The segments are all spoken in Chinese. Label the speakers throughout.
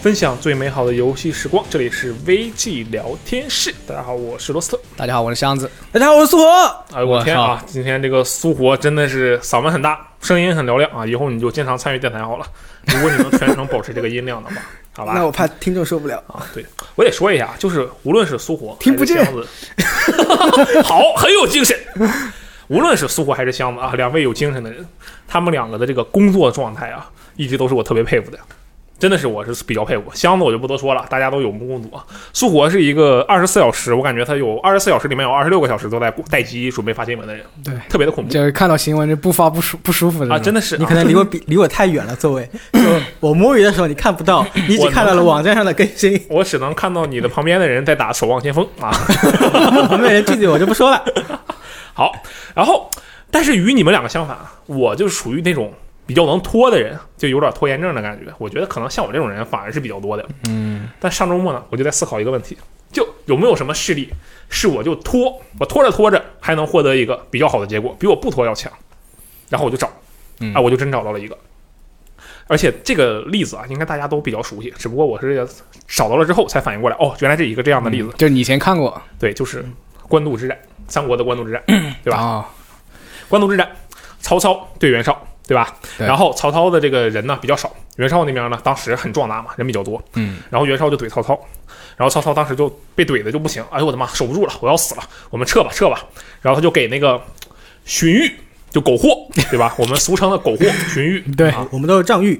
Speaker 1: 分享最美好的游戏时光。这里是 VG 聊天室，大家好，我是罗斯特。
Speaker 2: 大家好，我是箱子。
Speaker 3: 大家好，我是苏活。
Speaker 1: 哎，我
Speaker 2: 我
Speaker 1: 天啊
Speaker 2: 靠，
Speaker 1: 今天这个苏活真的是嗓门很大，声音很嘹亮啊！以后你就经常参与电台好了。如果你能全程保持这个音量的话，好吧？
Speaker 3: 那我怕听众受不了。
Speaker 1: 啊， 对，我得说一下，啊就是无论是苏活
Speaker 3: 听不见
Speaker 1: 还是箱子， 好，很有精神。无论是苏活还是箱子啊，两位有精神的人，他们两个的这个工作状态啊，一直都是我特别佩服的，真的是我是比较佩服。箱子我就不多说了，大家都有目共睹啊。苏活是一个二十四小时，我感觉他有二十四小时里面有二十六个小时都在待机准备发新闻的人，
Speaker 2: 对，
Speaker 1: 特别的恐怖
Speaker 2: 就是看到新闻就不发不舒不舒服的
Speaker 1: 啊，真
Speaker 2: 的。
Speaker 1: 的是、啊、
Speaker 3: 你可能离我比离我太远了，座位。就我摸鱼的时候你看不到，你只看到了网站上的更新。
Speaker 1: 我只能看到你的旁边的人在打守望先锋啊。
Speaker 3: 旁边人具体我就不说了。
Speaker 1: 好，然后但是与你们两个相反，啊，我就属于那种比较能拖的人，就有点拖延症的感觉。我觉得可能像我这种人反而是比较多的。
Speaker 2: 嗯，
Speaker 1: 但上周末呢，我就在思考一个问题，就有没有什么事例是我就拖，我拖着拖着还能获得一个比较好的结果，比我不拖要强。然后我就找，
Speaker 2: 嗯
Speaker 1: 啊，我就真找到了一个。而且这个例子啊，应该大家都比较熟悉，只不过我是找到了之后才反应过来，哦，原来是一个这样的例子。
Speaker 2: 就是你以前看过
Speaker 1: 对，就是官渡之战，三国的官渡之战。对吧
Speaker 2: 吧？
Speaker 1: 官渡之战，曹操对袁绍，对吧？
Speaker 2: 对
Speaker 1: 然后曹操的这个人呢比较少，袁绍那边呢当时很壮大嘛，人比较多，
Speaker 2: 嗯，
Speaker 1: 然后袁绍就怼曹操，然后曹操当时就被怼的就不行，哎呦我的妈，守不住了，我要死了，我们撤吧撤吧，然后他就给那个荀彧。就狗货，对吧？我们俗称的狗货荀彧，
Speaker 2: 对
Speaker 1: 啊
Speaker 3: 我们都是仗义，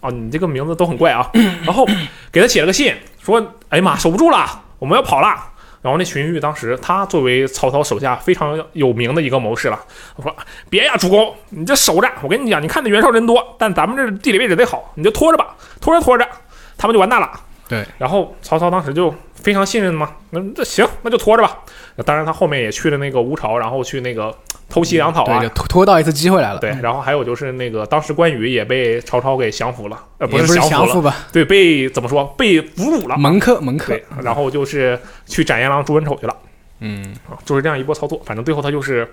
Speaker 1: 啊，你这个名字都很怪 啊。然后给他写了个信，说：“哎呀妈，守不住了，我们要跑了。”然后那荀彧当时他作为曹操手下非常有名的一个谋士了，他说：“别呀，主公，你这守着，我跟你讲，你看那袁绍人多，但咱们这地理位置得好，你就拖着吧，拖着拖着，他们就完蛋了。”
Speaker 2: 对，
Speaker 1: 然后曹操当时就非常信任嘛，那这行，那就拖着吧。那当然，他后面也去了那个吴朝，然后去那个偷袭粮草啊
Speaker 2: 对，，就拖拖到一次机会来了。
Speaker 1: 对，然后还有就是那个当时关羽也被曹操给降服了，呃，
Speaker 2: 也不
Speaker 1: 是
Speaker 2: 是
Speaker 1: 降
Speaker 2: 降
Speaker 1: 了，啊
Speaker 2: 服吧？
Speaker 1: 对，被怎么说被俘虏了，
Speaker 2: 蒙克，蒙克
Speaker 1: 对，，然后就是去斩颜良、诛文丑去了
Speaker 2: 嗯，
Speaker 1: 啊，就是这样一波操作，反正最后他就是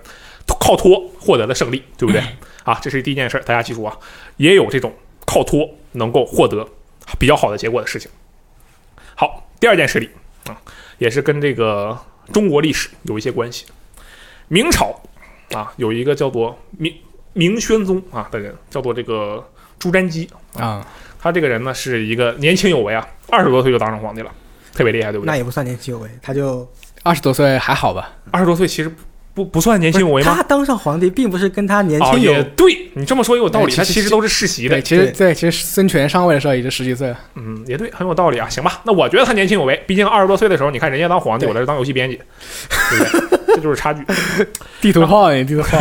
Speaker 1: 靠拖获得了胜利，对不对？啊，这是第一件事儿，大家记住啊，也有这种靠拖能够获得比较好的结果的事情。好，第二件事例啊，也是跟这个中国历史有一些关系。明朝啊，有一个叫做明明宣宗啊的人，叫做这个朱瞻基。
Speaker 2: 啊，
Speaker 1: 他这个人呢，是一个年轻有为啊，二十多岁就当上皇帝了，特别厉害，对不对
Speaker 3: 那？也不算年轻有为，他就
Speaker 2: 二十多岁还好吧？
Speaker 1: 二十多岁其实不不不算年轻有为吗？
Speaker 3: 他当上皇帝，并不是跟他年
Speaker 1: 哦，
Speaker 3: 轻
Speaker 1: 也
Speaker 3: 有哎
Speaker 1: 对你这么说也有道理，
Speaker 2: 对
Speaker 1: 他
Speaker 2: 其实
Speaker 1: 其实都是世袭的
Speaker 2: 对，，其实
Speaker 3: 对
Speaker 2: 对，其实孙权上位的时候也就十几岁了。
Speaker 1: 嗯，也对，很有道理啊。行吧，那我觉得他年轻有为，毕竟二十多岁的时候，你看人家当皇帝，
Speaker 2: 对
Speaker 1: 我在这当游戏编辑，对不 对？这就是差距。
Speaker 2: 地图炮也地图 炮，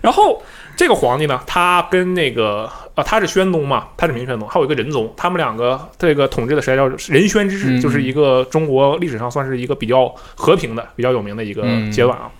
Speaker 1: 然后这个皇帝呢，他跟那个呃，他是宣宗嘛，他是明宣宗，还有一个仁宗，他们两个这个统治的时代叫仁宣之治，
Speaker 2: 嗯
Speaker 1: 就是一个中国历史上算是一个比较和平的、比较有名的一个
Speaker 2: 嗯
Speaker 1: 阶段啊。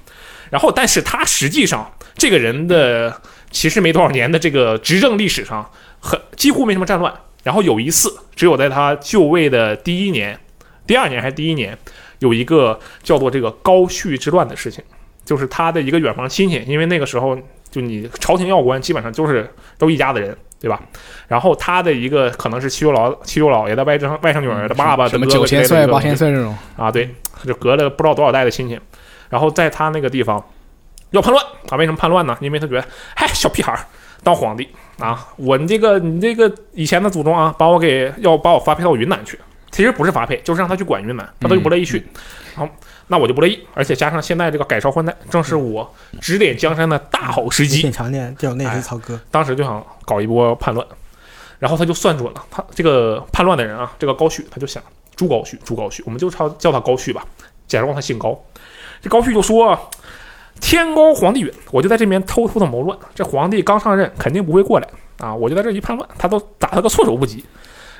Speaker 1: 然后，但是他实际上这个人的其实没多少年的这个执政历史上，很几乎没什么战乱。然后有一次，只有在他就位的第一年、第二年还是第一年，有一个叫做这个高煦之乱的事情，就是他的一个远房亲戚，因为那个时候就你朝廷要官基本上就是都一家子人，对吧？然后他的一个可能是七舅老七舅老爷的外甥外甥女儿的爸爸的
Speaker 2: 嗯什么
Speaker 1: 哥哥
Speaker 2: 九
Speaker 1: 之类
Speaker 2: 千
Speaker 1: 的
Speaker 2: 岁、
Speaker 1: 这种
Speaker 2: 八千岁这种，
Speaker 1: 啊，对，就隔了不知道多少代的亲戚，然后在他那个地方要叛乱啊？为什么叛乱呢？因为他觉得，嗨，小屁孩儿当皇帝啊，我你这个你这个以前的祖宗啊，把我给要把我发配到云南去，其实不是发配，就是让他去管云南，他都不乐意去，然后那我就不乐意，而且加上现在这个改朝换代，正是我指点江山的大好时机
Speaker 3: 品，尝点这种内
Speaker 1: 哎
Speaker 3: 心操戈。
Speaker 1: 当时就想搞一波叛乱，然后他就算准了，他这个叛乱的人啊，这个高煦，他就想朱高煦，朱高煦，我们就叫叫他高煦吧，假装他姓高。这高煦就说：“天高皇帝远，我就在这边偷偷的谋乱。这皇帝刚上任，肯定不会过来啊，我就在这一叛乱，他都打他个措手不及。”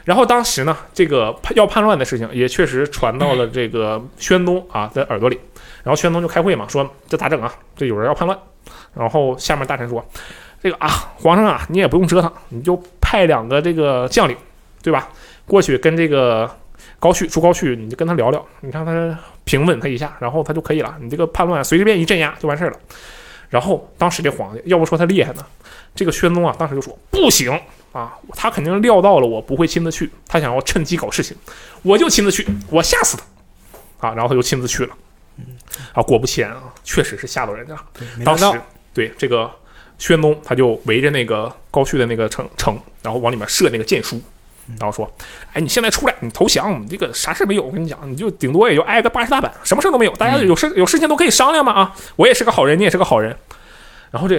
Speaker 1: 然后当时呢，这个叛要叛乱的事情也确实传到了这个宣宗啊的耳朵里，然后宣宗就开会嘛，说这咋整啊？这有人要叛乱。然后下面大臣说：“这个啊，皇上啊，你也不用折腾，你就派两个这个将领，对吧？过去跟这个高煦、朱高煦，你就跟他聊聊，你看他平稳他一下，然后他就可以了。你这个叛乱随随便一镇压就完事儿了。然后当时这皇帝，要不说他厉害呢，这个宣宗啊，当时就说不行啊，他肯定料到了我不会亲自去，他想要趁机搞事情，我就亲自去，我吓死他啊！然后他就亲自去了，啊，果不其然啊，确实是吓到人家了。
Speaker 3: 没
Speaker 1: 当
Speaker 3: 想
Speaker 1: 时
Speaker 3: 到
Speaker 1: 对这个宣宗，他就围着那个高煦的那个城城，然后往里面射那个箭书，
Speaker 3: 嗯
Speaker 1: 然后说：“哎，你现在出来，你投降，你这个啥事没有。我跟你讲，你就顶多也就挨个八十大板，什么事都没有。大家
Speaker 3: 嗯
Speaker 1: 有事有事情都可以商量嘛啊！我也是个好人，你也是个好人。”然后这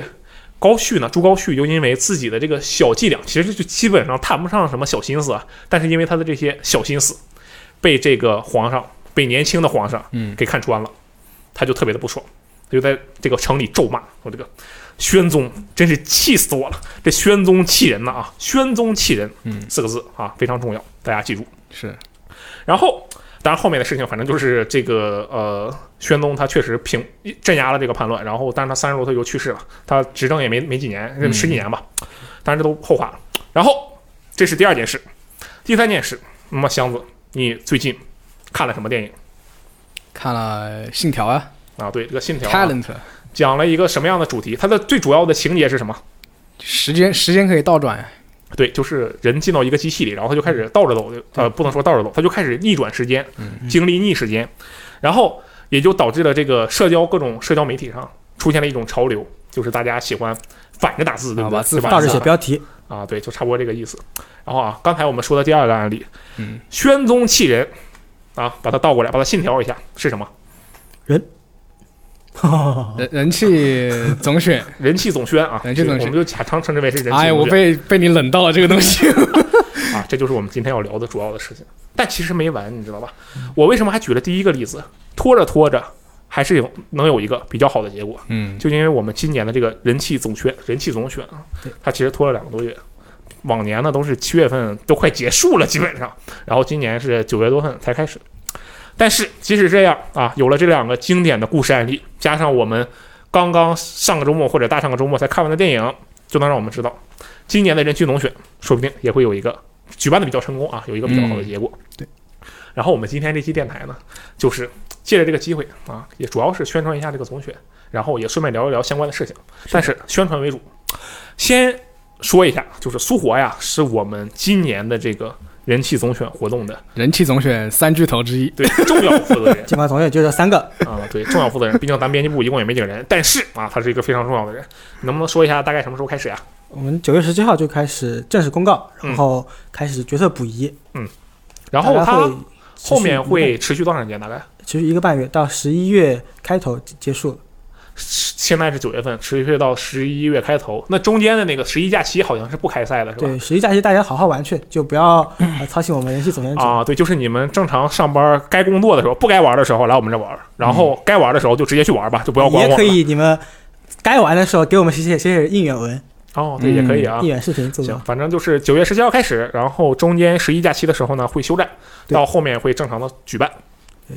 Speaker 1: 高煦呢，朱高煦又因为自己的这个小伎俩，其实就基本上谈不上什么小心思啊，但是因为他的这些小心思，被这个皇上，被年轻的皇上
Speaker 2: 嗯
Speaker 1: 给看穿了，他就特别的不爽，他就在这个城里咒骂说：“这个宣宗真是气死我了！这宣宗气人呐啊！宣宗气人，
Speaker 2: 嗯
Speaker 1: 四个字啊非常重要，大家记住。
Speaker 2: 是
Speaker 1: 然后，当然后面的事情，反正就是这个呃，宣宗他确实平镇压了这个叛乱，然后但是他三十多岁就去世了，他执政也没没几年，
Speaker 2: 嗯
Speaker 1: 十几年吧，当然这都后话了。然后这是第二件事，第三件事，嗯那么箱子，你最近看了什么电影
Speaker 2: 看了《信条》啊，
Speaker 1: 啊？对，这个《信条、
Speaker 2: 《
Speaker 1: 啊》
Speaker 2: Talent》，
Speaker 1: 讲了一个什么样的主题？它的最主要的情节是什么？
Speaker 2: 时间时间可以倒转，
Speaker 1: 对，就是人进到一个机器里，然后他就开始倒着走，呃，不能说倒着走，他就开始逆转时间，
Speaker 2: 嗯
Speaker 1: 经历逆时间，然后也就导致了这个社交各种社交媒体上出现了一种潮流，就是大家喜欢反着打字，对
Speaker 2: 啊
Speaker 1: 不对？
Speaker 2: 把字
Speaker 1: 对吧
Speaker 3: 倒着写标题，
Speaker 1: 啊，对，就差不多这个意思。然后啊，刚才我们说的第二个案例，
Speaker 2: 嗯，
Speaker 1: 宣宗气人啊，把它倒过来，把它信条一下是什么？
Speaker 2: 人人气总选。
Speaker 1: 人气总宣啊，
Speaker 2: 人气总宣
Speaker 1: 我们就常称之为是人气总宣。
Speaker 2: 哎，我被被你冷到了这个东西。
Speaker 1: 啊，这就是我们今天要聊的主要的事情。但其实没完，你知道吧？我为什么还举了第一个例子？拖着拖着，还是有能有一个比较好的结果，
Speaker 2: 嗯，
Speaker 1: 就因为我们今年的这个人气总选，人气总选啊，它其实拖了两个多月。往年呢都是七月份都快结束了，基本上，然后今年是九月多份才开始。但是即使这样啊，有了这两个经典的故事案例，加上我们刚刚上个周末或者大上个周末才看完的电影，就能让我们知道，今年的人气总选说不定也会有一个举办的比较成功啊，有一个比较好的结果。
Speaker 3: 对。
Speaker 1: 然后我们今天这期电台呢，就是借着这个机会啊，也主要是宣传一下这个总选，然后也顺便聊一聊相关的事情，但是宣传为主。先说一下，就是苏活呀，是我们今年的这个人气总选活动的
Speaker 2: 人气总选三巨头之一。
Speaker 1: 对重要负责人
Speaker 3: 金马总选就这三个，
Speaker 1: 啊，对重要负责人，毕竟咱编辑部一共也没几个人，但是啊，他是一个非常重要的人。能不能说一下大概什么时候开始呀？
Speaker 3: 我们九月十七号就开始正式公告，
Speaker 1: 嗯
Speaker 3: 然后开始角色补遗，
Speaker 1: 然后
Speaker 3: 大家
Speaker 1: 他
Speaker 3: 会持续
Speaker 1: 后面
Speaker 3: 一个
Speaker 1: 会持续多长时间？大概
Speaker 3: 持续一个半月，到十一月开头结结束。
Speaker 1: 现在是九月份，持续到十一月开头，那中间的那个十一假期好像是不开赛的，是吧？
Speaker 3: 对，十一假期大家好好玩去，就 不要、呃、操心我们人气总选组。
Speaker 1: 啊，对，就是你们正常上班该工作的时候，不该玩的时候来我们这玩，然后该玩的时候就直接去玩吧，就不要管
Speaker 3: 嗯也
Speaker 1: 我
Speaker 3: 可
Speaker 1: 了。
Speaker 3: 以，你们该玩的时候给我们写写写写应援文、
Speaker 1: 哦，对，也可以啊
Speaker 3: 应。援视频做
Speaker 1: 行
Speaker 3: 做。，
Speaker 1: 反正就是九月十七号开始，然后中间十一假期的时候呢会休战，
Speaker 3: 对
Speaker 1: 到后面会正常的举办，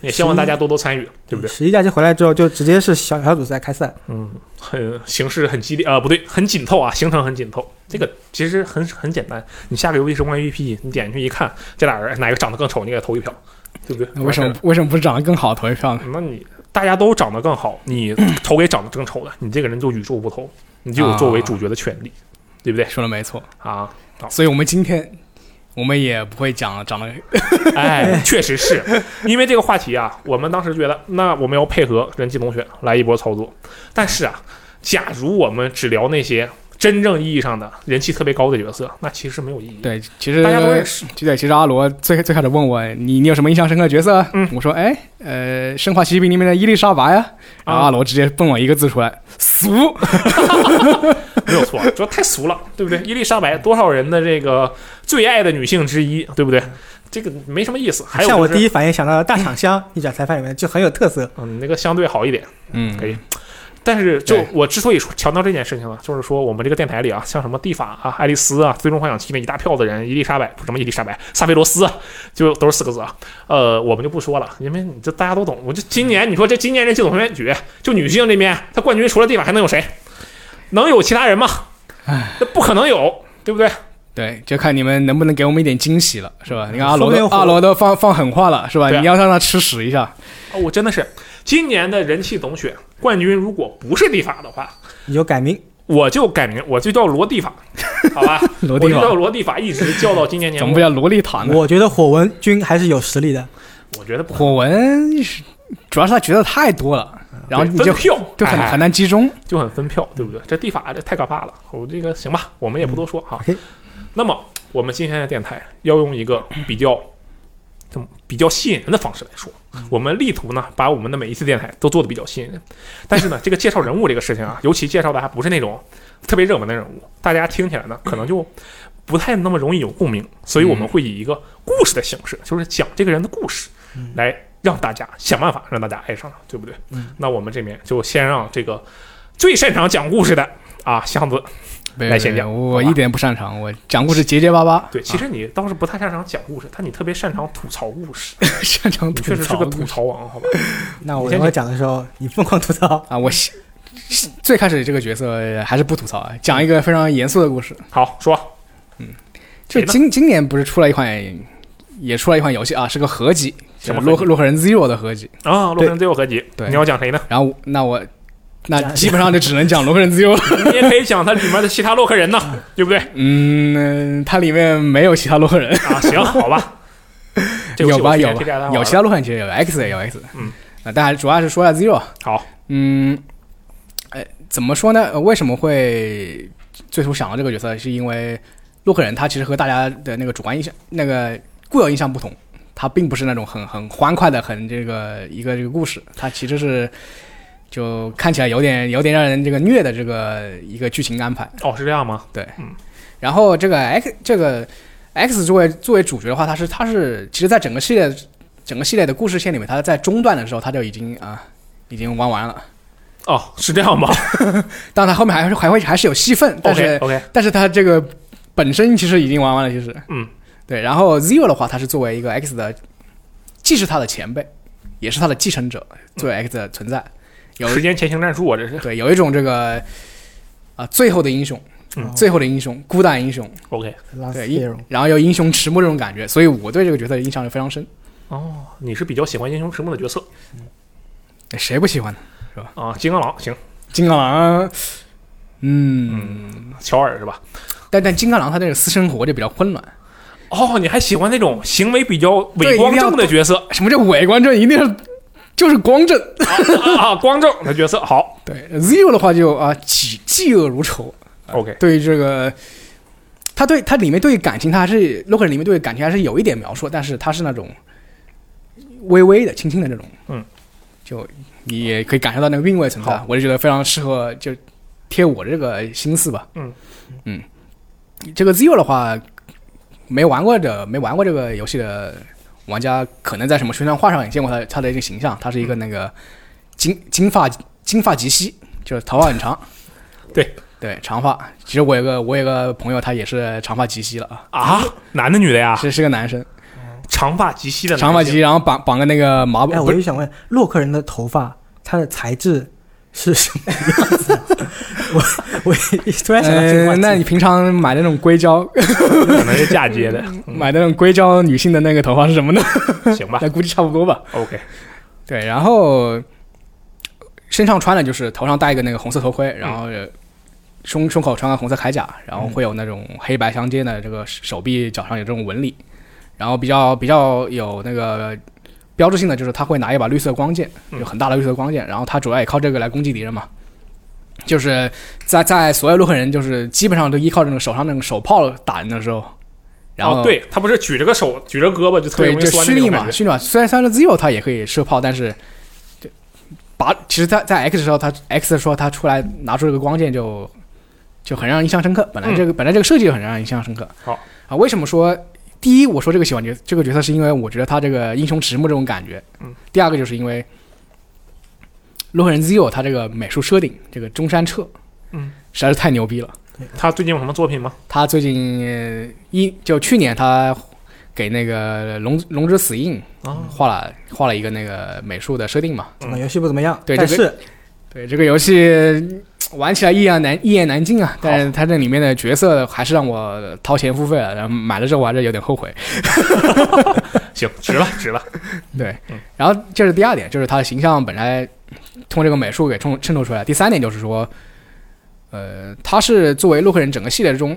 Speaker 1: 也希望大家多多参与，对不对？
Speaker 3: 十嗯一假期回来之后，就直接是小小组赛开赛。
Speaker 1: 嗯，很形式很激烈啊、呃不对，很紧凑啊，行程很紧凑。这个其实很很简单，你下个游戏时光 APP，你点进去一看，这俩人哪个长得更丑，你给他投一票，对不对？
Speaker 2: 啊那为什 么
Speaker 1: 完事
Speaker 2: 为什么不是长得更好投一票呢？
Speaker 1: 儿了？那你大家都长得更好，你投给长得更丑的，你这个人就与众不同，你就有作
Speaker 2: 啊
Speaker 1: 为主角的权利，对不对？
Speaker 2: 说的没错，
Speaker 1: 啊，好
Speaker 2: 所以我们今天我们也不会讲长得
Speaker 1: 哎，确实是因为这个话题啊，我们当时觉得，那我们要配合人气同学来一波操作。但是啊，假如我们只聊那些真正意义上的人气特别高的角色，那其实没有意义。
Speaker 2: 对。其实
Speaker 1: 大家都认识，
Speaker 2: 就对，其实阿罗最最开始问我你你有什么印象深刻的角色？
Speaker 1: 嗯
Speaker 2: 我说哎呃，《生化奇兵》里面的伊丽莎白呀、然后
Speaker 1: 啊
Speaker 2: 阿罗直接蹦我一个字出来，俗。
Speaker 1: 没有错，主要太俗了，对不对？伊丽莎白，多少人的这个最爱的女性之一，对不对？这个没什么意思。还有、就是，
Speaker 3: 像我第一反应想到的大厂香，一转裁判里面就很有特色。
Speaker 1: 嗯，那个相对好一点。
Speaker 2: 嗯，
Speaker 1: 可以但是，就
Speaker 2: 对
Speaker 1: 我之所以说强调这件事情呢，就是说我们这个电台里啊，像什么蒂法啊、爱丽丝啊、最终幻想七那一大票的人，伊丽莎白不什么伊丽莎白、萨菲罗斯啊，就都是四个字啊。呃，我们就不说了，因为你这大家都懂。我就今年你说这今年这系统选举，就女性这边，她冠军除了蒂法还能有谁？能有其他人吗？那不可能有，对不对？
Speaker 2: 对，就看你们能不能给我们一点惊喜了，是
Speaker 1: 嗯
Speaker 2: 吧？你看阿
Speaker 3: 说
Speaker 2: 罗
Speaker 3: 不定
Speaker 2: 都
Speaker 3: 会
Speaker 2: 阿罗都放放狠话了，是吧？
Speaker 1: 对啊
Speaker 2: 你要让他吃屎一下，
Speaker 1: 啊，我真的是今年的人气总选冠军，如果不是蒂法的话，
Speaker 3: 你就改名，
Speaker 1: 我就改名，我就叫罗蒂法，好吧？
Speaker 2: 罗
Speaker 1: 我
Speaker 2: 蒂
Speaker 1: 就叫
Speaker 2: 法，
Speaker 1: 罗蒂法，一直叫到今年
Speaker 2: 怎
Speaker 1: 年
Speaker 2: 么
Speaker 1: 末
Speaker 2: 不。叫萝莉塔
Speaker 1: 啊
Speaker 2: 呢？
Speaker 3: 我觉得火文君还是有实力的。
Speaker 1: 我觉得不
Speaker 2: 火纹是主要是他觉得太多了，然后
Speaker 1: 啊对
Speaker 2: 你就
Speaker 1: 分票
Speaker 2: 就很
Speaker 1: 哎
Speaker 2: 很难集中。
Speaker 1: 就很分票，对不对？这地法这太可怕了，我这个行吧，我们也不多
Speaker 2: 嗯
Speaker 1: 说哈。
Speaker 3: OK
Speaker 1: 那么我们今天的电台要用一个比较怎么比较吸引人的方式来说，
Speaker 3: 嗯
Speaker 1: 我们力图呢把我们的每一次电台都做的比较吸引人。但是呢，这个介绍人物这个事情 啊，尤其介绍的还不是那种特别热门的人物，大家听起来
Speaker 3: 嗯
Speaker 1: 呢可能就不太那么容易有共鸣，所以我们会以一个故事的形式，就是讲这个人的故事
Speaker 3: 嗯
Speaker 1: 来。让大家想办法让大家爱上他，对不对？
Speaker 3: 嗯
Speaker 1: 那我们这边就先让这个最擅长讲故事的啊，箱子。
Speaker 2: 别
Speaker 1: 来
Speaker 2: 别
Speaker 1: 先
Speaker 2: 别
Speaker 1: 讲好
Speaker 2: 我
Speaker 1: 吧
Speaker 2: 一点不擅长，我讲故事结结巴巴。
Speaker 1: 对，其实你倒是不太擅长讲故事，但你特别擅长吐槽故事，
Speaker 2: 啊擅长
Speaker 1: 你
Speaker 2: 吐
Speaker 1: 确实是
Speaker 2: 槽
Speaker 1: 个
Speaker 2: 的
Speaker 1: 吐槽王，好吧？
Speaker 3: 那我
Speaker 1: 你先
Speaker 3: 等会儿讲的时候，你疯狂吐槽。
Speaker 2: 啊！我喜最开始这个角色还是不吐槽啊，讲一个非常严肃的故事。
Speaker 1: 好，说
Speaker 2: 就
Speaker 1: 谁呢
Speaker 2: 今今年不是出了一款，也出了一款游戏啊，是个合集，
Speaker 1: 什么
Speaker 2: 就
Speaker 1: 合集
Speaker 2: 是洛克洛克人 Zero 的合集。
Speaker 1: 啊，洛神最后合集，
Speaker 2: 对
Speaker 1: 你要讲谁 呢？
Speaker 2: 然后我那我那
Speaker 3: 讲
Speaker 2: 基本上就只能讲洛克人 Zero 了。
Speaker 1: 你也可以讲它里面的其他洛克人呢，对不对？
Speaker 2: 嗯，它里面没有其他洛克人，
Speaker 1: 啊，行，好 吧。这游戏
Speaker 2: 有吧
Speaker 1: 我之
Speaker 2: 有
Speaker 1: 前
Speaker 2: 吧
Speaker 1: 推荐大家玩
Speaker 2: 有
Speaker 1: 了
Speaker 2: 其他洛克人，其实有 X 也有 X。
Speaker 1: 嗯，
Speaker 2: 那大家主要是说一下 Zero。
Speaker 1: 好，
Speaker 2: 嗯，呃，怎么说呢？呃为什么会最初想到这个角色，是因为洛克人他其实和大家的那个主观印象、那个固有印象不同，他并不是那种很很欢快的、很这个一个这个故事，他其实是就看起来有点有点让人这个虐的这个一个剧情安排。
Speaker 1: 哦，是这样吗？
Speaker 2: 然后这个 X 这个 X 作为作为主角的话，他是他是其实在整个系列整个系列的故事线里面，他在中段的时候他就已经啊、已经玩完了。
Speaker 1: 哦，是这样吗
Speaker 2: 当然，他后面还是还会还是有戏份，但是
Speaker 1: ？OK OK，
Speaker 2: 但是他这个本身其实已经玩完了，其实
Speaker 1: 嗯，
Speaker 2: 对。然后 Zero 的话，他是作为一个 X 的，既是他的前辈，也是他的继承者，
Speaker 1: 嗯
Speaker 2: 作为 X 的存在，有
Speaker 1: 时间前行战术啊，这是
Speaker 2: 对有一种这个啊、啊最后的英雄，
Speaker 1: 嗯
Speaker 2: 最后的英雄，孤单英雄，
Speaker 1: OK。
Speaker 2: 对
Speaker 3: Last
Speaker 2: 一
Speaker 3: Hero，
Speaker 2: 然后又英雄迟暮这种感觉，所以我对这个角色的印象就非常深，
Speaker 1: 哦，你是比较喜欢英雄迟暮的角色
Speaker 2: 谁不喜欢呢？
Speaker 1: 啊？金刚狼行，
Speaker 2: 金刚狼，啊嗯，
Speaker 1: 乔尔是吧？
Speaker 2: 但但金刚狼他这个私生活就比较混乱。
Speaker 1: 哦，你还喜欢那种行为比较
Speaker 2: 对
Speaker 1: 伪光正的角色，
Speaker 2: 什么叫伪光正？一定是就是光正。
Speaker 1: 啊，光正的角色 好
Speaker 2: 对 Zero 的话就啊，嫉嫉恶如仇，
Speaker 1: ，OK，
Speaker 2: 对于这个，他对他里面对于感情，他还是 l o c a 里面对于感情还是有一点描述，但是他是那种微微的、轻轻的这种，
Speaker 1: 嗯，
Speaker 2: 就你也可以感受到那个韵味存在
Speaker 1: 好，
Speaker 2: 我就觉得非常适合就贴我这个心思吧，
Speaker 1: 嗯
Speaker 2: 嗯，这个 Zero 的话，没玩过的没玩过这个游戏的玩家，可能在什么宣传画上也见过他他的一个形象，他是一个那个金金发金发及膝，就是头发很长。对，长发。其实我有个我有个朋友，他也是长发及膝了啊，
Speaker 1: 啊，男的女的呀？
Speaker 2: 是是个男生，
Speaker 1: 长发及膝的男性
Speaker 2: 长发及，膝，然后绑绑个那个麻布
Speaker 3: 哎，，我
Speaker 2: 不是
Speaker 3: 就想问，洛克人的头发它的材质是什么样子？ 我我突然想到这个话
Speaker 2: 呃，
Speaker 3: 题，
Speaker 2: 那你平常买的那种硅胶，
Speaker 1: 可能是嫁接的，
Speaker 3: 嗯
Speaker 2: 买的那种硅胶女性的那个头发是什么呢？
Speaker 1: 行吧
Speaker 2: 那估计差不多吧。
Speaker 1: ？OK，
Speaker 2: 对，然后身上穿的就是头上戴一个那个红色头盔，
Speaker 1: 嗯
Speaker 2: 然后胸胸口穿个红色铠甲，然后会有那种黑白相间的这个手臂脚上有这种纹理，然后比较比较有那个标志性的就是他会拿一把绿色光剑，
Speaker 1: 嗯
Speaker 2: 有很大的绿色光剑，然后他主要也靠这个来攻击敌人嘛。就是在在所有洛克人就是基本上都依靠这种手上那种手炮打人的时候，然后、
Speaker 1: 哦对他不是举着个手，举着胳膊就特别
Speaker 2: 嗯对，
Speaker 1: 容易
Speaker 2: 就
Speaker 1: 酸
Speaker 2: 蓄
Speaker 1: 的那
Speaker 2: 力
Speaker 1: 种
Speaker 2: 嘛，
Speaker 1: 感觉。
Speaker 2: 蓄力嘛。虽然虽然 Zero 它也可以射炮，但是就拔，其实在，在 X 的时候，他 X 的时候他出来拿出这个光剑就就很让人印象深刻。本来这个、本来这个设计就很让人印象深刻。
Speaker 1: 嗯好
Speaker 2: 啊，为什么说第一我说这个喜欢角这个角色是因为我觉得他这个英雄迟暮这种感觉。
Speaker 1: 嗯。
Speaker 2: 第二个就是因为洛克人 Zero 他这个美术设定，这个中山彻，
Speaker 1: 嗯，
Speaker 2: 实在是太牛逼了。
Speaker 1: 他最近有什么作品吗？
Speaker 2: 他最近呃一就去年他给那个龙龙之死印
Speaker 1: 啊，
Speaker 2: 画了画了一个那个美术的设定嘛。
Speaker 3: 怎么游戏不怎么样？
Speaker 2: 对
Speaker 3: 但
Speaker 2: 这个
Speaker 3: 是
Speaker 2: 对这个游戏嗯玩起来一言难一言难尽啊，但是它这里面的角色还是让我掏钱付费了，然后买了之后我还是有点后悔。
Speaker 1: 啊行，值了，值 了。
Speaker 2: 对
Speaker 1: 嗯，
Speaker 2: 然后这是第二点，就是他的形象本来通过这个美术给衬衬托出来。第三点就是说，呃，他是作为洛克人整个系列中，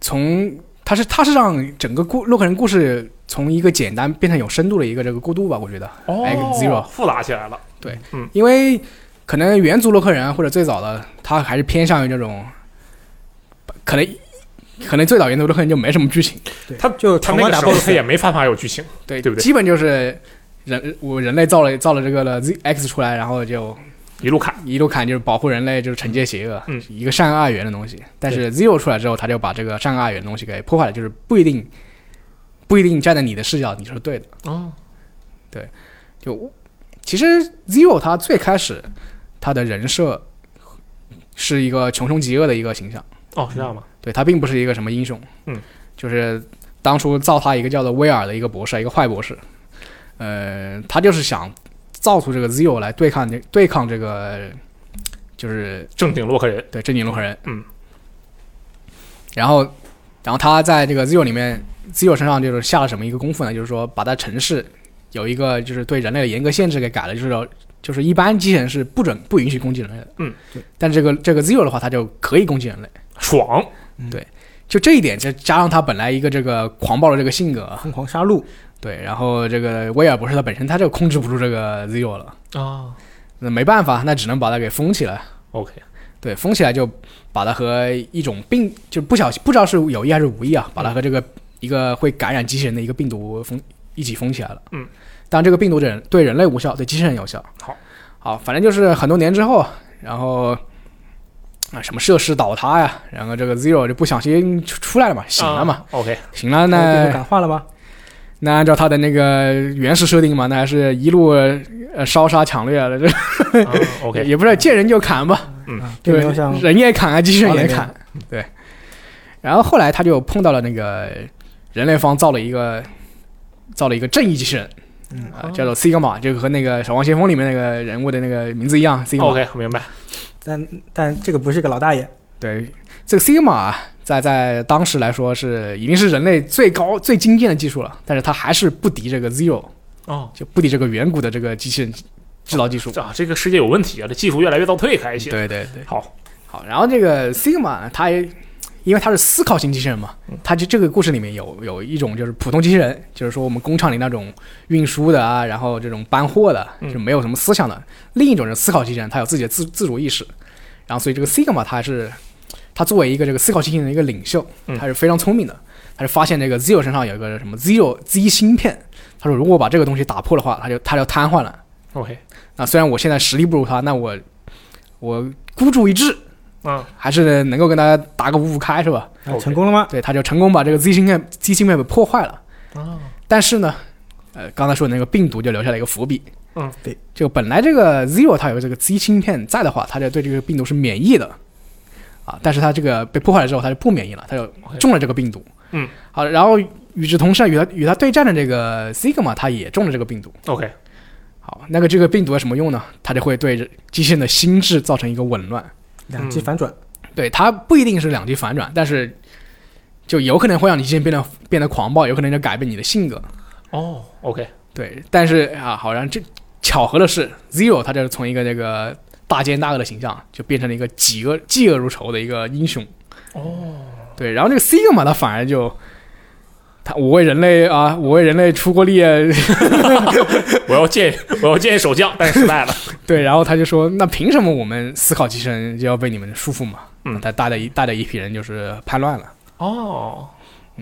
Speaker 2: 从他是他是让整个故洛克人故事从一个简单变成有深度的一个这个过渡吧，我觉得，
Speaker 1: 哦
Speaker 2: 哎 Zero
Speaker 1: 复杂起来了，
Speaker 2: 因为可能原族洛克人或者最早的他还是偏向于这种，可能可能最早原族洛克人就没什么剧情，
Speaker 3: 对
Speaker 1: 他
Speaker 3: 就
Speaker 1: 他
Speaker 3: 闯
Speaker 1: 那
Speaker 3: 关
Speaker 1: 个
Speaker 3: 打
Speaker 1: 时候
Speaker 3: BOSS，
Speaker 1: 他也没办法有剧情，
Speaker 2: 对
Speaker 1: 对不对
Speaker 2: 基本就是人我人类造了造了这个了 Z X 出来，然后就
Speaker 1: 一路砍，
Speaker 2: 一路砍，就是保护人类，就是惩戒邪恶，
Speaker 1: 嗯
Speaker 2: 一个善恶二元的东西。但是 Zero 出来之后，他就把这个善恶二元的东西给破坏了，就是不一定不一定站在你的视角你就是对的。
Speaker 1: 哦，
Speaker 2: 就其实 Zero 他最开始他的人设是一个穷凶极恶的一个形象，
Speaker 1: 哦，是这样吗？
Speaker 2: 对他并不是一个什么英雄，
Speaker 1: 嗯，
Speaker 2: 就是当初造他一个叫做威尔的一个博士，一个坏博士，呃，他就是想造出这个 Zero 来对抗这对抗这个就是
Speaker 1: 正经洛克人，
Speaker 2: 对，正经洛克人。
Speaker 1: 嗯。
Speaker 2: 然后，然后他在这个 Zero 里面，Zero 身上就是下了什么一个功夫呢？就是说，把他城市有一个就是对人类的严格限制给改了，就是说就是一般机器人是不准不允许攻击人类的。
Speaker 1: 嗯
Speaker 3: 对。
Speaker 2: 但这个这个 Zero 的话，它就可以攻击人类。
Speaker 1: 爽，
Speaker 2: 就这一点，就加上他本来一个这个狂暴的这个性格，
Speaker 3: 疯狂杀戮，
Speaker 2: 对，然后这个威尔博士他本身他就控制不住这个 Zero 了，
Speaker 1: 啊
Speaker 2: 那没办法，那只能把他给封起来。
Speaker 1: ，OK，
Speaker 2: 对，封起来就把它和一种病，就不小心不知道是有意还是无意啊，把它和这个一个会感染机器人的一个病毒封一起封起来了。
Speaker 1: 嗯，
Speaker 2: 但这个病毒人对人类无效，对机器人有效。
Speaker 1: 好，
Speaker 2: 好，反正就是很多年之后，然后啊什么设施倒塌呀，然后这个 Zero 就不小心出出来了嘛，醒了嘛，
Speaker 1: 啊，OK，
Speaker 2: 醒了
Speaker 3: 然后变
Speaker 2: 呢
Speaker 3: 成，感化了吗？
Speaker 2: 那按照他的那个原始设定嘛，那还是一路呃烧杀抢掠了，这
Speaker 1: 啊
Speaker 2: 也
Speaker 1: OK，
Speaker 2: 也不是见人就砍吧，
Speaker 1: 嗯
Speaker 3: 啊，并
Speaker 2: 对，
Speaker 3: 没有像
Speaker 2: 人也砍啊，机器人也砍
Speaker 3: 哦，
Speaker 2: 对。然后后来他就碰到了那个人类方造了一个造了一个正义机器人，
Speaker 3: 嗯
Speaker 2: 啊、叫做 Sigma，就和那个《守望先锋》里面那个人物的那个名字一样，Sigma。
Speaker 1: OK，明白，
Speaker 3: 但但这个不是个老大爷，
Speaker 2: 对，这个 Sigma 啊在在当时来说是已经是人类最高最精尖的技术了，但是它还是不敌这个 Zero，
Speaker 1: 哦。
Speaker 2: 就不敌这个远古的这个机器人制造技术。
Speaker 1: 啊，这个世界有问题啊！这技术越来越倒退，还行。
Speaker 2: 对对对。
Speaker 1: 好，
Speaker 2: 好，然后这个 Sigma 它也，因为它是思考型机器人嘛，
Speaker 1: 嗯
Speaker 2: 它就这个故事里面有有一种就是普通机器人，就是说我们工厂里那种运输的啊，然后这种搬货的，
Speaker 1: 嗯
Speaker 2: 就没有什么思想的；另一种是思考机器人，它有自己的自自主意识。然后所以这个 Sigma 它是，它作为一个这个思考机器人的一个领袖，
Speaker 1: 嗯
Speaker 2: 它是非常聪明的。它是发现这个 Zero 身上有一个什么 Zero Z 芯片，他说如果把这个东西打破的话，它就它就瘫痪了。
Speaker 1: OK，
Speaker 2: 那虽然我现在实力不如他，那我我孤注一掷，
Speaker 1: 嗯，
Speaker 2: 还是能够跟他打个五五开是吧？
Speaker 3: 啊
Speaker 1: OK
Speaker 3: 成功了吗？
Speaker 2: 对，他就成功把这个 Z 芯片 Z 芯片被破坏了。
Speaker 1: 啊，
Speaker 2: 但是呢，呃，刚才说的那个病毒就留下了一个伏笔。
Speaker 1: 嗯，
Speaker 3: 对，
Speaker 2: 就本来这个 Zero 它有这个 Z 芯片在的话，它就对这个病毒是免疫的啊。但是它这个被破坏了之后，它就不免疫了，它就
Speaker 1: OK
Speaker 2: 中了这个病毒。
Speaker 1: 嗯，
Speaker 2: 好，然后与之同时，啊与它与它对战的这个 Sigma 它也中了这个病毒。
Speaker 1: OK，
Speaker 2: 好，那个这个病毒有什么用呢？它就会对机器人的心智造成一个紊乱。
Speaker 3: 两
Speaker 1: 嗯
Speaker 3: 极反转，
Speaker 2: 对，它不一定是两极反转，但是就有可能会让你先变得变得狂暴，有可能就改变你的性格。
Speaker 1: 哦，OK，
Speaker 2: 对，但是啊，好像这巧合的是，Zero 他就是从一个这个大奸大恶的形象，就变成了一个嫉恶嫉恶如仇的一个英雄。
Speaker 1: 哦，
Speaker 2: 对，然后这个 Sigma 他反而就。他，我为人类啊，我为人类出过力啊，
Speaker 1: 我要见，我要见首相，但是失败了。
Speaker 2: 对，然后他就说，那凭什么我们思考机器人就要被你们束缚嘛？
Speaker 1: 嗯
Speaker 2: 他带着一带着一批人就是叛乱了。
Speaker 1: 哦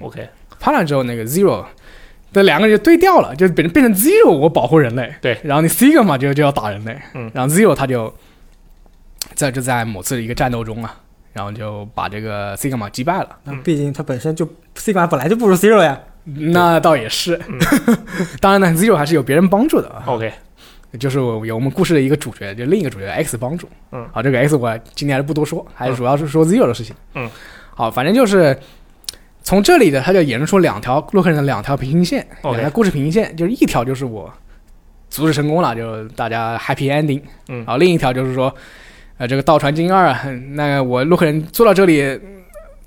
Speaker 1: ，OK，
Speaker 2: 判了之后，那个 Zero 的两个人就对调了，就变成变成 Zero 我保护人类，
Speaker 1: 对
Speaker 2: 然后你 Sigma 就就要打人类，
Speaker 1: 嗯
Speaker 2: 然后 Zero 他就在就在某次的一个战斗中啊，然后就把这个 Sigma 击败了。
Speaker 3: 那
Speaker 1: 嗯
Speaker 3: 毕竟他本身就 C 管本来就不如 Zero 呀，
Speaker 2: 那倒也是，
Speaker 1: 嗯
Speaker 2: 当然呢，Zero 还是有别人帮助的啊，
Speaker 1: ，OK，
Speaker 2: 就是我有我们故事的一个主角，就另一个主角 X 帮助。
Speaker 1: 嗯
Speaker 2: 好，这个 X 我今天还是不多说，还是主要是说 Zero 的事情。
Speaker 1: 嗯，
Speaker 2: 好，反正就是从这里的它就衍生出两条洛克人的两条平行线，
Speaker 1: OK
Speaker 2: 两条故事平行线，就是一条就是我阻止成功了，就是大家 happy ending。
Speaker 1: 嗯
Speaker 2: 好，另一条就是说，呃，这个倒传金二，那我洛克人做到这里。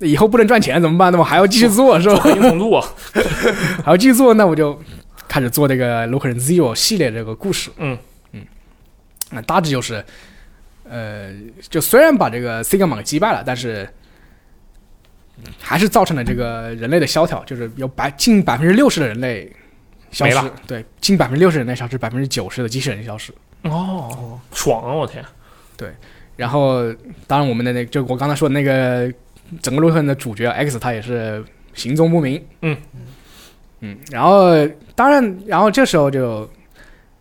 Speaker 2: 以后不能赚钱怎么办？那我还要继续做是吧？
Speaker 1: 欢迎同路啊。
Speaker 2: 还要继续做，那我就开始做这个《洛克人 Zero》系列这个故事。
Speaker 1: 嗯
Speaker 2: 嗯，那大致就是，呃，就虽然把这个 Sigma 给击败了，但是还是造成了这个人类的萧条，就是有百近百分之六十的人类消
Speaker 1: 没
Speaker 2: 失
Speaker 1: 了，
Speaker 2: 对，近百分之六十人类消失，百分之九十的机器人消失。
Speaker 1: 哦，
Speaker 3: 哦，
Speaker 1: 爽啊！我天，
Speaker 2: 然后，当然我们的那就我刚才说的那个整个洛克的主角 X，他也是行踪不明。
Speaker 1: 嗯
Speaker 2: 嗯，然后当然，然后这时候就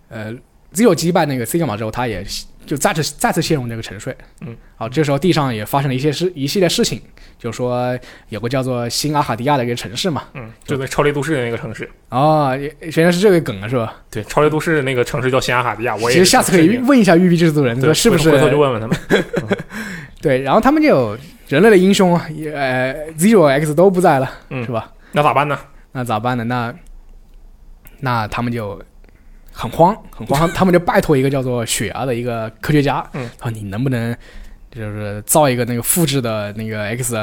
Speaker 2: 呃，Zero 击败那个 Sigma 之后，他也就再次再次陷入这个沉睡。
Speaker 1: 嗯，
Speaker 2: 好，这时候地上也发生了一些事一系列事情，就说有个叫做新阿卡迪亚的一个城市嘛，
Speaker 1: 嗯，就在超级都市的那个城市，
Speaker 2: 哦，也原来是这个梗啊，是吧？
Speaker 1: 对，超级都市那个城市叫新阿卡迪亚，我也
Speaker 2: 其实下次可以问一下育碧制作人，
Speaker 1: 对，
Speaker 2: 说是不是
Speaker 1: 回头就问问他 们。
Speaker 2: 对，然后他们就有人类的英雄，也呃，Zero X 都不在了，
Speaker 1: 嗯
Speaker 2: 是吧？
Speaker 1: 那咋办呢？
Speaker 2: 那咋办呢？那那他们就很慌，很慌，他们就拜托一个叫做雪儿的一个科学家，
Speaker 1: 嗯，
Speaker 2: 说你能不能就是造一个那个复制的那个 X，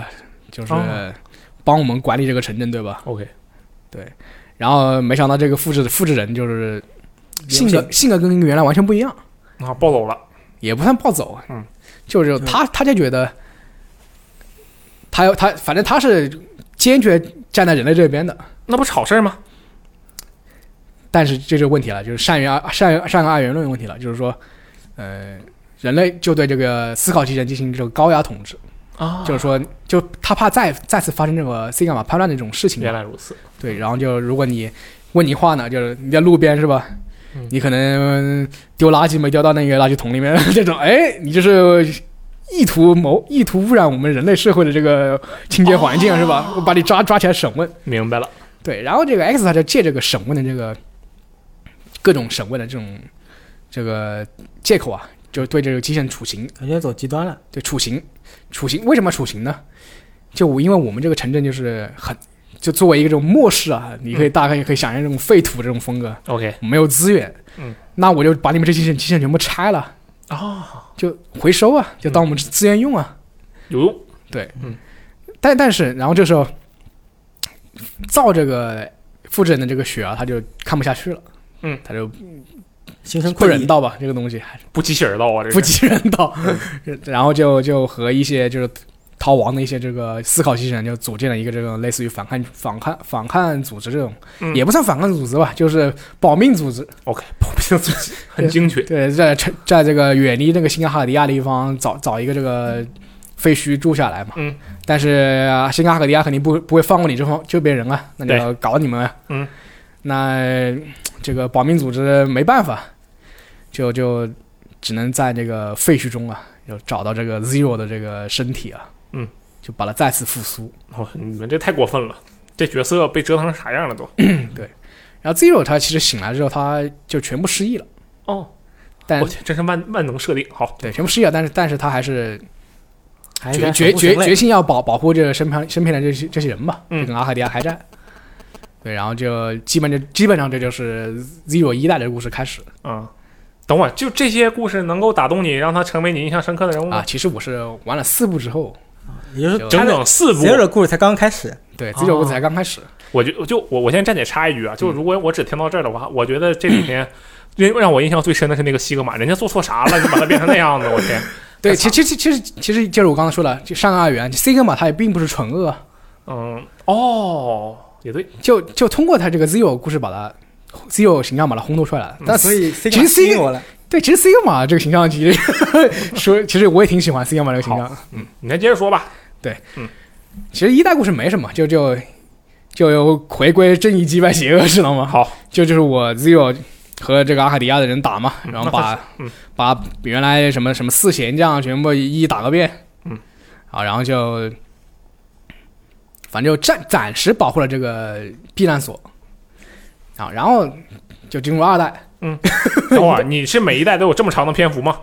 Speaker 2: 就是
Speaker 1: 哦
Speaker 2: 帮我们管理这个城镇，对吧？
Speaker 1: OK，
Speaker 2: 然后没想到这个复制的复制人就是性
Speaker 3: 原
Speaker 2: 格性格跟原来完全不一样。
Speaker 1: 啊，暴走了，
Speaker 2: 也不算暴走，啊
Speaker 1: 嗯，
Speaker 2: 就是他他就觉得，他要他反正他是坚决站在人类这边的，
Speaker 1: 那不是好事儿吗？
Speaker 2: 但是这就是问题了，就是善于二善于善恶二元论问题了，就是说，呃，人类就对这个思考机器人进行这个高压统治，
Speaker 1: 啊
Speaker 2: 就是说，就他怕再再次发生这个 C 伽马叛乱的这种事情嘛
Speaker 1: 原，来如此，
Speaker 2: 对，然后就如果你问你话呢，就是你在路边是吧
Speaker 1: 嗯？
Speaker 2: 你可能丢垃圾没丢到那个垃圾桶里面， 这种哎，你就是意图谋意图污染我们人类社会的这个清洁环境、是吧？我把你抓抓起来审问，
Speaker 1: 明白了。
Speaker 2: 对，然后这个 X 他就借这个审问的这个各种审问的这种这个借口啊，就对这个机器人处刑，
Speaker 3: 感觉走极端了。
Speaker 2: 对处刑，处刑为什么处刑呢？就我因为我们这个城镇就是很，就作为一个这种末世啊，你
Speaker 1: 嗯
Speaker 2: 可以大概也可以想象这种废土这种风格，
Speaker 1: OK，
Speaker 2: 没有资源，
Speaker 1: 嗯，
Speaker 2: 那我就把你们这些机器人全部拆了，
Speaker 1: 啊，
Speaker 2: 就回收啊，就当我们
Speaker 1: 嗯
Speaker 2: 资源用啊。
Speaker 1: 有用，
Speaker 2: 但但是，然后这时候造这个复制人的这个血啊，他就看不下去了，
Speaker 1: 嗯，
Speaker 2: 他就
Speaker 3: 形成
Speaker 2: 不
Speaker 3: 困
Speaker 2: 人
Speaker 3: 意，
Speaker 2: 道吧，这个东西还是
Speaker 1: 不机器人道啊，这嗯
Speaker 2: 不
Speaker 1: 是
Speaker 2: 及人道， 然后就就和一些就是逃亡的一些这个思考机器人就组建了一个这种类似于反抗反抗反抗组织这种，
Speaker 1: 嗯
Speaker 2: 也不算反抗组织吧，就是保命组织。
Speaker 1: OK，保命组织 很精确。
Speaker 2: 对，在城在这个远离那个新阿卡迪亚的地方找找一个这个废墟住下来嘛。
Speaker 1: 嗯。
Speaker 2: 但是、啊新阿卡迪亚肯定不不会放过你这方这边人啊，那就
Speaker 1: 对
Speaker 2: 要搞你们啊。
Speaker 1: 嗯。
Speaker 2: 那这个保命组织没办法，就就只能在这个废墟中啊，就找到这个 Zero 的这个身体啊。
Speaker 1: 嗯。
Speaker 2: 就把它再次复苏。
Speaker 1: 哦，你们这太过分了，这角色被折腾成啥样了都？
Speaker 2: 然后 Zero 他其实醒来之后，他就全部失忆了，
Speaker 1: 哦，
Speaker 2: 但
Speaker 1: 我天，真是万万能设定。好，
Speaker 2: 对全部失忆了，但是但是他还是
Speaker 1: 哎
Speaker 3: 还是
Speaker 2: 决
Speaker 3: 在
Speaker 2: 决
Speaker 3: 守护
Speaker 2: 决
Speaker 3: 人类
Speaker 2: 决心要保保护这个身旁身边的这些这些人吧，
Speaker 1: 嗯
Speaker 2: 就跟阿卡迪亚开战。对，然后就基本就基本上这就是 Zero 一代的故事开始
Speaker 1: 嗯，等会儿就这些故事能够打动你，让他成为你印象深刻的人物
Speaker 2: 啊
Speaker 1: 吗。？
Speaker 2: 其实我是玩了四部之后，
Speaker 3: 也就是
Speaker 2: 就
Speaker 1: 整整四部，
Speaker 3: 所有的故事才刚刚开始，
Speaker 2: 对
Speaker 1: 哦
Speaker 2: Zero 故事才刚开始，
Speaker 1: 我就我就我我先站姐插一句啊，
Speaker 2: 嗯
Speaker 1: 就是如果我只听到这儿的话，我觉得这里 面让让我印象最深的是那个西格玛，人家做错啥了，你把他变成那样子，我天！
Speaker 2: 对，
Speaker 1: 太
Speaker 2: 其
Speaker 1: 惨
Speaker 2: 其其其实其实就是我刚才说了，就上个二元 C 哥嘛，他也并不是纯恶啊，
Speaker 1: 嗯，哦，也对，
Speaker 2: 就就通过他这个 Zero 故事把他 Zero 形象把他烘托出来
Speaker 1: 嗯
Speaker 2: 了。但
Speaker 3: 所以 C
Speaker 2: 其实 C-
Speaker 3: 吸引我了。
Speaker 2: 对，其实 C 哥嘛这个形象其实 说，其实我也挺喜欢 C 哥嘛这个形象，
Speaker 1: 嗯，你先接着说吧。
Speaker 2: 其实一代故事没什么，就就就又回归正义击败邪恶，知道吗？
Speaker 1: 好，
Speaker 2: 就就是我 Zero 和这个阿卡迪亚的人打嘛，然后把、
Speaker 1: 嗯
Speaker 2: 把原来什么什么四贤将全部一一打个遍，
Speaker 1: 嗯，
Speaker 2: 好，然后就反正就暂暂时保护了这个避难所，啊，然后就进入二代。
Speaker 1: 等会儿你是每一代都有这么长的篇幅吗？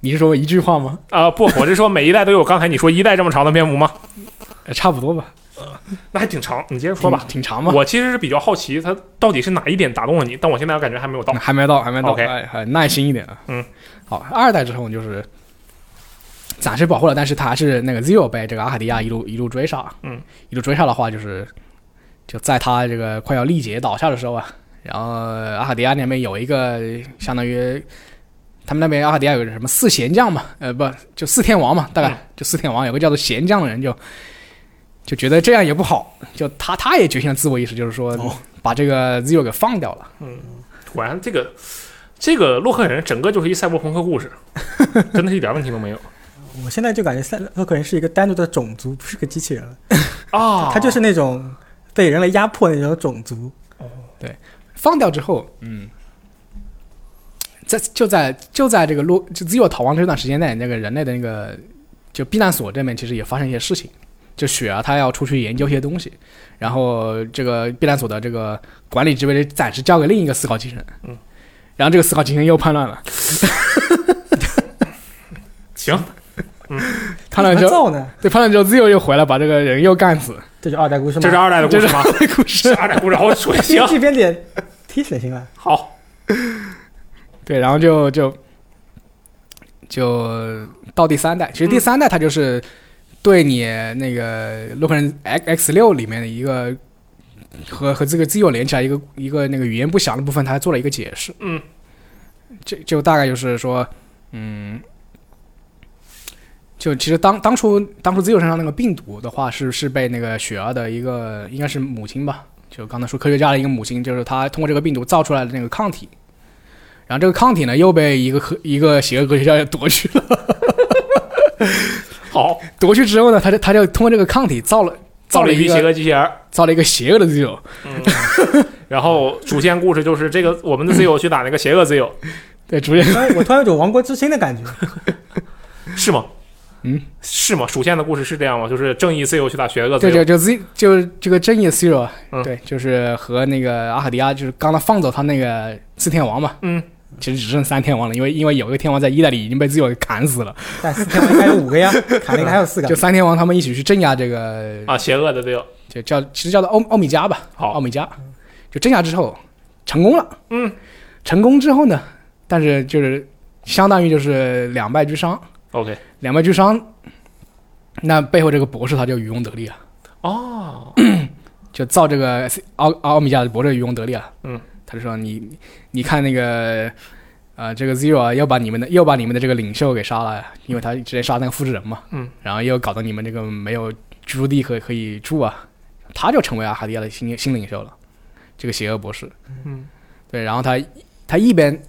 Speaker 2: 你是说一句话吗？
Speaker 1: 啊、不，我是说每一代都有刚才你说一代这么长的篇幅吗？
Speaker 2: 呃差不多吧，
Speaker 1: 那还挺长，你接着说吧。
Speaker 2: 挺，挺长吧。
Speaker 1: 我其实是比较好奇，它到底是哪一点打动了你？但我现在感觉还没有到
Speaker 2: 嗯。还没到，还没到，
Speaker 1: OK
Speaker 2: 哎哎耐心一点啊。
Speaker 1: 嗯，
Speaker 2: 好，二代之后就是暂时保护了，但是他还是那个 Zero 被这个阿卡迪亚一路一路追杀，
Speaker 1: 嗯，
Speaker 2: 一路追杀的话，就是就在他这个快要力竭倒下的时候啊，然后阿卡迪亚那边有一个相当于他们那边阿卡迪亚有个什么四贤将嘛，呃，不就四天王嘛，大概、
Speaker 1: 嗯
Speaker 2: 就四天王，有个叫做贤将的人就就觉得这样也不好，就他他也觉醒了自我意识，就是说、
Speaker 3: 哦
Speaker 2: 把这个 Zero 给放掉了。
Speaker 1: 果然这个这个洛克人整个就是一赛博朋克故事， 真的是一点问题都没有
Speaker 3: 我现在就感觉赛洛克人是一个单独的种族，不是个机器人了，
Speaker 2: 哦
Speaker 1: 啊
Speaker 3: 他就是那种被人类压迫的那种种族。
Speaker 2: 放掉之后，嗯，在就在就在这个洛就 Zero 逃亡这段时间内，那个人类的那个就避难所这边其实也发生一些事情。就雪儿她要出去研究一些东西，然后这个避难所的这个管理职位暂时交给另一个思考机器人，
Speaker 1: 嗯，
Speaker 2: 然后这个思考机器人又叛乱了，
Speaker 1: 行，
Speaker 2: 叛乱
Speaker 3: 他
Speaker 2: 之
Speaker 3: 怎
Speaker 2: 后，
Speaker 3: 么造呢？
Speaker 2: 对叛乱之后 Zero 又回来把这个人又干死，
Speaker 3: 这是二代故事吗？
Speaker 1: 这是二代的故
Speaker 2: 这
Speaker 1: 事
Speaker 2: 是
Speaker 1: 吗
Speaker 2: 他？的故
Speaker 1: 这
Speaker 2: 事
Speaker 1: 是。二代故事，好水行
Speaker 3: 编剧编点提水行了。
Speaker 1: 好，
Speaker 2: 对，然后就就就到第三代，其实第三代它就是对你那个洛克人 X X 六里面的一个和和这个 Z 六连起来一个一个那个语言不详的部分，它还做了一个解释。
Speaker 1: 嗯，
Speaker 2: 就就大概就是说，嗯。就其实当当初当初 Zero 身上那个病毒的话，是是被那个雪儿的一个应该是母亲吧，就刚才说科学家的一个母亲，就是她通过这个病毒造出来的那个抗体，然后这个抗体呢又被一个科一个邪恶科学家夺去了，
Speaker 1: 好，
Speaker 2: 夺去之后呢，他就他就通过这个抗体造了
Speaker 1: 造
Speaker 2: 造
Speaker 1: 了
Speaker 2: 了
Speaker 1: 一批
Speaker 2: 一
Speaker 1: 邪
Speaker 2: 个
Speaker 1: 恶机器人儿。
Speaker 2: 造了一个邪恶的 Zero，
Speaker 1: 嗯，然后主线故事就是这个 我们的 Z 友去打那个邪恶 E Z 友，
Speaker 2: 对，逐渐
Speaker 3: 突然我突然有种亡国之心的感觉。
Speaker 1: 是吗？
Speaker 2: 嗯，
Speaker 1: 是吗？主线的故事是这样吗？就是正义 Z 友去打邪恶 E Z
Speaker 2: 对
Speaker 1: 友
Speaker 2: 就就 Z 就这个正义的 Zero，、啊
Speaker 1: 嗯
Speaker 2: 对，就是和那个阿卡迪亚就是刚刚放走他那个四天王嘛，
Speaker 1: 嗯，
Speaker 2: 其实只剩三天王了，因为因为有一个天王在一代里已经被 Zero 给砍死了，
Speaker 3: 但四天王应该有五 个呀，砍了一个还有四
Speaker 2: 就
Speaker 3: 个。
Speaker 2: 三天王他们一起去镇压这个，
Speaker 1: 啊，邪恶的 Z 友。
Speaker 2: 就叫其实叫做奥奥米加吧，奥
Speaker 1: 好，
Speaker 2: 米加，就镇压之后成功了。
Speaker 1: 嗯，
Speaker 2: 成功之后呢，但是就是相当于就是两败俱伤，
Speaker 1: ，OK，
Speaker 2: 两败俱伤，那背后这个博士他就渔翁得利啊，
Speaker 1: 哦，
Speaker 2: 就造这个奥奥米加的博士渔翁得利啊。
Speaker 1: 嗯，
Speaker 2: 他就说你你你看那个。呃，这个 Zero 啊，要把你们的，又把你们的这个领袖给杀了，因为他之前杀那个复制人嘛，
Speaker 1: 嗯，
Speaker 2: 然后又搞得你们这个没有居住地可可以住啊，他就成为阿卡迪亚的新新领袖了，这个邪恶博士，
Speaker 1: 嗯，
Speaker 2: 对，然后他他一边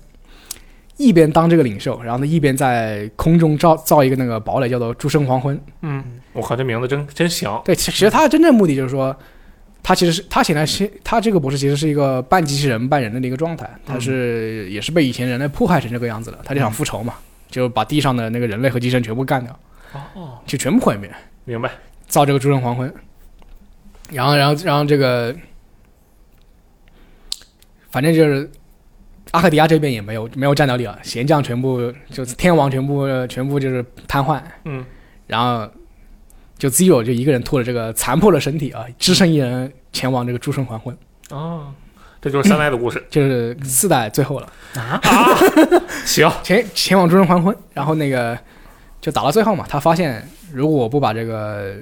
Speaker 2: 一边当这个领袖，然后他一边在空中造造一个那个堡垒，叫做“诸生黄昏
Speaker 1: 嗯，我靠，这名字真真响”。。
Speaker 2: 对，其其实他的真正目的就是说，他其实是他显然是他这个博士其实是一个半机器人半人类的一个状态，他是、也是被以前人类迫害成这个样子了，他就想复仇嘛，就把地上的那个人类和机器人全部干掉，
Speaker 1: 哦，
Speaker 2: 就全部毁灭，
Speaker 1: 明白。
Speaker 2: 造这个“诸生黄昏”。然后，然后，然后这个，反正就是阿克迪亚这边也没有没有战斗力了，贤将全部就是天王全部全部就是瘫痪，
Speaker 1: 嗯，
Speaker 2: 然后就 Zero 就一个人拖着这个残破的身体啊，只身一人前往这个诸神黄昏，
Speaker 1: 哦，这就是三代的故事
Speaker 2: 就是四代最后了，
Speaker 1: 啊。 行，
Speaker 2: 前前往诸神黄昏，然后那个就打到最后嘛，他发现如果我不把这个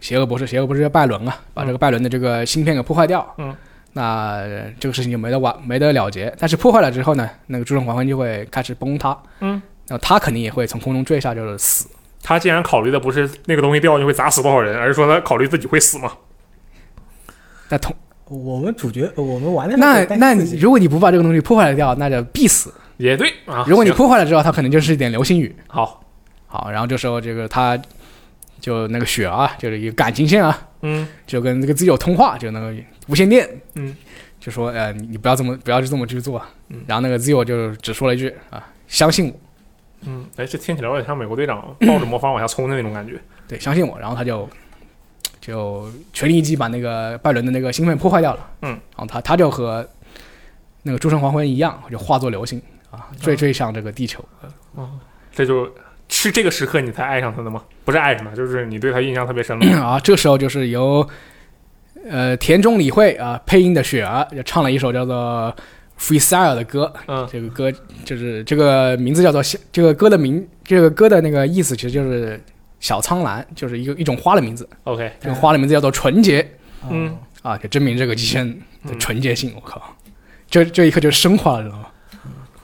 Speaker 2: 邪恶博士，邪恶博士叫拜伦啊，把这个拜伦的这个芯片给破坏掉，
Speaker 1: 嗯，
Speaker 2: 那呃这个事情就没得完，没得了结。但是破坏了之后呢，那个诸神黄昏就会开始崩塌，
Speaker 1: 嗯，
Speaker 2: 然后他肯定也会从空中坠下，就是死。
Speaker 1: 他既然考虑的不是那个东西掉下去会砸死多少人，而是说他考虑自己会死嘛。
Speaker 2: 但同
Speaker 3: 我们主角，我们玩的时候
Speaker 2: 那
Speaker 3: 担心
Speaker 2: 那
Speaker 3: 自己
Speaker 2: 你如果你不把这个东西破坏掉，那就必死。
Speaker 1: 也对啊。
Speaker 2: 如果你
Speaker 1: 行
Speaker 2: 破坏了之后，它可能就是一点流星雨。
Speaker 1: 好，
Speaker 2: 好，然后这时候这个他就那个雪儿啊，就是一个感情线啊，
Speaker 1: 嗯，
Speaker 2: 就跟这个自己有通话，就那个无线电，
Speaker 1: 嗯，
Speaker 2: 就说呃，你你不要这么不要这么去做啊
Speaker 1: 嗯。
Speaker 2: 然后那个 Zio 就只说了一句啊，相信我，
Speaker 1: 嗯，哎，这听起来有点像美国队长抱着魔方往下冲的那种感觉。
Speaker 2: 对，相信我。然后他就就全力一击把那个拜伦的那个芯片破坏掉了。
Speaker 1: 嗯，
Speaker 2: 然后他他就和那个诸神黄昏一样，就化作流星啊，坠坠向这个地球。嗯
Speaker 1: 这就是这个时刻你才爱上他的吗？不是爱上他，就是你对他印象特别深了。
Speaker 2: 啊，这时候就是由呃田中理惠啊配音的雪儿就唱了一首叫做《Freestyle》的歌。
Speaker 1: 嗯
Speaker 2: 这个歌就是这个名字叫做小这个歌的名，这个歌的那个意思其实就是小苍兰，就是一个一种花的名字。
Speaker 1: ，OK，
Speaker 2: 这个花的名字叫做纯洁啊
Speaker 1: 嗯
Speaker 2: 啊，就证明这个机器人的纯洁性。我靠，这这一刻就升华了，知道吗？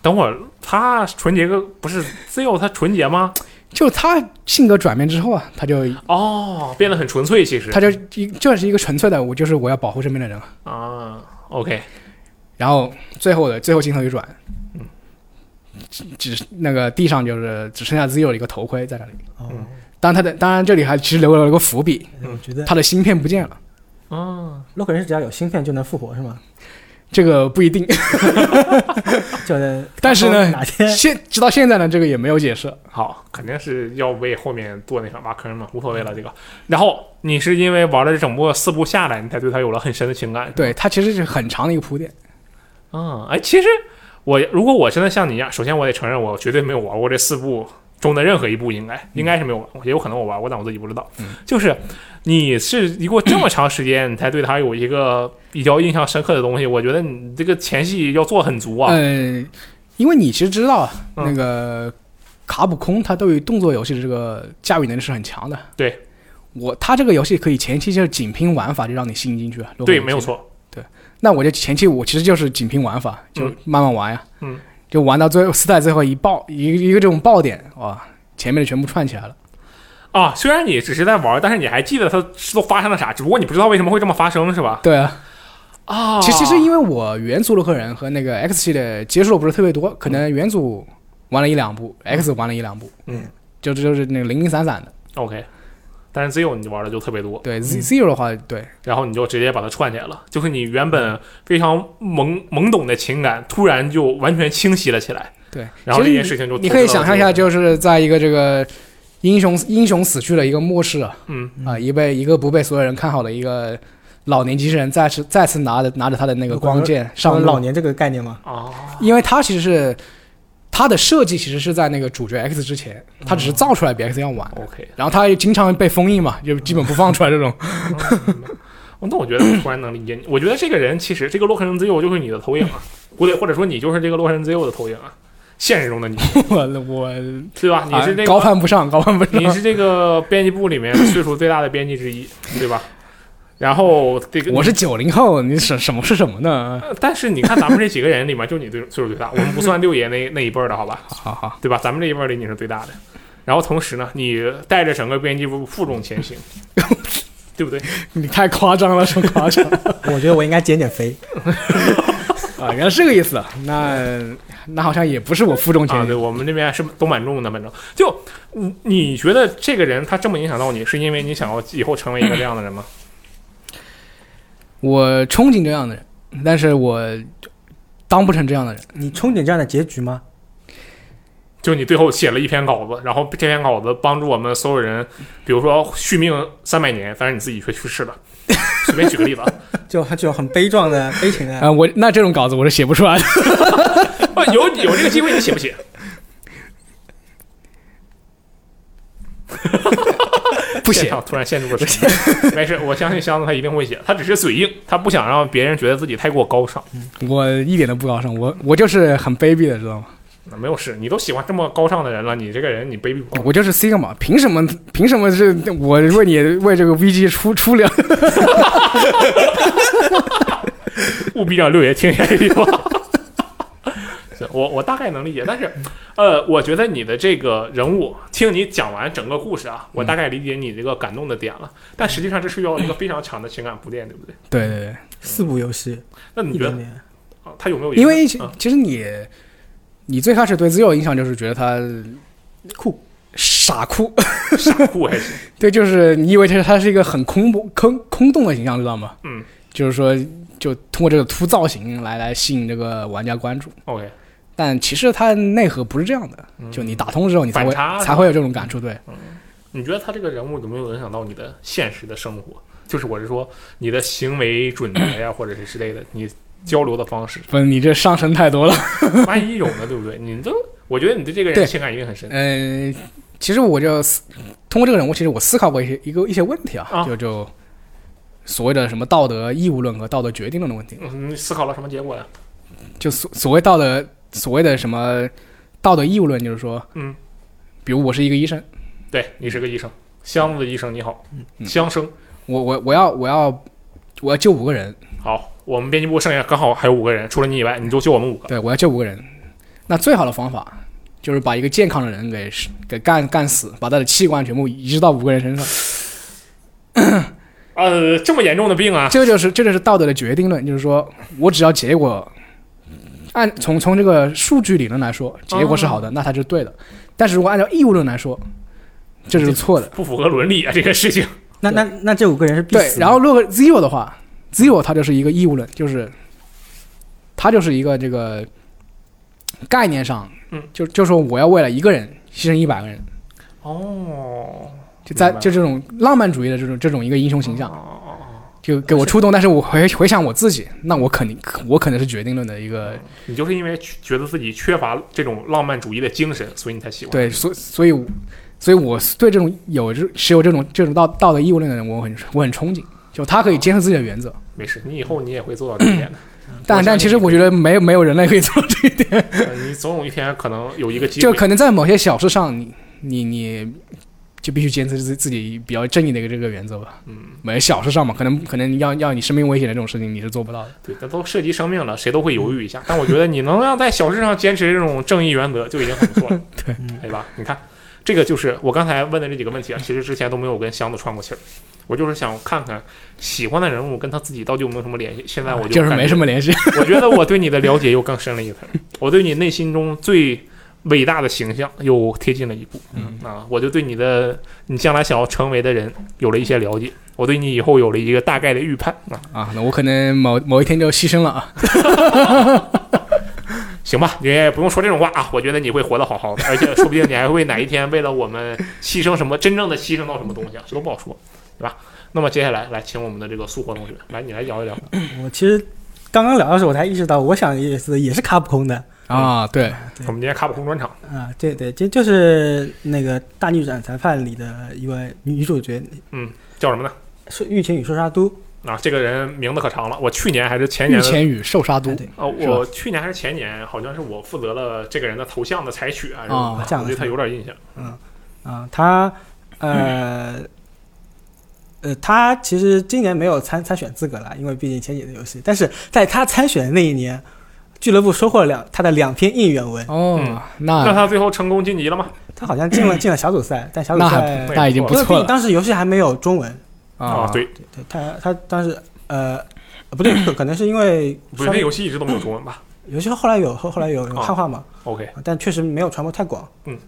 Speaker 1: 等会儿他纯洁个不是 Zio 他纯洁吗？
Speaker 2: 就他性格转变之后啊，他就
Speaker 1: 哦，变得很纯粹，其实
Speaker 2: 他就一就是一个纯粹的，我就是我要保护身边的人了。
Speaker 1: 啊，OK，
Speaker 2: 然后最后的最后镜头一转，嗯，只只那个地上就是只剩下 Zero 的一个头盔在那里。
Speaker 3: 哦，
Speaker 2: 当然他的当然这里还其实留了个伏笔，
Speaker 3: 我觉
Speaker 1: 嗯
Speaker 3: 得
Speaker 2: 他的芯片不见了，
Speaker 1: 啊，
Speaker 3: 洛克人是只要有芯片就能复活是吗？
Speaker 2: 这个不一 定。
Speaker 3: 就能
Speaker 2: 但是呢
Speaker 3: 哪天
Speaker 2: 现直到现在呢，这个也没有解
Speaker 1: 嗯
Speaker 2: 释。
Speaker 1: 好，肯定是要为后面做那啥挖坑嘛，无所谓了这个。然后你是因为玩了这整部四部下来，你才对他有了很深的情感，是吧
Speaker 2: 对，它其实是很长的一个铺垫。
Speaker 1: 嗯，哎，其实我如果我真的像你一样，首先我得承认，我绝对没有玩过这四部中的任何一部，应该应该是没有玩过，也有可能我玩过，但我自己不知道。就是你是一过这么长时间，你才对他有一个比较印象深刻的东西，我觉得你这个前戏要做很足啊。
Speaker 2: 嗯、因为你其实知道啊，
Speaker 1: 嗯
Speaker 2: 那个卡普空它对于动作游戏的这个驾驭能力是很强的。
Speaker 1: 对
Speaker 2: 我，它这个游戏可以前期就是仅凭玩法就让你吸引进去啊。
Speaker 1: 对，没有。错。
Speaker 2: 那我就前期我其实就是仅凭玩法，就
Speaker 1: 嗯
Speaker 2: 慢慢玩呀、
Speaker 1: 嗯，
Speaker 2: 就玩到最后四代最后一爆一个一个这种爆点，哇，前面的全部串起来了。
Speaker 1: 啊，虽然你只是在玩，但是你还记得它都发生了啥，只不过你不知道为什么会这么发生，是吧？
Speaker 2: 对啊，
Speaker 1: 啊
Speaker 2: 其实其实
Speaker 1: 为
Speaker 2: 因为我原祖洛克人和那个 X 系列接触的不是特别多，可能原祖玩了一两部，X 玩了一两部，
Speaker 1: 嗯，
Speaker 2: 就这就是那个零零散散的。
Speaker 1: 哦 OK，但是 Zio 你玩的就特别多，
Speaker 2: 对 Z Zero 的话，对
Speaker 1: 然后你就直接把它串起来了，就是你原本非常懵懵懂的情感，突然就完全清晰了起来。
Speaker 2: 对。
Speaker 1: 然后
Speaker 2: 其实
Speaker 1: 这件事情就
Speaker 2: 你可以想象一下，
Speaker 1: 就
Speaker 2: 就是在一个这个英雄英雄死去的一个末世啊，
Speaker 1: 嗯
Speaker 2: 啊、一被一个不被所有人看好的一个老年机器人再次再次拿着拿着他的那个光剑上
Speaker 3: 上
Speaker 2: 路
Speaker 3: 老，年这个概念吗？
Speaker 1: 啊，
Speaker 2: 因为他其实是他的设计其实是在那个主角 X 之前，
Speaker 1: 嗯
Speaker 2: 他只是造出来比 X 要晚。
Speaker 1: 哦 OK，
Speaker 2: 然后他也经常被封印嘛，就基本不放出 来这种。
Speaker 1: 哦那我觉得我突然能理解你。我觉得这个人其实这个洛克人 Zio 就是你的投影啊，或者或者说你就是这个洛克人 Zio 的投影啊，现实中的你，
Speaker 2: 我我
Speaker 1: 对 吧？你是这个、
Speaker 2: 啊高攀不上，高攀不
Speaker 1: 你
Speaker 2: 上。
Speaker 1: 是这个编辑部里面岁数最大的编辑之一，对吧？然后这个
Speaker 2: 我是九零后，你什什么是什么呢？
Speaker 1: 呃， 但是你看咱们这几个人里面，就你最岁数最大，我们不算六爷那那 一辈儿的好吧？
Speaker 2: 啊好好，
Speaker 1: 对吧？咱们这一辈儿里你是最大的，然后同时呢，你带着整个编辑部负重前行， 对 不对？
Speaker 2: 你太夸张了，说夸张
Speaker 3: 我觉得我应该减减肥。
Speaker 2: 啊，原来是这个意思啊。那那好像也不是我负重前
Speaker 1: 啊，
Speaker 2: 行
Speaker 1: 对我们这边是都蛮重的，反正就嗯你觉得这个人他这么影响到你，是因为你想要以后成为一个这样的人 吗？
Speaker 2: 我憧憬这样的人，但是我当不成这样的人。
Speaker 3: 你憧憬这样的结局吗？
Speaker 1: 就你最后写了一篇稿子，然后这篇稿子帮助我们所有人，比如说续命三百年，但是你自己却去世 了。随便举个例子啊，
Speaker 3: 就就很悲壮的、悲情
Speaker 2: 啊、
Speaker 3: 的。
Speaker 2: 我那这种稿子我是写不出来的。
Speaker 1: 啊有有这个机会你写不写？
Speaker 2: 不
Speaker 1: 现
Speaker 2: 写
Speaker 1: 场突然陷入了沉默。 没事，我相信箱子他一定会写，他只是嘴硬，他不想让别人觉得自己太过高尚。
Speaker 2: 我一点都不高尚，我我就是很卑鄙的，知道吗？
Speaker 1: 那没有事，你都喜欢这么高尚的人了，你这个人你卑鄙不高。
Speaker 2: 我就是 Sigma，凭什么？凭什么是我为你为这个 VG 出出粮？
Speaker 1: 务必让六爷听一下这句话。 行，我我大概能理解，但是，呃，我觉得你的这个人物，听你讲完整个故事
Speaker 2: 嗯
Speaker 1: 啊，我大概理解你这个感动的点了。但实际上，这是要一个非常长的情感铺垫，对不对？
Speaker 2: 对对对。
Speaker 3: 四部游戏，
Speaker 1: 那你
Speaker 3: 一
Speaker 1: 觉得
Speaker 3: 点点。
Speaker 1: 啊他有没有一个？
Speaker 2: 嗯因为其
Speaker 1: 嗯
Speaker 2: 其实你，你最开始对 Zero 印象就是觉得他酷、傻酷，
Speaker 1: 傻酷还是
Speaker 2: 对，就是你以为他他是一个很空不空空洞的形象，知道吗？
Speaker 1: 嗯，
Speaker 2: 就是说，就通过这个凸造型来来吸引这个玩家关注，
Speaker 1: OK？嗯
Speaker 2: 但其实它内核不是这样的，就你打通之后，你才会
Speaker 1: 反差是吧
Speaker 2: 才会有这种感触，对。
Speaker 1: 你觉得他这个人物有没有影响到你的现实的生活？就是我是说你的行为准则呀，或者是之类的，你交流的方式，
Speaker 2: 不，你这上升太 多了。
Speaker 1: 万一有呢，对不对？你都，我觉得你对这个人
Speaker 2: 对
Speaker 1: 情感一定很深。
Speaker 2: 嗯、其实我就思通过这个人物，其实我思考过一些一个一些问题啊，
Speaker 1: 啊
Speaker 2: 就就所谓的什么道德义务论和道德决定论的问题。
Speaker 1: 嗯，你思考了什么结果呀？
Speaker 2: 就所所谓道德所谓的什么道德义务论，就是说，
Speaker 1: 嗯，
Speaker 2: 比如我是一个医生，
Speaker 1: 对你是个医生，箱子医生你好，
Speaker 2: 嗯
Speaker 1: 乡生
Speaker 2: 我我我要我要我要救五个人，
Speaker 1: 好，我们编辑部剩下刚好还有五个人，除了你以外，你就救我们五个。
Speaker 2: 对我要救五个人，那最好的方法就是把一个健康的人给给干干死，把他的器官全部移植到五个人身上。
Speaker 1: 呃，这么严重的病啊，
Speaker 2: 这就是这就是道德的决定论，就是说我只要结果，按从从这个数据理论来说，结果是好的，那它就是对的。但是如果按照义务论来说，这就是错的。
Speaker 1: 不符合伦理啊，这个事情。
Speaker 3: 那那那这五个人是必
Speaker 2: 对
Speaker 3: 死，的
Speaker 2: 然后如果 zero 的话，zero 它就是一个义务论，就是它就是一个这个概念上，
Speaker 1: 嗯，
Speaker 2: 就就说我要为了一个人牺牲一百个人，
Speaker 1: 哦，
Speaker 2: 就在
Speaker 1: 明白
Speaker 2: 就这种浪漫主义的这种这种一个英雄形象，
Speaker 1: 哦
Speaker 2: 就给我触动。但是我回回想我自己，那我肯定我可能是决定论的一个
Speaker 1: 你就是因为觉得自己缺乏这种浪漫主义的精神，所以你才喜欢。
Speaker 2: 对，所所以我所以我对这种有这持有这种这种道道德义务论的人，我很我很憧憬。就他可以坚持自己的原则，
Speaker 1: 没事，你以后你也会做到这一点的。
Speaker 2: 但
Speaker 1: 嗯我相信
Speaker 2: 嗯但其实
Speaker 1: 你
Speaker 2: 我觉得没有没有人类可以做到这一点，
Speaker 1: 呃你总有一天可能有一个机
Speaker 2: 就
Speaker 1: 会，
Speaker 2: 可能在某些小事上你，你你就必须坚持自自己比较正义的一个这个原则吧。
Speaker 1: 嗯，
Speaker 2: 某些小事上嘛，可能可能要要你生命危险的这种事情，你是做不到的。
Speaker 1: 对，那都涉及生命了，谁都会犹豫一下。但我觉得你能让在小事上坚持这种正义原则，就已经很不错了，
Speaker 2: 对
Speaker 3: 嗯
Speaker 1: 对吧？你看，这个就是我刚才问的这几个问题啊，其实之前都没有跟箱子串过气儿。我就是想看看喜欢的人物跟他自己到底有没有什么联系。现在我
Speaker 2: 就是没
Speaker 1: 么。
Speaker 2: 什么联系。
Speaker 1: 我觉得我对你的了解又更深了一层， 我对你内心中最伟大的形象又贴近了一步。
Speaker 2: 嗯
Speaker 1: 啊，我就对你的你将来想要成为的人有了一些了解，我对你以后有了一个大概的预判啊。
Speaker 2: 啊，那我可能某某一天就牺牲了啊。
Speaker 1: 行吧，你也不用说这种话啊，我觉得你会活得好好的，而且说不定你还会哪一天为了我们牺牲什么，真正的牺牲到什么东西啊，这都不好说，对吧？那么接下来来请我们的这个苏活同学来，你来聊一聊。
Speaker 3: 我其实刚刚聊的时候，我才意识到，我想的也是也是卡普空的
Speaker 2: 啊，对，
Speaker 1: 我们今天卡普空专场，
Speaker 3: 啊，对对，这就是那个《大逆转裁判》里的一位女主角，
Speaker 1: 叫什么呢？
Speaker 3: 是御前与说沙都。
Speaker 1: 啊，这个人名字可长了，我去年还是前
Speaker 2: 御
Speaker 1: 年的
Speaker 2: 前与寿沙都
Speaker 3: 啊对
Speaker 1: 哦，
Speaker 2: 是吧
Speaker 1: 我去年还是前年，好像是我负责了这个人的头像的采取啊，然后
Speaker 2: 啊
Speaker 3: 哦这样
Speaker 1: 我
Speaker 3: 的
Speaker 1: 对他有点印象。
Speaker 3: 啊，他呃呃，他其实今年没有参参选资格了，因为毕竟前几年的游戏。但是在他参选的那一年，俱乐部收获了两他的两篇应援文，
Speaker 2: 哦
Speaker 1: 嗯，
Speaker 2: 那
Speaker 1: 那他最后成功晋级了吗？
Speaker 3: 他好像进了进了小组赛，但小组
Speaker 2: 那
Speaker 3: 赛
Speaker 2: 还那已经不
Speaker 3: 因为毕
Speaker 2: 错
Speaker 3: 竟
Speaker 2: 了
Speaker 3: 当时游戏还没有中文，
Speaker 1: 啊，
Speaker 2: 啊。，
Speaker 1: 对，
Speaker 3: 对对，他他当时呃。不对，可可能是因为
Speaker 1: 不是
Speaker 3: 稍
Speaker 1: 那
Speaker 3: 微
Speaker 1: 游戏一直都没有中文吧
Speaker 3: 游戏后来有后后来有有
Speaker 1: 啊
Speaker 3: 汉化嘛，
Speaker 1: ？OK，
Speaker 3: 但确实没有传播太广。啊
Speaker 1: 嗯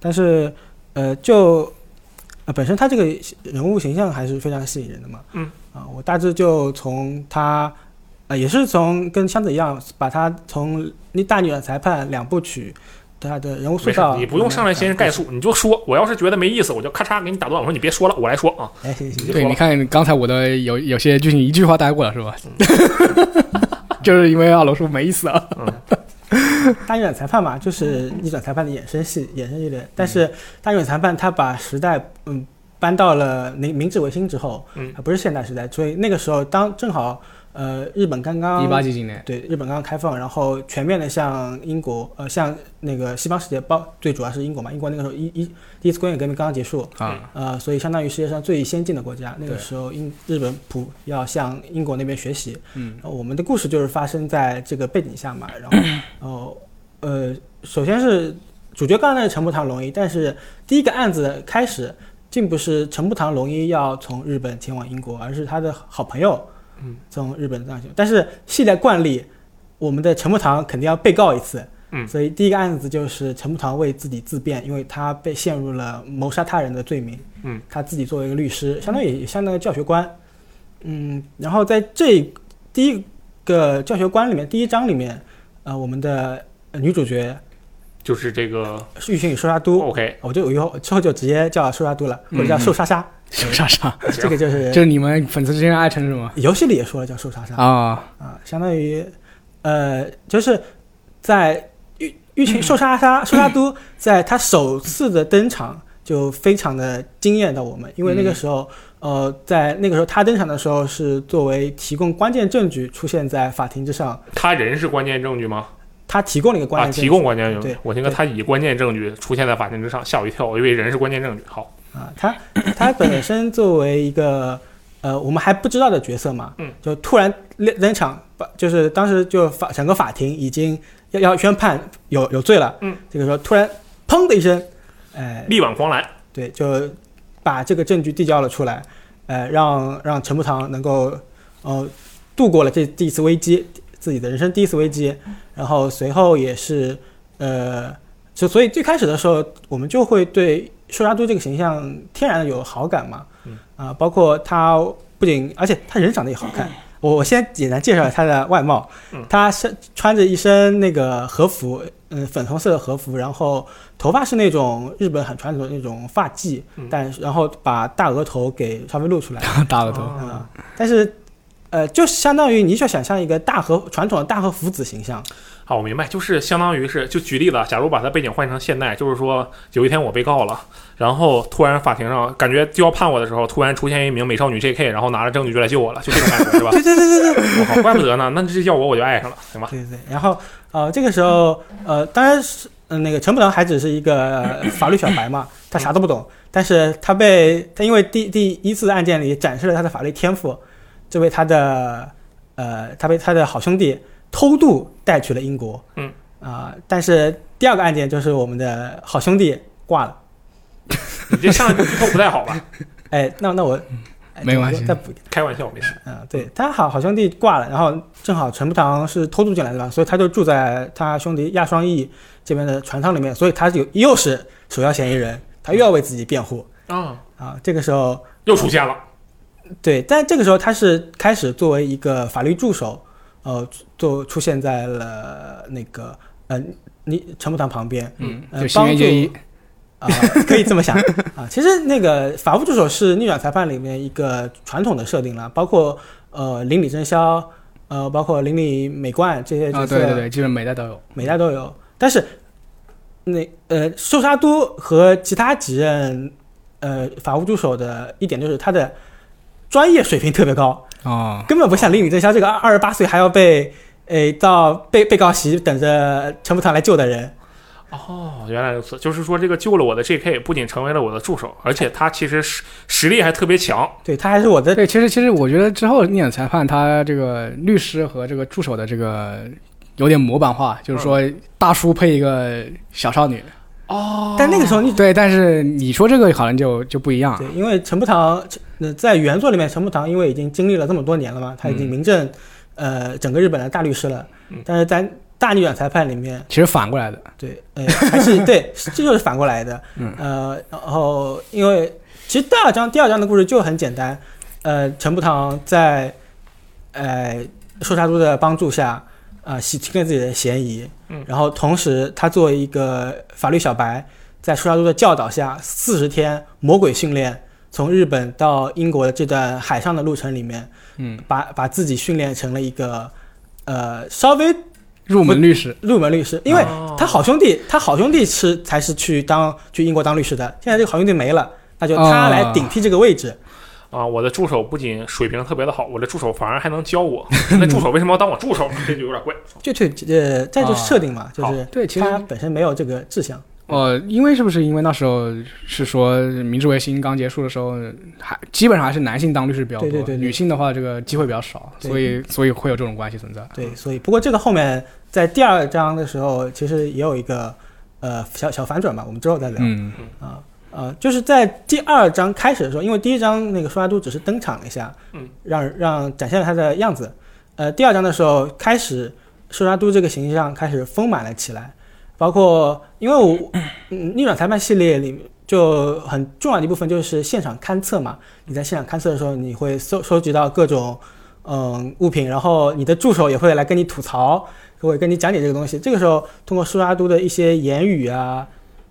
Speaker 3: 但是呃，就呃本身他这个人物形象还是非常吸引人的嘛。
Speaker 1: 嗯
Speaker 3: 啊、我大致就从他呃也是从跟箱子一样，把他从《那大女人裁判》两部曲他的人物塑
Speaker 1: 没事
Speaker 3: 造，，啊
Speaker 1: 你不用上来先概
Speaker 3: 述。
Speaker 1: 述，你就说。我要是觉得没意思，我就咔嚓给你打断，我说你别说了，我来说啊。
Speaker 3: 哎，行行
Speaker 1: 你
Speaker 3: 行，
Speaker 1: 就说
Speaker 2: 对，你
Speaker 1: 了
Speaker 2: 看刚才我的有有些剧情一句话带过了是吧？ 就是因为二楼说没意思啊。
Speaker 3: 《大女人裁判》嘛，就是《逆转裁判》的衍生系衍生系列，但是《大女人裁判》他把时代嗯搬到了明明治维新之后，
Speaker 1: 嗯
Speaker 3: 还不是现代时代，所以那个时候当正好呃日本刚刚
Speaker 2: 一八几几年，
Speaker 3: 对，日本刚刚开放，然后全面的向英国，呃，向那个西方世界包，最主要是英国嘛。英国那个时候一一第一次工业革命刚刚结束，
Speaker 2: 啊，
Speaker 3: 呃，所以相当于世界上最先进的国家。那个
Speaker 2: 对
Speaker 3: 时候英日本普要向英国那边学习。
Speaker 2: 嗯
Speaker 3: 然后我们的故事就是发生在这个背景下嘛。然 后，呃，呃，首先是主角刚才那是陈步堂龙一，但是第一个案子开始并不是陈步堂龙一要从日本前往英国，而是他的好朋友
Speaker 1: 嗯
Speaker 3: 从日本上去。但是系列惯例，我们的陈步堂肯定要被告一次。
Speaker 1: 嗯
Speaker 3: 所以第一个案子就是陈步堂为自己自辩，因为他被陷入了谋杀他人的罪名。
Speaker 1: 嗯，
Speaker 3: 他自己作为一个律师，相当于也相当于教学官。嗯，然后在这第一个教学官里面，第一章里面，呃，我们的呃女主角
Speaker 1: 就是这个
Speaker 3: 玉群与寿沙都，
Speaker 1: OK，
Speaker 3: 我就以后之后就直接叫寿沙都了，或者叫寿莎莎，
Speaker 2: 什么啥啥，
Speaker 1: 嗯
Speaker 3: 这个就
Speaker 2: 就是是你们粉丝之间的爱称是吗？
Speaker 3: 游戏里也说了叫寿莎莎。
Speaker 2: 啊，
Speaker 3: 啊，相当于，呃，就是在玉玉群寿沙沙寿沙都在他首次的登场就非常的惊艳到我们，因为那个时候，呃，在那个时候他登场的时候是作为提供关键证据出现在法庭之上，
Speaker 1: 他人是关键证据吗？
Speaker 3: 他提供了一个关
Speaker 1: 啊，
Speaker 3: 键证据。
Speaker 1: 提供关键证据
Speaker 3: 对。
Speaker 1: 我听个
Speaker 3: 对
Speaker 1: 他以关键证据出现在法庭之上，吓我一跳，我以为人是关键证据。好，
Speaker 3: 啊，他他本身作为一个呃我们还不知道的角色嘛，
Speaker 1: 嗯，
Speaker 3: 就突然登登场，把就是当时就法整个法庭已经要要宣判有有罪了，
Speaker 1: 嗯，
Speaker 3: 这个时候突然砰的一声，呃，
Speaker 1: 力挽狂澜，
Speaker 3: 对，就把这个证据递交了出来，呃，让让陈步堂能够呃度过了这第一次危机，自己的人生第一次危机，
Speaker 1: 嗯
Speaker 3: 然后随后也是呃，就所以最开始的时候，我们就会对寿沙都这个形象天然的有好感嘛，
Speaker 1: 嗯
Speaker 3: 啊、包括他不仅，而且他人长得也好看。我我先简单介绍一下他的外貌
Speaker 1: 嗯，
Speaker 3: 他是穿着一身那个和服，嗯，粉红色的和服，然后头发是那种日本很传统的那种发髻，
Speaker 1: 嗯
Speaker 3: 但然后把大额头给稍微露出来，
Speaker 2: 大额头，
Speaker 1: 啊
Speaker 3: 啊，但是呃，就相当于你就想象一个大和传统的大和福子形象，
Speaker 1: 好，我明白，就是相当于是，就举例子啊，假如把它背景换成现代，就是说有一天我被告了，然后突然法庭上感觉就要判我的时候，突然出现一名美少女 J.K.，然后拿着证据就来救我了，就这种感觉，对吧？
Speaker 3: 对对对对对
Speaker 1: 我靠，怪不得呢，那这要我我就爱上了，行吧？
Speaker 3: 对对，然后呃，这个时候呃，当然是、呃、那个陈步堂还只是一个呃法律小白嘛，他啥都不懂，但是他被他因为第第一次的案件里展示了他的法律天赋，这被他的呃，他被他的好兄弟偷渡带去了英国，
Speaker 1: 嗯
Speaker 3: 啊、但是第二个案件就是我们的好兄弟挂了，
Speaker 1: 你这上来就剧透不太好吧？
Speaker 3: 哎，那那我。哎
Speaker 2: 嗯没关系
Speaker 3: 再补一个
Speaker 1: 开玩笑，没事。
Speaker 3: 嗯，对他好好兄弟挂了，然后正好陈步堂是偷渡进来的嘛，所以他就住在他兄弟亚双翼这边的船舱里面，所以他就又是首要嫌疑人，他又要为自己辩护
Speaker 1: 啊，
Speaker 3: 啊。这个时候，
Speaker 1: 又出现了，
Speaker 3: 对，但这个时候他是开始作为一个法律助手，呃，做出现在了那个呃你陈步堂旁边
Speaker 2: 嗯，
Speaker 3: 呃
Speaker 2: 就新垣结衣，
Speaker 3: 啊、可以这么想 啊。其实那个法务助手是逆转裁判里面一个传统的设定了，包括呃邻里真宵。呃，包括邻里美冠这些角
Speaker 2: 啊，
Speaker 3: 色，
Speaker 2: 对对对，基本每代都有，
Speaker 3: 每代都有。但是那呃，寿沙都和其他几任呃法务助手的一点就是他的专业水平特别高，
Speaker 2: 哦，
Speaker 3: 根本不像林宇正宵这个二十八岁还要被诶到被被告席等着陈步堂来救的人。
Speaker 1: 哦，原来如此，就是说这个救了我的 J.K. 不仅成为了我的助手，而且他其实实实力还特别强。
Speaker 3: 对他还是我的
Speaker 2: 对，其实其实我觉得之后念裁判他这个律师和这个助手的这个有点模板化，就是说
Speaker 3: 嗯
Speaker 2: 大叔配一个小少女，
Speaker 1: 哦
Speaker 3: 但那个时候你
Speaker 2: 对，但是你说这个好像就就不一样，
Speaker 3: 嗯对，因为陈步堂，呃，在原作里面，陈步堂因为已经经历了这么多年了嘛，他已经名震、呃整个日本的大律师了
Speaker 1: 嗯。
Speaker 3: 但是在大逆转裁判里面，
Speaker 2: 其实反过来的，
Speaker 3: 对，呃，还是对，是这就是反过来的。
Speaker 2: 嗯
Speaker 3: 呃，然后因为其实第二章第二章的故事就很简单，呃，陈步堂在呃寿沙都的帮助下，呃，洗清了自己的嫌疑，
Speaker 1: 嗯
Speaker 3: 然后同时他作为一个法律小白，在寿沙都的教导下，四十天魔鬼训练。从日本到英国的这段海上的路程里面，
Speaker 2: 嗯，
Speaker 3: 把把自己训练成了一个，呃，稍微
Speaker 2: 入门律师，
Speaker 3: 入门律师，因为
Speaker 1: 哦
Speaker 3: 他好兄弟，他好兄弟是才是去当去英国当律师的，现在这个好兄弟没了，那就他来顶替这个位置。
Speaker 1: 啊，我的助手不仅水平特别的好，我的助手反而还能教我。那助手为什么要当我助手呢？这就有点怪。
Speaker 3: 就对，呃，这就是设定嘛，就是
Speaker 2: 对，其实
Speaker 3: 他本身没有这个志向。
Speaker 2: 呃，因为是不是因为那时候是说明治维新刚结束的时候，还基本上还是男性当律师比较多，
Speaker 3: 对对对对
Speaker 2: 女性的话这个机会比较少，
Speaker 3: 对
Speaker 2: 所以所以会有这种关系存在。
Speaker 3: 对，所以不过这个后面在第二章的时候，其实也有一个呃小小反转吧，我们之后再聊。
Speaker 2: 嗯，
Speaker 3: 啊呃，就是在第二章开始的时候，因为第一章那个舒拉都只是登场了一下，
Speaker 1: 嗯，
Speaker 3: 让让展现了他的样子。呃，第二章的时候开始，舒拉都这个形象开始丰满了起来，包括因为我嗯逆转裁判系列里就很重要的一部分就是现场勘测嘛，你在现场勘测的时候，你会搜收集到各种。嗯，物品，然后你的助手也会来跟你吐槽，会跟你讲解这个东西。这个时候，通过舒拉都的一些言语啊，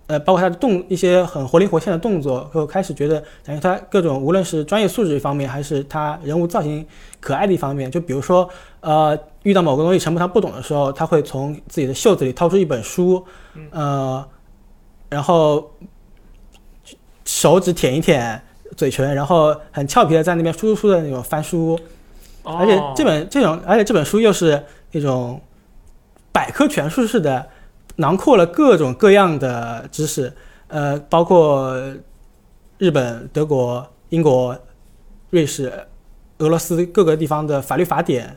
Speaker 3: 呃，包括他的动一些很活灵活现的动作，会开始觉得感觉他各种无论是专业素质方面，还是他人物造型可爱的一方面，就比如说呃，遇到某个东西陈步堂不懂的时候，他会从自己的袖子里掏出一本书，呃，然后手指舔一舔嘴唇，然后很俏皮的在那边舒舒的那种翻书，
Speaker 1: 哦、
Speaker 3: 而且这本这种，而且这本书又是那种百科全书式的，囊括了各种各样的知识，呃，包括日本、德国、英国、瑞士、俄罗斯各个地方的法律法典，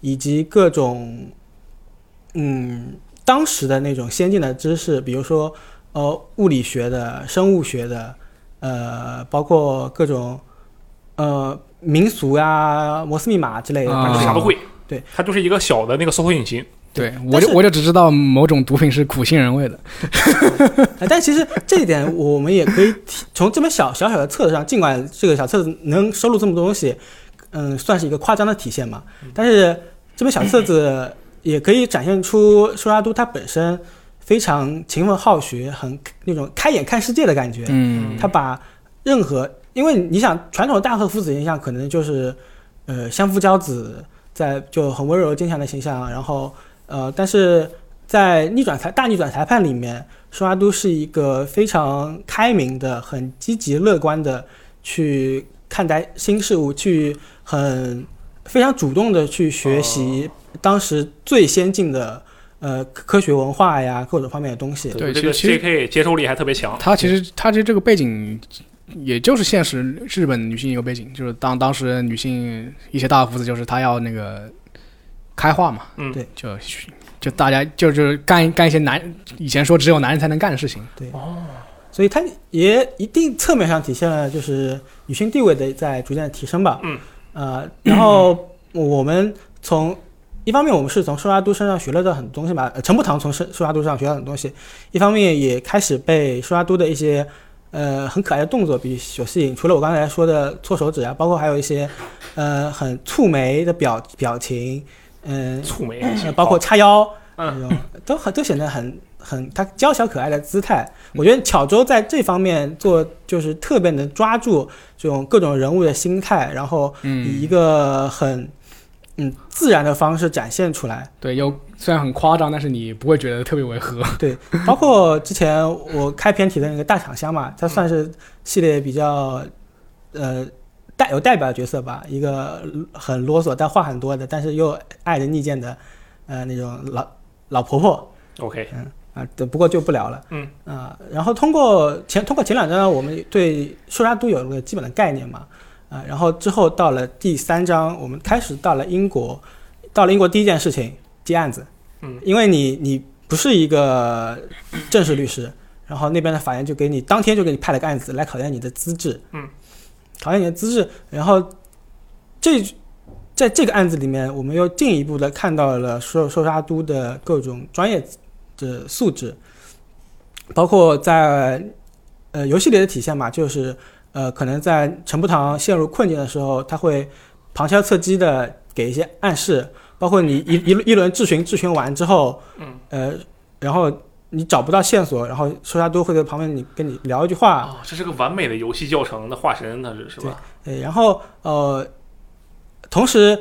Speaker 3: 以及各种嗯当时的那种先进的知识，比如说呃物理学的、生物学的，呃，包括各种呃民俗啊、摩斯密码之类的，
Speaker 2: 啊
Speaker 3: 反
Speaker 1: 反
Speaker 3: 正
Speaker 1: 正
Speaker 3: 啥
Speaker 1: 啥都会。
Speaker 3: 对，
Speaker 1: 它就是一个小的那个搜索引擎，
Speaker 2: 对我
Speaker 3: 但
Speaker 2: 就是我就只知道某种毒品是苦杏仁味的，
Speaker 3: 哎，但其实这一点我们也可以提从这么小小小的册子上，尽管这个小册子能收录这么多东西，嗯，算是一个夸张的体现嘛。但是这本小册子也可以展现出苏拉都他本身非常勤奋好学，很那种开眼看世界的感觉。
Speaker 2: 嗯
Speaker 3: 他把任何，因为你想传统的大和夫子形象可能就是，呃，相夫教子，在就很温柔坚强的形象，然后呃，但是在逆转裁大逆转裁判里面，舒阿都是一个非常开明的、很积极乐观的去看待新事物，去很呃非常主动的去学习当时最先进的。呃，科科学文化呀，各种方面的东西，
Speaker 2: 对
Speaker 1: 这个
Speaker 2: 其实
Speaker 1: JK 接受力还特别强。
Speaker 2: 他其实他其实这个背景，也就是现实日本女性一个背景，就是当当时女性一些大胡子，就是她要那个开化嘛，
Speaker 1: 嗯
Speaker 3: 对，
Speaker 2: 就就大家就就是干干一些男以前说只有男人才能干的事
Speaker 3: 嗯
Speaker 2: 情，
Speaker 3: 所以它也一定侧面上体现了就是女性地位的在逐渐的提升吧。
Speaker 1: 嗯，
Speaker 3: 呃，然后我们从一方面我们是从舒拉都身上学了的很多东西吧，呃陈步堂从舒舒拉都身上学了很多东西，一方面也开始被舒拉都的一些呃很可爱的动作比所吸引，除了我刚才说的搓手指啊，包括还有一些呃很蹙眉的表表情，嗯、
Speaker 1: 蹙眉，
Speaker 3: 呃包括叉腰，
Speaker 1: 嗯，
Speaker 3: 那种都很都显得很很他娇小可爱的姿态。我觉得巧周在这方面做就是特别能抓住这种各种人物的心态，然后以一
Speaker 2: 嗯，
Speaker 3: 个很嗯自然的方式展现出来。
Speaker 2: 对，又虽然很夸张，但是你不会觉得特别违 和，
Speaker 3: 对，包括之前我开篇提的那个大厂香嘛，它算是系列比较呃代有代表角色吧，一个很啰嗦但话很多的，但是又爱人逆见的呃那种老老婆婆。
Speaker 1: OK，
Speaker 3: 啊，对，不过就不聊了。
Speaker 1: 嗯
Speaker 3: 啊，然后通过前通过前两章，我们对受杀都有了个基本的概念嘛。啊，然后之后到了第三章，我们开始到了英国，到了英国第一件事情接案子。
Speaker 1: 嗯，
Speaker 3: 因为你你不是一个正式律师，然后那边的法院就给你当天就给你派了个案子来考验你的资质。
Speaker 1: 嗯，
Speaker 3: 考验你的资质，然后这在这个案子里面，我们又进一步的看到了受受杀都的各种专业的素质，包括在呃游戏里的体现嘛，就是呃可能在陈步堂陷入困境的时候，他会旁敲侧击的给一些暗示，包括你一一一轮质询质询完之后，
Speaker 1: 嗯，
Speaker 3: 呃，然后你找不到线索，然后受杀都会在旁边你跟你聊一句话，
Speaker 1: 哦，这是个完美的游戏教程的化身，它是是吧？
Speaker 3: 对，然后呃，同时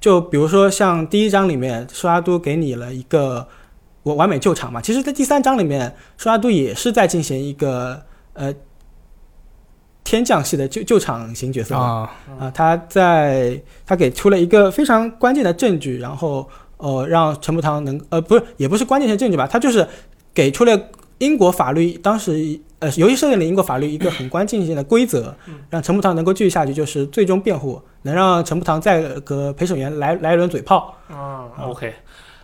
Speaker 3: 就比如说像第一章里面，刷阿都给你了一个完完美救场嘛。其实，在第三章里面，刷阿都也是在进行一个呃天降系的救救场型角色嘛
Speaker 2: 啊，
Speaker 3: 啊，他在他给出了一个非常关键的证据，然后呃，让陈步堂能呃不是也不是关键性证据吧，他就是给出了英国法律当时呃游戏设定里英国法律一个很关键性的规则
Speaker 1: 嗯，
Speaker 3: 让陈步堂能够继续下去，就是最终辩护，能让陈步堂再和陪审员来来一轮嘴炮。
Speaker 1: 啊，OK，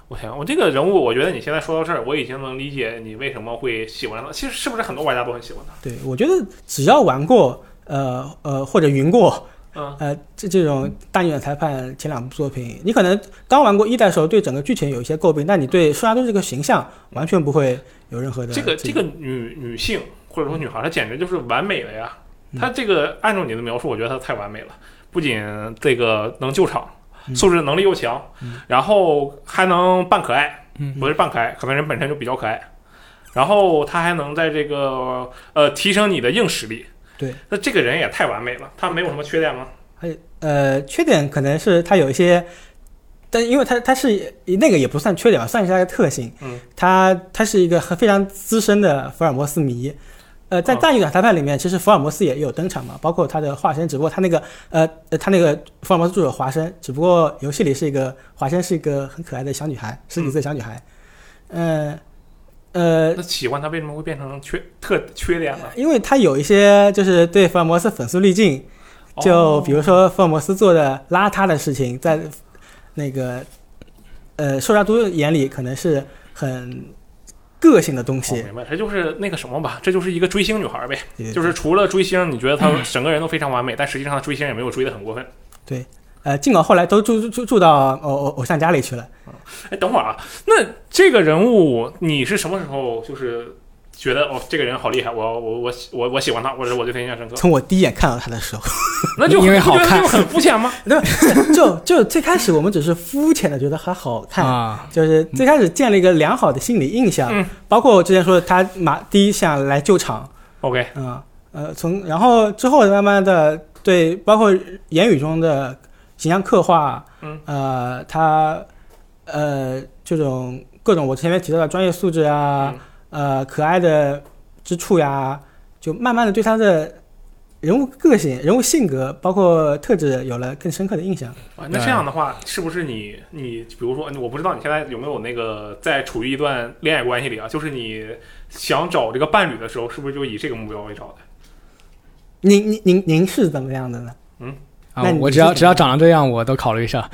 Speaker 1: 我想我这个人物，我觉得你现在说到这儿，我已经能理解你为什么会喜欢他。其实是不是很多玩家都很喜欢他？
Speaker 3: 对我觉得只要玩过呃呃或者云过，
Speaker 1: 嗯，
Speaker 3: 呃，这这种大逆转裁判前两部作品，你可能刚玩过一代的时候对整个剧情有一些诟病，但你对舒拉多这个形象完全不会有任何的
Speaker 1: 这个
Speaker 3: 这
Speaker 1: 这个女女性或者说女孩，她简直就是完美了呀！
Speaker 3: 嗯
Speaker 1: 她这个按照你的描述，我觉得她太完美了，不仅这个能救场，
Speaker 3: 嗯
Speaker 1: 素质能力又强
Speaker 3: 嗯，
Speaker 1: 然后还能扮可爱，
Speaker 2: 嗯
Speaker 1: 不是扮可爱，可能人本身就比较可爱。然后他还能在这个呃提升你的硬实力。
Speaker 3: 对，
Speaker 1: 那这个人也太完美了，他没有什么缺点吗？
Speaker 3: 呃缺点可能是它有一些，但因为它它是那个也不算缺点吧，算是它的特性。
Speaker 1: 嗯，
Speaker 3: 它它是一个很非常资深的福尔摩斯迷。呃，在
Speaker 1: 哦
Speaker 3: 大逆转裁判里面，其实福尔摩斯也有登场嘛，包括他的化身，只不过他那个呃呃他那个福尔摩斯助手华生，只不过游戏里是一个华生是一个很可爱的小女孩，十几岁小女孩。嗯，呃，
Speaker 1: 那喜欢他为什么会变成缺特缺点呢？
Speaker 3: 因为他有一些就是对福尔摩斯粉丝滤镜，就
Speaker 1: 哦
Speaker 3: 比如说福尔摩斯做的邋遢的事情，在那个呃受杀都眼里可能是很个性的东
Speaker 1: 我
Speaker 3: 西，
Speaker 1: 明白，这就是那个什么吧，这就是一个追星女孩呗，
Speaker 3: 对
Speaker 1: 哦就是除了追星，你觉得她整个人都非常完美，但实际上她追星也没有追得很过分。
Speaker 3: 呃，静镐后来都住住住到呃偶偶偶像家里去了。
Speaker 1: 哎，等会儿啊，那这个人物你是什么时候就是觉得哦，这个人好厉害，我我我喜我我喜欢他，或者我对他印象 深刻？
Speaker 3: 从我第一眼看到他的时候，
Speaker 1: 那就
Speaker 2: 因为
Speaker 1: 你不
Speaker 2: 好
Speaker 1: 觉得
Speaker 2: 看
Speaker 1: 就很肤 浅吗？
Speaker 3: 对，就就最开始我们只是肤浅的觉得他好看，
Speaker 2: 啊，
Speaker 3: 就是最开始建立一个良好的心理印象，
Speaker 1: 嗯
Speaker 3: 包括我之前说的他马第一想来救场，
Speaker 1: OK，
Speaker 3: 嗯呃，从然后之后慢慢的对，包括言语中的形象刻画，
Speaker 1: 嗯，
Speaker 3: 呃，他呃这种各种我前面提到的专业素质啊，呃可爱的之处呀，就慢慢的对他的人物个性、人物性格，包括特质有了更深刻的印象。
Speaker 1: 啊，那这样的话，是不是你你比如说，我不知道你现在有没有那个在处于一段恋爱关系里啊？就是你想找这个伴侣的时候，是不是就以这个目标为找的？
Speaker 3: 您您您您是怎么样的呢？
Speaker 2: 啊
Speaker 3: 那你
Speaker 2: 我
Speaker 3: 是
Speaker 2: 只要
Speaker 3: 怎么
Speaker 2: 只要长成这样，我都考虑一下。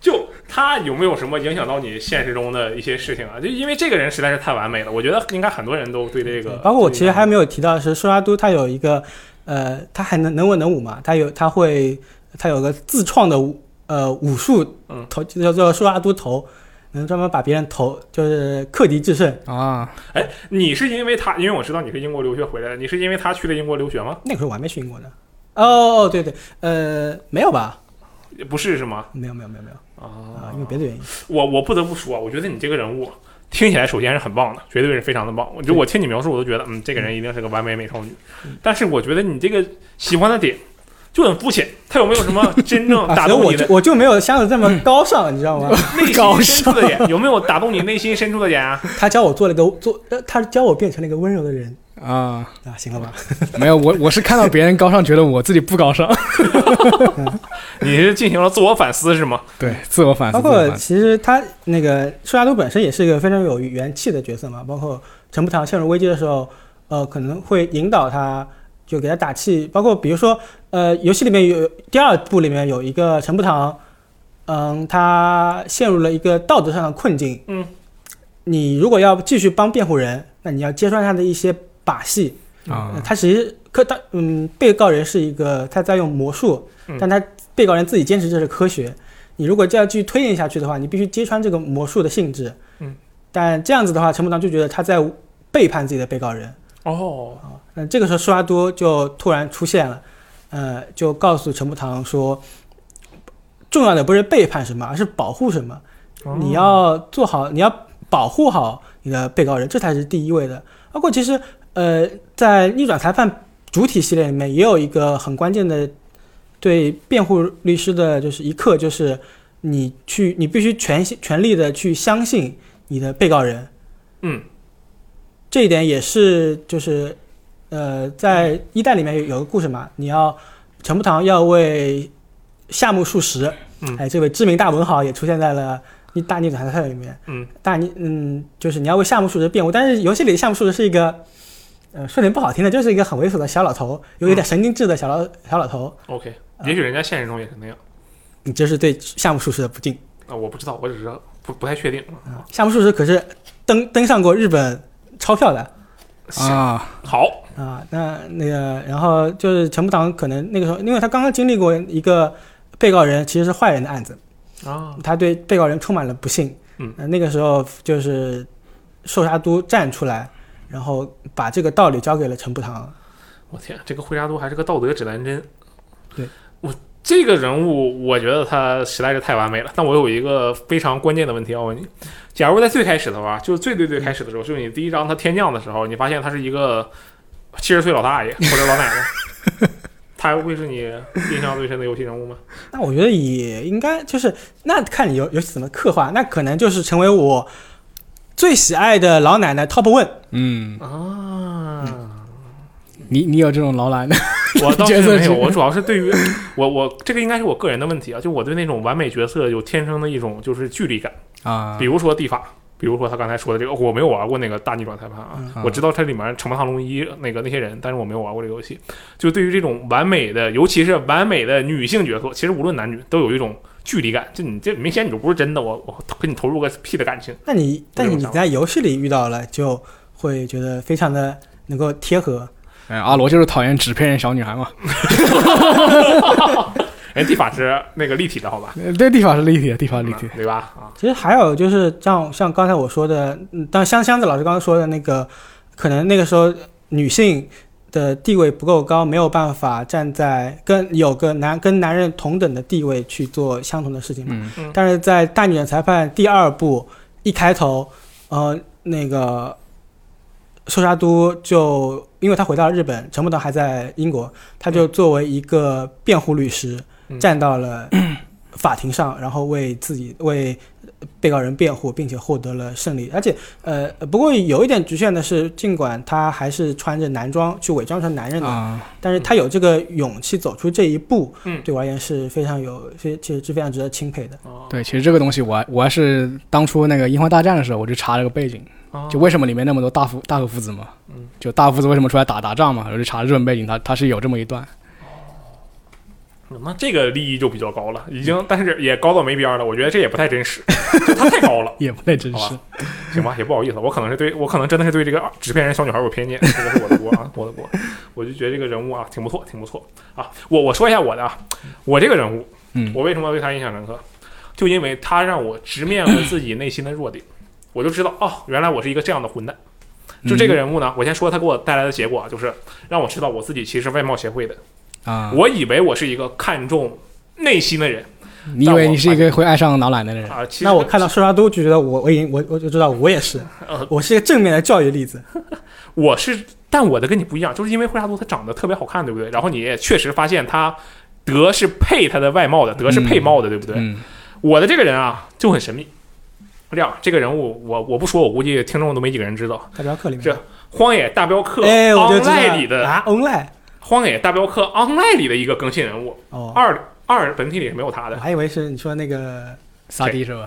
Speaker 1: 就他有没有什么影响到你现实中的一些事情啊？就因为这个人实在是太完美了，我觉得应该很多人都对这个，
Speaker 3: 嗯包括我其实还
Speaker 1: 有
Speaker 3: 没有提到的是，苏拉都他有一个，呃，他还能能文能武嘛，他有他会他有个自创的武呃武术
Speaker 1: 嗯
Speaker 3: 头，叫做苏拉都头，能专门把别人头就是克敌制胜。
Speaker 2: 啊，
Speaker 1: 哎，你是因为他，因为我知道你是英国留学回来的，你是因为他去了英国留学吗？
Speaker 3: 那个时候我还没去英国呢。哦哦对对，呃，没有吧？
Speaker 1: 不是是吗？
Speaker 3: 没有没有没有没有
Speaker 1: 啊
Speaker 3: 啊、因为别的原因。
Speaker 1: 我我不得不说，我觉得你这个人物听起来首先是很棒的，绝对是非常的棒。我就我听你描述，我都觉得，嗯，这个人一定是个完美美少女。
Speaker 3: 嗯
Speaker 1: 但是我觉得你这个喜欢的点就很肤浅，他有没有什么真正
Speaker 3: 啊，
Speaker 1: 打
Speaker 3: 所以
Speaker 1: 动
Speaker 3: 我
Speaker 1: 你的
Speaker 3: 就我就没有想的 这么高尚，你知道吗？
Speaker 1: 内心深处的点？有没有打动你内心深处的点啊？
Speaker 3: 他教我做了一个做，呃他教我变成了一个温柔的人
Speaker 2: 啊，
Speaker 3: 啊，行了吧？
Speaker 2: 没有，我我是看到别人高尚，觉得我自己不高尚，
Speaker 1: 你是进行了自我反思是吗？
Speaker 2: 对，自我反思。
Speaker 3: 包
Speaker 2: 自我
Speaker 3: 括
Speaker 2: 反思
Speaker 3: 其实他那个舒拉都本身也是一个非常有元气的角色嘛，包括陈步堂陷入危机的时候，呃，可能会引导他，就给他打气。包括比如说，呃，游戏里面有第二部里面有一个陈步堂，嗯，他陷入了一个道德上的困境。
Speaker 1: 嗯，
Speaker 3: 你如果要继续帮辩护人，那你要揭穿他的一些把戏。呃
Speaker 1: 嗯
Speaker 2: 啊，
Speaker 3: 他其实科他嗯，被告人是一个他在用魔术
Speaker 1: 嗯，
Speaker 3: 但他被告人自己坚持这是科学。你如果这样继续推演下去的话，你必须揭穿这个魔术的性质。
Speaker 1: 嗯，
Speaker 3: 但这样子的话，陈步堂就觉得他在背叛自己的被告人
Speaker 1: 哦，
Speaker 3: 啊。那这个时候，施拉多就突然出现了，呃，就告诉陈步堂说，重要的不是背叛什么，而是保护什么。你要做好，你要保护好你的被告人，这才是第一位的。包括其实，呃，在逆转裁判主体系列里面，也有一个很关键的对辩护律师的，就是一课，就是你去，你必须全心全力的去相信你的被告人。
Speaker 1: 嗯，
Speaker 3: 这一点也是就是，呃，在一代里面有有个故事嘛，你要陈步堂要为夏目漱石，
Speaker 1: 嗯
Speaker 3: 哎，这位知名大文豪也出现在了。一大逆转裁判里面，
Speaker 1: 嗯，
Speaker 3: 大逆嗯，就是你要为夏目漱石辩护，但是游戏里的夏目漱石是一个，呃，说点不好听的，就是一个很猥琐的小老头，有一点神经质的小老、小老头，
Speaker 1: OK，也许人家现实中也是那样
Speaker 3: 你这是对夏目漱石的不敬。
Speaker 1: 啊，我不知道，我只是不不太确定。
Speaker 3: 啊夏目漱石可是登登上过日本钞票的
Speaker 2: 啊，
Speaker 1: 好，
Speaker 3: 啊、那那个，然后就是陈步堂可能那个时候，因为他刚刚经历过一个被告人其实是坏人的案子，
Speaker 1: 啊，
Speaker 3: 他对被告人充满了不信。
Speaker 1: 嗯
Speaker 3: 呃那个时候就是寿沙都站出来，然后把这个道理交给了陈步堂。
Speaker 1: 我天，这个惠沙都还是个道德指南针。
Speaker 3: 对
Speaker 1: 我这个人物，我觉得他实在是太完美了。但我有一个非常关键的问题要问你：假如在最开始的话，就是最最最开始的时候，就是你第一章他天降的时候，你发现他是一个七十岁老大爷或者老奶奶， 他会是你印象最深的游戏人物吗？
Speaker 3: 那我觉得也应该就是，那看你游游戏怎么刻画，那可能就是成为我最喜爱的老奶奶 Top One。
Speaker 2: 嗯，
Speaker 1: 啊，
Speaker 2: 你你有这种老懒的
Speaker 1: 我倒是
Speaker 2: 角色
Speaker 1: 没有，
Speaker 2: 是
Speaker 1: 我主要是对于我我这个应该是我个人的问题啊，就我对那种完美角色有天生的一种就是距离感。
Speaker 2: 啊
Speaker 1: 比如说地法，比如说他刚才说的这个，我没有玩过那个大逆转裁判啊，
Speaker 2: 嗯
Speaker 1: 我知道它里面成魔堂龙一那个那些人，但是我没有玩过这个游戏。就对于这种完美的，尤其是完美的女性角色，其实无论男女，都有一种距离感，就你这明显你就不是真的，我我跟你投入个屁的感情。
Speaker 3: 那你但
Speaker 1: 有
Speaker 3: 是
Speaker 1: 这种
Speaker 3: 你
Speaker 1: 想法
Speaker 3: 在游戏里遇到了，就会觉得非常的能够贴合。
Speaker 2: 嗯，阿罗就是讨厌纸片人小女孩嘛。
Speaker 1: 人地法是那个立体的好吧？
Speaker 2: 呃对，地法是立体的，地法是立体
Speaker 1: 嗯。对吧？啊，
Speaker 3: 其实还有就是像像刚才我说的，嗯，当香香子老师刚刚说的那个，可能那个时候女性的地位不够高，没有办法站在跟有个男跟男人同等的地位去做相同的事情嘛。
Speaker 2: 嗯
Speaker 3: 但是在《大女人裁判》第二部一开头，呃，那个寿沙都就因为他回到日本，陈木堂还在英国，他就作为一个辩护律师、
Speaker 1: 嗯
Speaker 3: 站到了法庭上，然后为自己为被告人辩护，并且获得了胜利。而且，呃，不过有一点局限的是，尽管他还是穿着男装去伪装成男人的，
Speaker 2: 啊，
Speaker 3: 但是他有这个勇气走出这一步，
Speaker 1: 嗯
Speaker 3: 对我而言是非常有，非其实是非常值得钦佩的。
Speaker 1: 哦，
Speaker 2: 对，其实这个东西我还我还是当初那个《樱花大战》的时候，我就查了个背景，
Speaker 1: 哦
Speaker 2: 就为什么里面那么多大夫大和夫子嘛
Speaker 1: 嗯，
Speaker 2: 就大和夫子为什么出来打打仗嘛，我就查日本背景，他他是有这么一段。
Speaker 1: 那这个利益就比较高了，已经，但是也高到没边儿了。我觉得这也不太真实，就它太高了，
Speaker 2: 也不太真
Speaker 1: 好
Speaker 2: 实
Speaker 1: 吧。行吧，也不好意思，我可能是对我可能真的是对这个纸片人小女孩有偏见，这个是我的锅啊，我的锅。 我就觉得这个人物啊挺不错，挺不错啊。我我说一下我的啊，我这个人物，
Speaker 2: 嗯
Speaker 1: 我为什么对他印象深刻，就因为他让我直面了自己内心的弱点，我就知道哦，原来我是一个这样的混蛋。就
Speaker 2: 嗯
Speaker 1: 这个人物呢，我先说他给我带来的结果啊，就是让我知道我自己其实是外貌协会的。
Speaker 2: 啊，
Speaker 1: 我以为我是一个看重内心的人
Speaker 2: 你以为你是一个会爱上老奶奶的人？
Speaker 1: 啊，其实
Speaker 3: 嗯那我看到寿沙都就觉得我我已经我我就知道我 也是
Speaker 1: 呃，
Speaker 3: 我是一个正面的教育例子。
Speaker 1: 我是，但我的跟你不一样，就是因为惠沙都她长得特别好看，对不对？然后你也确实发现她德是配她的外貌的，德是配貌的，对不对？
Speaker 2: 嗯，
Speaker 1: 我的这个人啊就很神秘。这样，这个人物我我不说，我估计听众都没几个人知道。
Speaker 3: 大镖客里面
Speaker 1: 这，荒野大镖客
Speaker 3: 哎，我就知道
Speaker 1: 哦 online 里的
Speaker 3: 啊，online
Speaker 1: 荒野大镖客 online 里的一个更新人物，
Speaker 3: 哦，
Speaker 1: 二二本体里是没有他
Speaker 3: 我
Speaker 1: 的。
Speaker 3: 还以为是你说那个
Speaker 2: 撒地是吧？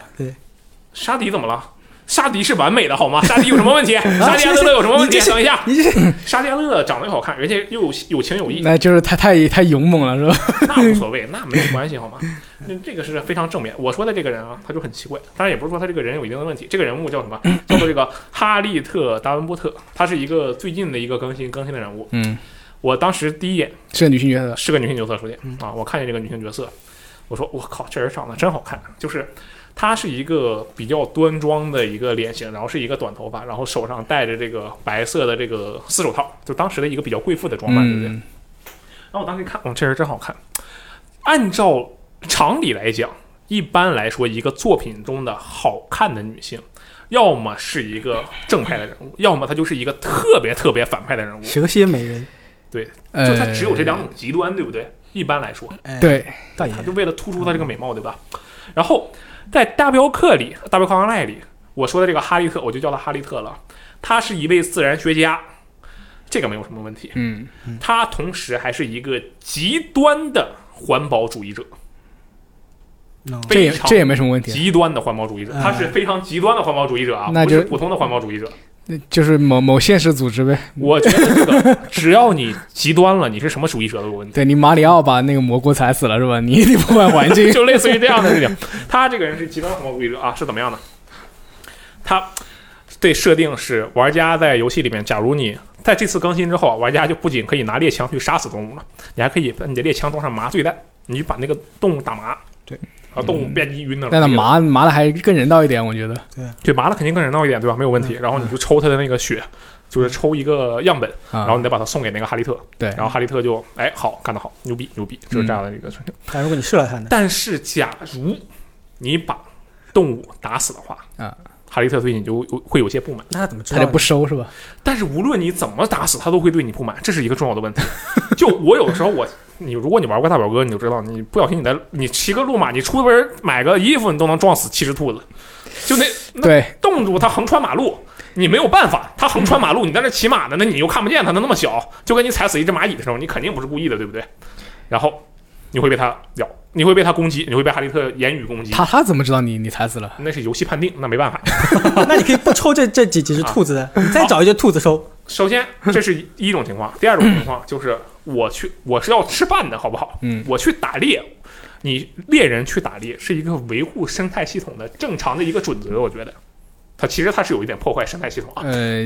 Speaker 1: 沙迪怎么了？沙迪是完美的好吗？沙迪有什么 问题？沙迪安德勒有什么问题
Speaker 3: 啊你这？是
Speaker 1: 等一下，
Speaker 3: 你这是
Speaker 1: 沙迪安德勒长得又好看，人家又有有情有义，
Speaker 2: 那就是太太太勇猛了是吧？
Speaker 1: 那无所谓，那没有关系，好吗？那这个是非常正面。我说的这个人啊，他就很奇怪，当然也不是说他这个人有一定的问题。这个人物叫什么？叫做这个哈利特·达文波特，他是一个最近的一个更新更新的人物。
Speaker 2: 嗯，
Speaker 1: 我当时第一眼
Speaker 2: 是个女性角色。
Speaker 1: 是个女性角色出现啊，我看见这个女性角色，我说我靠，这人长得真好看，就是。她是一个比较端庄的一个脸型，然后是一个短头发，然后手上戴着这个白色的这个丝手套，就当时的一个比较贵妇的装扮，对不对？
Speaker 2: 嗯，
Speaker 1: 然后我当时一看，哇，这人嗯真好看。按照常理来讲，一般来说，一个作品中的好看的女性，要么是一个正派的人 物，要么她就是一个特别特别反派的人物。
Speaker 3: 蛇蝎美人，
Speaker 1: 就
Speaker 2: 呃
Speaker 1: 她只有这两种极端，对不对？一般来说，
Speaker 3: 哎，，
Speaker 2: 对，
Speaker 3: 倒也
Speaker 1: 她就为了突出她这个美貌，对吧？然后在大镖客里，大镖客 online 里，我说的这个哈利特，我就叫他哈利特了。他是一位自然学家，这个没有什么问题。
Speaker 2: 嗯，
Speaker 1: 他同时还是一个极端的环保主义者，
Speaker 3: no，
Speaker 2: 这也
Speaker 1: 非常
Speaker 2: 这也没什么问题，
Speaker 1: 极端的环保主义者，
Speaker 3: 嗯
Speaker 1: 他是非常极端的环保主义者啊，
Speaker 2: 那
Speaker 1: 不
Speaker 2: 就是
Speaker 1: 普通的环保主义者。
Speaker 2: 就是某某现实组织呗。
Speaker 1: 我觉得这 个，只要你极端了，你是什么主义者都有问题，。
Speaker 2: 对你马里奥把那个蘑菇踩死了是吧？你一定破坏环 境
Speaker 1: 就类似于这样的事情。他这个人是极端环保主义者啊，是怎么样的？他对设定是玩家在游戏里面，假如你在这次更新之后啊，玩家就不仅可以拿猎枪去杀死动物了，你还可以把你的猎枪装上麻醉弹，你把那个动物打麻。
Speaker 3: 对。
Speaker 1: 啊，动物变晕了，
Speaker 2: 嗯但他麻麻的还更人道一点，我觉得。
Speaker 1: 对，麻了肯定更人道一点，对吧？没有问题。然后你就抽它的那个血，就是抽一个样本，
Speaker 2: 啊，
Speaker 1: 然后你再把它送给那个哈利特，
Speaker 2: 对，
Speaker 1: 然后哈利特就哎好干得好，牛逼牛逼，就是这样的一个传承。
Speaker 3: 但如果你射了他呢？
Speaker 1: 但是假如你把动物打死的话，
Speaker 2: 啊，
Speaker 1: 哈利特对你就有会有些不满。
Speaker 3: 那他怎么知
Speaker 2: 他
Speaker 3: 道呢？
Speaker 2: 就不收是吧？
Speaker 1: 但是无论你怎么打死，他都会对你不满，这是一个重要的问题。就我有的时候我。你如果你玩过大表哥，你就知道，你不小心你的你骑个路马，你出门买个衣服，你都能撞死七只兔子，就那那
Speaker 2: 对，
Speaker 1: 冻住它横穿马路，你没有办法，它横穿马路，你在那骑马呢，那你又看不见它，它那么小，就跟你踩死一只蚂蚁的时候，你肯定不是故意的，对不对？然后你会被它咬，你会被它攻击，你会被哈利特言语攻击，
Speaker 2: 他他怎么知道你你踩死了？
Speaker 1: 那是游戏判定，那没办法。
Speaker 3: 那你可以不抽这这几几只兔子
Speaker 1: 啊
Speaker 3: 的，你再找一只兔子收。
Speaker 1: 首先，这是一种情况，第二种情况就是我去，我是要吃饭的，好不好？
Speaker 2: 嗯，
Speaker 1: 我去打猎，你猎人去打猎是一个维护生态系统的正常的一个准则，我觉得。它其实它是有一点破坏生态系统啊，
Speaker 2: 呃，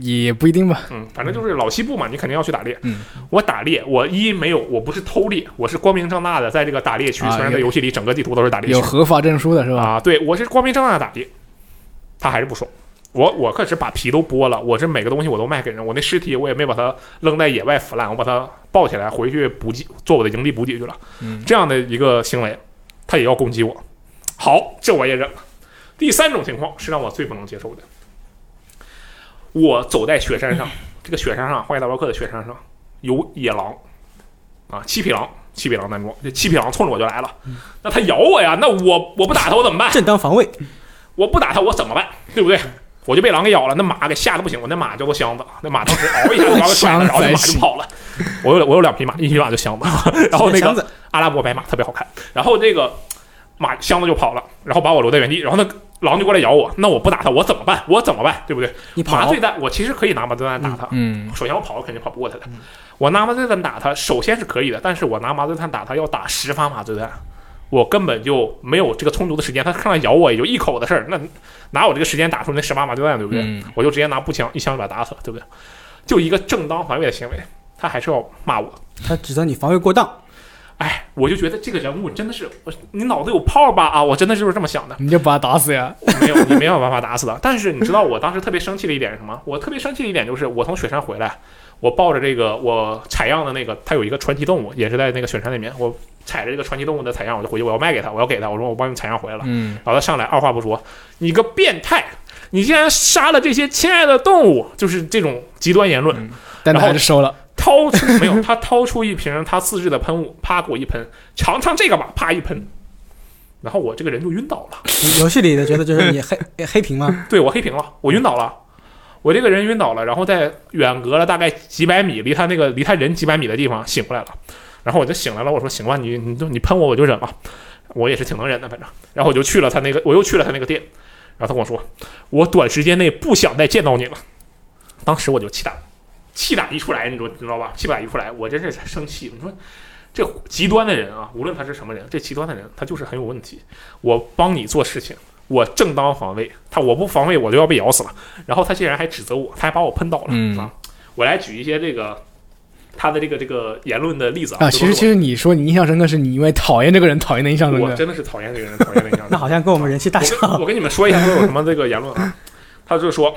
Speaker 2: 也不一定吧。
Speaker 1: 嗯，反正就是老西部嘛，你肯定要去打猎。
Speaker 2: 嗯，
Speaker 1: 我打猎，我一没有，我不是偷猎，我是光明正大的在这个打猎区，
Speaker 2: 啊
Speaker 1: 虽然在
Speaker 2: 有
Speaker 1: 游戏里整个地图都是打猎
Speaker 2: 有
Speaker 1: 区
Speaker 2: 合法证书的是吧？
Speaker 1: 啊，对我是光明正大的打猎，他还是不收。我我可是把皮都剥了，我这每个东西我都卖给人，我那尸体我也没把它扔在野外腐烂，我把它抱起来回去补给，做我的营地补给去了。
Speaker 2: 嗯，
Speaker 1: 这样的一个行为，他也要攻击我。好，这我也忍了。第三种情况是让我最不能接受的。我走在雪山上， 这个雪山上，《荒野大镖客》的雪山上有野狼，啊，七匹狼，七匹狼难装，这七匹狼冲着我就来了，
Speaker 3: 嗯
Speaker 1: 那它咬我呀，那我我不打它我怎么办？
Speaker 3: 正当防卫，
Speaker 1: 我不打它我怎么办？对不对？我就被狼给咬了，那马给吓得不行，我那马叫做箱子，那马当时嗷一下就把我甩了，然后那马就跑了。 我有我有两匹马，一匹马就箱子，然哦后那个
Speaker 3: 箱子
Speaker 1: 阿拉伯白马特别好看。然后这个马箱子就跑了，然后把我留在原地，然后那个狼就过来咬我，那我不打它我怎么办？我怎么办？对不对？
Speaker 3: 你
Speaker 1: 麻
Speaker 3: 跑
Speaker 1: 醉，弹我其实可以拿麻醉弹打它，
Speaker 2: 嗯，
Speaker 1: 首先我跑我肯定跑不过他的，我拿麻醉弹打他首先是可以的，但是我拿麻醉弹打他要打十发麻醉弹，我根本就没有这个充足的时间，他上来咬我也就一口的事儿，那哪有这个时间打出那十发麻醉弹，对不对？
Speaker 2: 嗯
Speaker 1: 我就直接拿步枪一枪就把他打死了，对不对？就一个正当防卫的行为，他还是要骂我。
Speaker 3: 他指责你防卫过当，
Speaker 1: 哎，我就觉得这个人物真的是，我你脑子有泡吧啊！我真的就是这么想的。
Speaker 2: 你就把他打死呀。
Speaker 1: 没有，你没有办法打死的。但是你知道我当时特别生气的一点是什么？我特别生气的一点就是，我从雪山回来，我抱着这个我采样的那个，它有一个传奇动物，也是在那个雪山里面，我采着这个传奇动物的采样，我就回去，我要卖给他，我要给他，我说我帮你采样回来了。
Speaker 2: 嗯，
Speaker 1: 然后他上来二话不说，你个变态，你竟然杀了这些亲爱的动物，就是这种极端言论。
Speaker 2: 嗯但他还是收了。
Speaker 1: 掏出没有，他掏出一瓶他自制的喷雾，啪给我一喷，尝尝这个吧，啪一喷，然后我这个人就晕倒了。
Speaker 3: 游游戏里的角色就是你黑 黑屏吗？。
Speaker 1: 对我黑屏了，我晕倒了，我这个人晕倒了，然后在远隔了大概几百米，离他那个离他人几百米的地方醒过来了，然后我就醒来了，我说行吧，你你就你喷我我就忍了，我也是挺能忍的，反正，然后我就去了他那个，我又去了他那个店，然后他跟我说，我短时间内不想再见到你了，当时我就气大，气打一处来，你知道你知道吧？气打一处来，我真是生气，你说。这极端的人啊，无论他是什么人，这极端的人他就是很有问题。我帮你做事情，我正当防卫，他我不防卫我就要被咬死了。然后他竟然还指责我，他还把我喷倒了、
Speaker 2: 嗯
Speaker 1: 啊！我来举一些这个他的这个这个言论的例子
Speaker 2: 啊，其实其实你说你印象深刻，是你因为讨厌这个人，讨厌的印象
Speaker 1: 这
Speaker 2: 深
Speaker 1: 都是我我
Speaker 2: 刻。
Speaker 1: 真的是讨厌这个人，讨厌那个人
Speaker 3: 那好像跟我们人气大
Speaker 1: 我跟
Speaker 3: 小
Speaker 1: 我跟你们说一下都有什么这个言论啊，他就说，比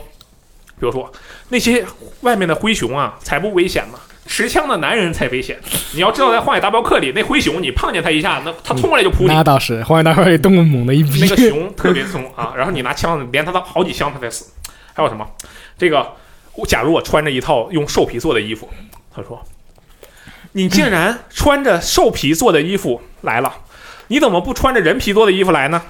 Speaker 1: 如说那些外面的灰熊啊，才不危险呢。持枪的男人才危险，你要知道，在《荒野大镖客》里，那灰熊你碰见他一下，那他冲过来就扑你，
Speaker 2: 那倒是，荒野大镖客里动物猛的一逼
Speaker 1: 那。个熊特别凶啊，然后你拿枪连他的好几枪他才死。还有什么？这个，我假如我穿着一套用兽皮做的衣服，他说，你竟然穿着兽皮做的衣服来了，你怎么不穿着人皮做的衣服来呢？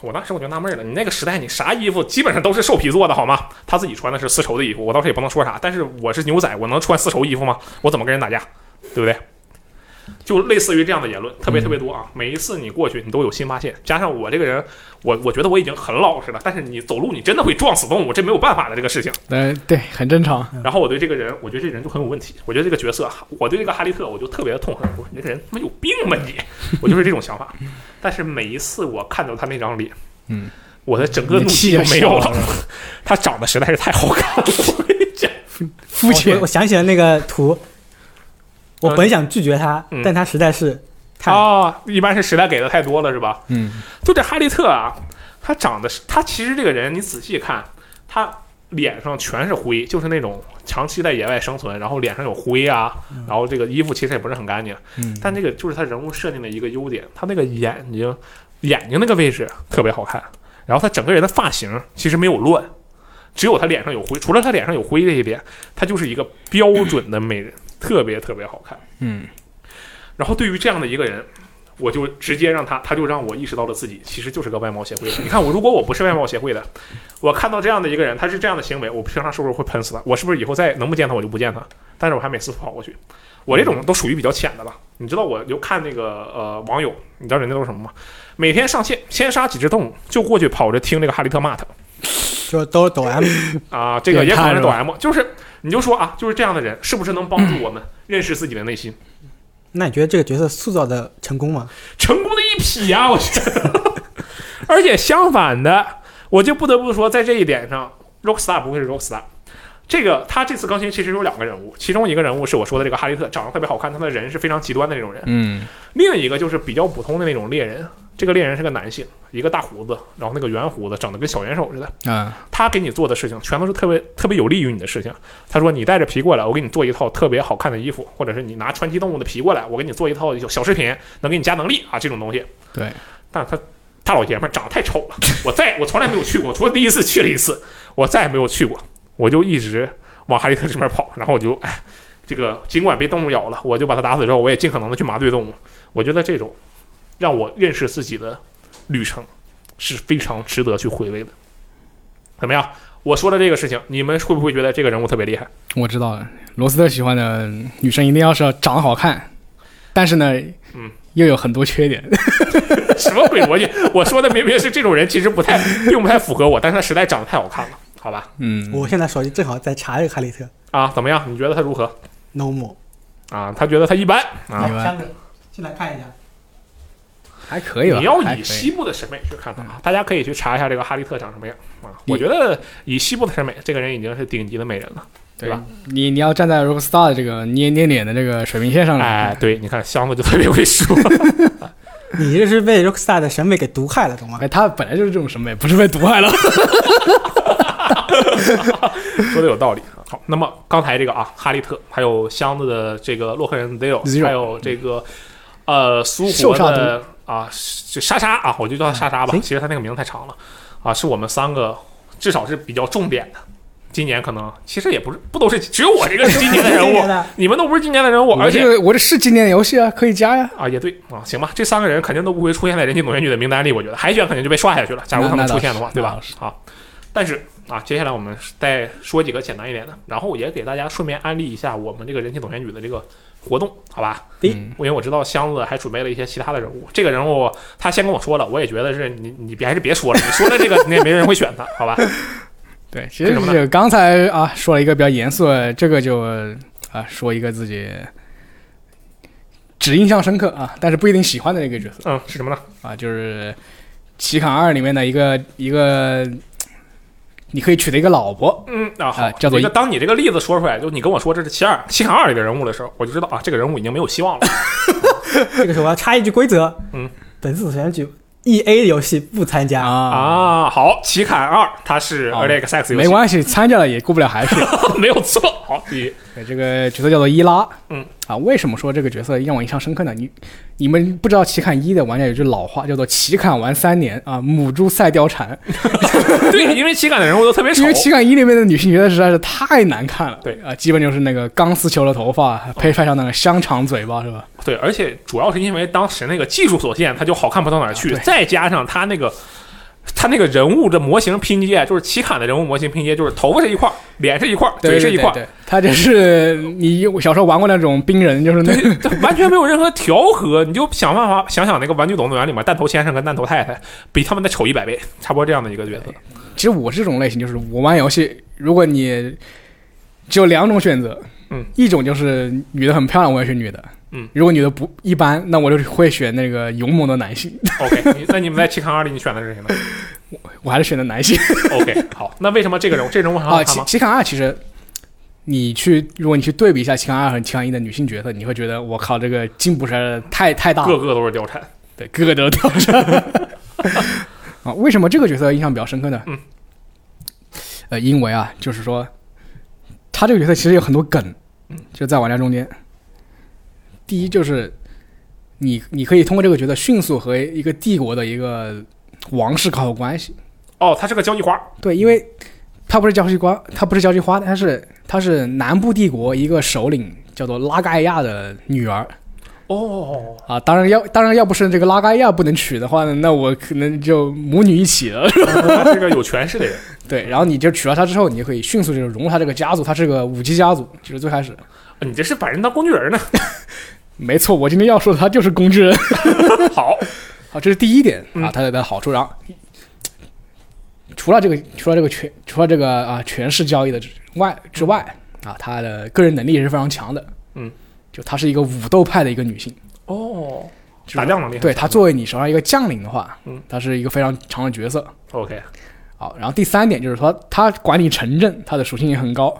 Speaker 1: 我当时我就纳闷了，你那个时代你啥衣服基本上都是兽皮做的好吗？他自己穿的是丝绸的衣服，我倒是也不能说啥，但是我是牛仔，我能穿丝绸衣服吗？我怎么跟人打架，对不对？就类似于这样的言论，特别特别多啊！每一次你过去，你都有新发现。加上我这个人，我我觉得我已经很老实了，但是你走路你真的会撞死动物，这没有办法的这个事情。
Speaker 2: 呃，对，很正常。
Speaker 1: 然后我对这个人，我觉得这人就很有问题。我觉得这个角色，我对这个哈利特，我就特别的痛恨。我说你这人他妈有病吧你！我就是这种想法。 但是每一次我看到他那张脸，
Speaker 2: 嗯，
Speaker 1: 我的整个怒气都没有了。 他长得实在是太好看了，我跟你讲。
Speaker 2: 肤浅
Speaker 3: 我我想起了那个图，我
Speaker 1: 嗯
Speaker 3: 本想拒绝他，
Speaker 1: 嗯
Speaker 3: 但他实在是太
Speaker 1: 啊，一般是时代给的太多了，是吧？
Speaker 2: 嗯，
Speaker 1: 就这哈利特啊，他长得是，他其实这个人，你仔细看，他脸上全是灰，就是那种长期在野外生存，然后脸上有灰啊，然后这个衣服其实也不是很干净。
Speaker 2: 嗯
Speaker 1: 但这个就是他人物设定的一个优点，他那个眼睛，眼睛那个位置特别好看，然后他整个人的发型其实没有乱。只有他脸上有灰，除了他脸上有灰这一点，他就是一个标准的美人，特别特别好看。
Speaker 2: 嗯，
Speaker 1: 然后对于这样的一个人，我就直接让他，他就让我意识到了自己其实就是个外貌协会的。你看我，如果我不是外貌协会的，我看到这样的一个人，他是这样的行为，我平常是不是会喷死他？我是不是以后再能不见他我就不见他？但是我还每次跑过去，我这种都属于比较浅的了。你知道我就看那个呃网友，你知道人家都是什么吗？每天上线先杀几只动物，就过去跑着听这个哈利特骂他
Speaker 3: 就都是抖 M，
Speaker 1: 啊，这个也可能是抖
Speaker 2: 变
Speaker 1: M，就是你就说啊，就是这样的人是不是能帮助我们认识自己的内心？
Speaker 3: 那你觉得这个角色塑造的成功吗？
Speaker 1: 成功的一匹呀、我觉得。 而且相反的，我就不得不说，在这一点上，Rockstar 不愧是 Rockstar。这个他这次更新其实有两个人物，其中一个人物是我说的这个哈利特，长得特别好看，他的人是非常极端的那种人；
Speaker 4: 嗯
Speaker 1: 另一个就是比较普通的那种猎人。这个猎人是个男性，一个大胡子，然后那个圆胡子，长得跟小元首似的。
Speaker 2: 啊，
Speaker 1: 他给你做的事情全都是特别特别有利于你的事情。他说你带着皮过来，我给你做一套特别好看的衣服，或者是你拿川崎动物的皮过来，我给你做一套小饰品，能给你加能力啊这种东西。
Speaker 2: 对，
Speaker 1: 但是他大老爷们儿长得太丑了，我再我从来没有去过，除了第一次去了一次，我再也没有去过，我就一直往哈利特这边跑，然后我就哎，这个尽管被动物咬了，我就把它打死之后，我也尽可能的去麻醉动物。我觉得这种让我认识自己的旅程是非常值得去回味的。怎么样？我说的这个事情，你们会不会觉得这个人物特别厉害？
Speaker 2: 我知道了。罗斯特喜欢的女生一定要是长得好看，但是呢，
Speaker 1: 嗯，
Speaker 2: 又有很多缺 点。
Speaker 1: 什么鬼逻辑？我说的明明是这种人，其实不太，并不太符合我，但是他实在长得太好看了，好吧？
Speaker 2: 嗯，
Speaker 3: 我现在手机正好在查这个哈利特
Speaker 1: 啊，怎么样？你觉得他如何？
Speaker 3: No More，
Speaker 1: 啊，他觉得他一般啊。
Speaker 2: 明白
Speaker 3: 三个进来看一下。
Speaker 2: 还可以吧。
Speaker 1: 你要
Speaker 2: 还可
Speaker 1: 以西部的审美去看他，大家可以去查一下这个哈利特长什么样啊。
Speaker 2: 你
Speaker 1: 我觉得以西部的审美，这个人已经是顶级的美人了。对
Speaker 2: 对
Speaker 1: 吧？
Speaker 2: 你你要站在 Rockstar 的这个捏捏脸的这个水平线上
Speaker 1: 哎
Speaker 2: 来，，
Speaker 1: 对，你看箱子就特别会说，
Speaker 3: 你这是被 Rockstar 的审美给毒害了，懂吗？
Speaker 2: 哎，他本来就是这种审美，不是被毒害了。
Speaker 1: 说的有道理。好，那么刚才这个啊，哈利特，还有箱子的这个洛克人 Zero，
Speaker 2: Zero
Speaker 1: 还有这个呃苏
Speaker 2: 秀
Speaker 1: 活
Speaker 2: 沙
Speaker 1: 的啊，就莎莎啊，我就叫她莎莎吧。其实她那个名字太长了啊，是我们三个至少是比较重点的。今年可能其实也不是，不都是只有我这个是今年的 人
Speaker 3: 今
Speaker 1: 物
Speaker 3: 年的，
Speaker 1: 你们都不是今年的人物，而且
Speaker 2: 这个我这是今年的游戏啊，可以加呀。
Speaker 1: 啊，也对啊，行吧，这三个人肯定都不会出现在人气总选举的名单里，我觉得海选肯定就被刷下去了。假如他
Speaker 2: 那
Speaker 1: 们
Speaker 2: 那倒
Speaker 1: 出现的话，
Speaker 2: 是
Speaker 1: 对
Speaker 2: 那
Speaker 1: 吧
Speaker 2: 倒是？
Speaker 1: 好，但是啊，接下来我们再说几个简单一点的，然后也给大家顺便安利一下我们这个人气总选举的这个活动，好吧？嗯
Speaker 3: 第一
Speaker 1: 因为我知道箱子还准备了一些其他的人物，这个人物他先跟我说了，我也觉得是你你别还是别说了，你说了这个 你也没人会选他，好吧？
Speaker 2: 对，其实
Speaker 1: 这什么
Speaker 2: 是刚才啊说了一个比较严肃的，这个就啊说一个自己只印象深刻啊，但是不一定喜欢的一个角色
Speaker 1: 嗯，是什么呢？
Speaker 2: 啊，就是《奇坎二》里面的一个一个你可以娶的一个老婆，
Speaker 1: 嗯啊，好，
Speaker 2: 啊叫做
Speaker 1: 这个当你这个例子说出来，就你跟我说这是七二七砍二里的人物的时候，我就知道啊，这个人物已经没有希望了。
Speaker 3: 这个时候我要插一句规则，
Speaker 1: 嗯，
Speaker 3: 本次选举 E A 游戏不参加，
Speaker 2: 啊。
Speaker 1: 啊，好，奇坎二，它是
Speaker 2: 哦
Speaker 1: Early Access 游戏，
Speaker 2: 没关系，参加了也过不 了海水。
Speaker 1: 系，没有错。好，第 一，
Speaker 2: 对这个角色叫做伊拉，
Speaker 1: 嗯
Speaker 2: 啊，为什么说这个角色让我印象深刻呢？你你们不知道奇坎一的玩家有句老话叫做“奇坎玩三年啊，母猪赛貂蝉”，
Speaker 1: 对，因为奇坎的人物都特别丑
Speaker 2: 因为，情感一里面的女性角色实在是太难看了，
Speaker 1: 哎对
Speaker 2: 啊、基本就是那个钢丝球的头发配上那个香肠嘴巴，是吧？
Speaker 1: 对，而且主要是因为当时那个技术所限，它就好看不到哪儿去，
Speaker 2: 啊对
Speaker 1: 再加上它那个。它那个人物的模型拼接，就是奇坎的人物模型拼接，就是头发是一块儿，脸是一块儿，嘴是一块儿，
Speaker 2: 对，他就是你小时候玩过那种冰人，就是那
Speaker 1: 对， 它完全没有任何调和。你就想办法想想那个《玩具总动员》里面弹头先生跟弹头太太，比他们的丑一百倍，差不多这样的一个角 色。
Speaker 2: 其实我这种类型就是我玩游戏，如果你只有两种选择，
Speaker 1: 嗯，
Speaker 2: 一种就是女的很漂亮，我也选女的，
Speaker 1: 嗯，
Speaker 2: 如果女的不一般，那我就会选那个勇猛的男性，
Speaker 1: OK，你那你们在奇坎二里你选的是谁呢
Speaker 2: 我还是选的男性。
Speaker 1: ？OK，好，那为什么这个人物这人物很好
Speaker 2: 啊，
Speaker 1: 看
Speaker 2: 奇
Speaker 1: 吗？
Speaker 2: 奇坎二其实，你去如果你去对比一下奇坎二和奇坎一的女性角色，你会觉得我靠，这个进步实在是太太大
Speaker 1: 个
Speaker 2: 了，
Speaker 1: 个都是貂蝉。
Speaker 2: 对，个个都跳上。 啊，为什么这个角色印象比较深刻呢？
Speaker 1: 嗯，
Speaker 2: 呃，因为啊，就是说，他这个角色其实有很多梗，
Speaker 1: 嗯
Speaker 2: 就在玩家中间。第一就是你你可以通过这个角色迅速和一个帝国的一个王室搞好关系。
Speaker 1: 哦，他是个交际花，
Speaker 2: 对，因为他不是交际花，他不是交际花，他是他是南部帝国一个首领叫做拉盖亚的女儿
Speaker 1: 哦，
Speaker 2: 啊。当然要当然要不是这个拉盖亚不能娶的话呢，那我可能就母女一起了。
Speaker 1: 他是个有权势的人。
Speaker 2: 对，然后你就娶了她之后，你就可以迅速就融入她这个家族，她是个武器家族，就是最开始。
Speaker 1: 啊你这是把人当工具人呢？
Speaker 2: 没错，我今天要说的她就是工具人。
Speaker 1: 好，
Speaker 2: 好，这是第一点
Speaker 1: 嗯
Speaker 2: 啊，它的好处。然后除了这个，除了这个权，除了这个啊权势交易的之外之外啊，他的个人能力也是非常强的。
Speaker 1: 嗯，
Speaker 2: 就她是一个武斗派的一个女性。
Speaker 1: 哦，打仗能力很强。
Speaker 2: 对她作为你手上一个将领的话
Speaker 1: 嗯，
Speaker 2: 她是一个非常强的角色。
Speaker 1: OK，
Speaker 2: 好，然后第三点就是说，她管理城镇，她的属性也很高。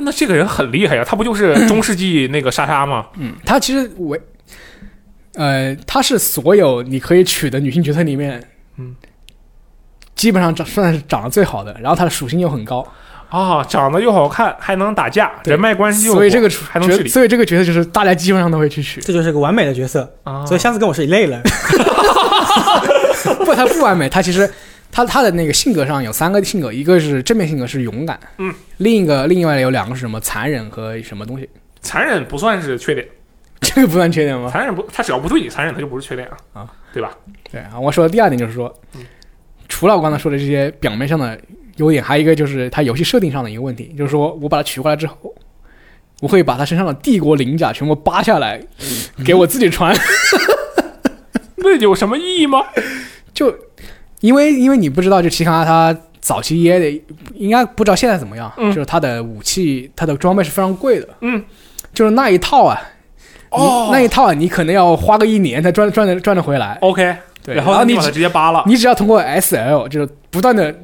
Speaker 1: 那这个人很厉害呀，他不就是 中世纪那个莎莎吗？
Speaker 2: 嗯，她其实为，呃，她是所有你可以娶的女性角色里面，
Speaker 1: 嗯，
Speaker 2: 基本上长算是长得最好的。然后她的属性又很高，
Speaker 1: 啊，长得又好看，还能打架，
Speaker 2: 对
Speaker 1: 人脉关系又
Speaker 2: 所以这
Speaker 1: 个
Speaker 2: 个
Speaker 1: 还能治
Speaker 2: 角，
Speaker 1: 理
Speaker 2: 所以这个角色就是大家基本上都会去娶。
Speaker 3: 这就是个完美的角色。
Speaker 1: 啊，
Speaker 3: 所以箱子跟我是一类人，
Speaker 2: 不，她不完美，她其实她她的那个性格上有三个性格，一个是正面性格是勇敢，
Speaker 1: 嗯，
Speaker 2: 另一个另外有两个是什么残忍和什么东西，
Speaker 1: 残忍不算是缺点，
Speaker 2: 这个不算缺点吗？
Speaker 1: 残忍不，他只要不对你残忍，他就不是缺点啊，
Speaker 2: 啊，
Speaker 1: 对吧？
Speaker 2: 对啊，我说的第二点就是说，
Speaker 1: 嗯
Speaker 2: 除了我刚才说的这些表面上的优点，还有一个就是它游戏设定上的一个问题，就是说我把它取过来之后，我会把它身上的帝国鳞甲全部扒下来，
Speaker 1: 嗯
Speaker 2: 给我自 己穿，
Speaker 1: 那有什么意义吗？
Speaker 2: 就因为因为你不知道，就奇卡它早期 EA 的应该不知道现在怎么样，
Speaker 1: 嗯
Speaker 2: 就是它的武器、它的装备是非常贵的，
Speaker 1: 嗯，
Speaker 2: 就是那一套啊。你
Speaker 1: 哦
Speaker 2: 那一套啊你可能要花个一年才赚赚得赚得回来，
Speaker 1: OK，
Speaker 2: 对，
Speaker 1: 然后你
Speaker 2: 你只
Speaker 1: 把它直接扒了，
Speaker 2: 你只要通过 SL 就是不断的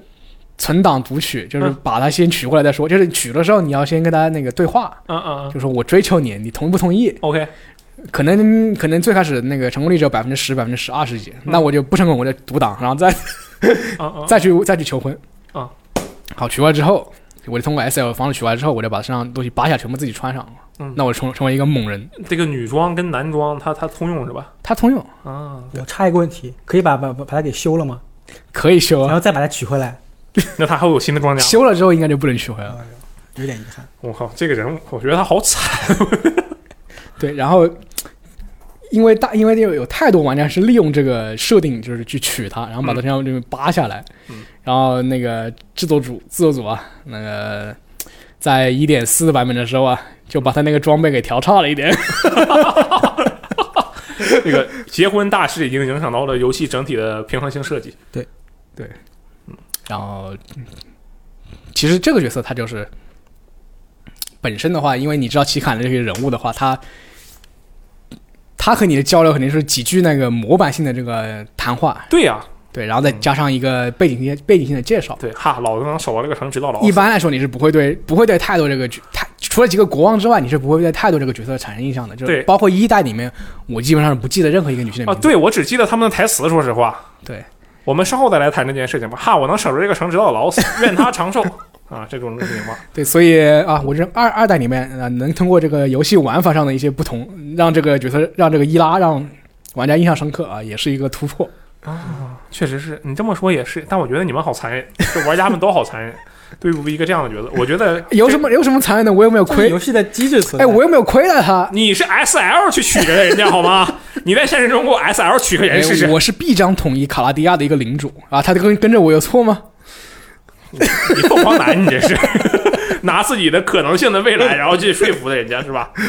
Speaker 2: 存档读取，就是
Speaker 1: 嗯
Speaker 2: 把它先取过来再说。就是取的时候，你要先跟他那个对话，
Speaker 1: 嗯嗯嗯
Speaker 2: 就说我追求你，你同不同意？
Speaker 1: ，OK，
Speaker 2: 可能可能最开始那个成功率只有百分之十、百分之十、二十几，那我就不成功，我就读档，然后再
Speaker 1: 嗯嗯，
Speaker 2: 再去再去求婚。
Speaker 1: 啊，
Speaker 2: 好，取过来之后，我就通过 SL 方式取过来之后，我就把身上的东西扒下，全部自己穿上。
Speaker 1: 嗯
Speaker 2: 那我成成为一个猛人，
Speaker 1: 这个女装跟男装，它它通用是吧？
Speaker 2: 他通用
Speaker 1: 啊，
Speaker 3: 我插一个问题，可以把把把把它给修了吗？
Speaker 2: 可以修
Speaker 3: 然
Speaker 2: 啊，
Speaker 3: 后再把它取回来，
Speaker 1: 那他还会有新的装甲吗？
Speaker 2: 修了之后应该就不能取回来了。
Speaker 3: 有点遗憾。
Speaker 1: 我靠，这个人，我觉得他好 惨。
Speaker 2: 对，然后因为大，因为有有太多玩家是利用这个设定，就是去取它，然后把它
Speaker 1: 嗯
Speaker 2: 这样就扒下来，
Speaker 1: 嗯
Speaker 2: 然后那个制作组制作组啊，那个在一点四版本的时候啊，就把他那个装备给调差了一点。
Speaker 1: 这个结婚大师已经影响到了游戏整体的平衡性设计。
Speaker 2: 然后，其实这个角色他就是本身的话，因为你知道奇坎的这些人物的话，他他和你的交流肯定是几句那个模板性的这个谈话，
Speaker 1: 对呀、
Speaker 2: 对，然后再
Speaker 1: 嗯
Speaker 2: 加上一个背景性背景性的介绍。
Speaker 1: 对哈，老子能守到这个城，直到老死。
Speaker 2: 一般来说，你是不会对不会对太多这个角，太除了几个国王之外，你是不会对太多这个角色产生印象的。就是
Speaker 1: 对
Speaker 2: 包括一代里面，我基本上是不记得任何一个女性
Speaker 1: 啊，
Speaker 2: 的名字。
Speaker 1: 对我只记得他们的台词，说实话。
Speaker 2: 对，
Speaker 1: 我们稍后再来谈这件事情吧。哈，我能守住这个城，直到老死，愿他长寿 啊！这种类型吧。
Speaker 2: 对所以啊，我这二二代里面啊，呃能通过这个游戏玩法上的一些不同，让这个角色让这个伊拉让玩家印象深刻啊，也是一个突破。
Speaker 1: 确实是你这么说也是，但我觉得你们好残忍，这玩家们都好残忍，对付一个这样的角色，我觉得
Speaker 2: 有什么有什么残忍的？我有没有
Speaker 3: 这是
Speaker 2: 亏
Speaker 3: 游？戏的机制存在。
Speaker 2: 哎，我有没有亏待他？
Speaker 1: 你是 S L 去取个人家好吗？你在现实中给我 S L 取个人试试
Speaker 2: 哎，我是必将统一卡拉迪亚的一个领主啊，他跟跟着我有错吗？
Speaker 1: 你凤凰男，你这是拿自己的可能性的未来，然后去说服人家是吧？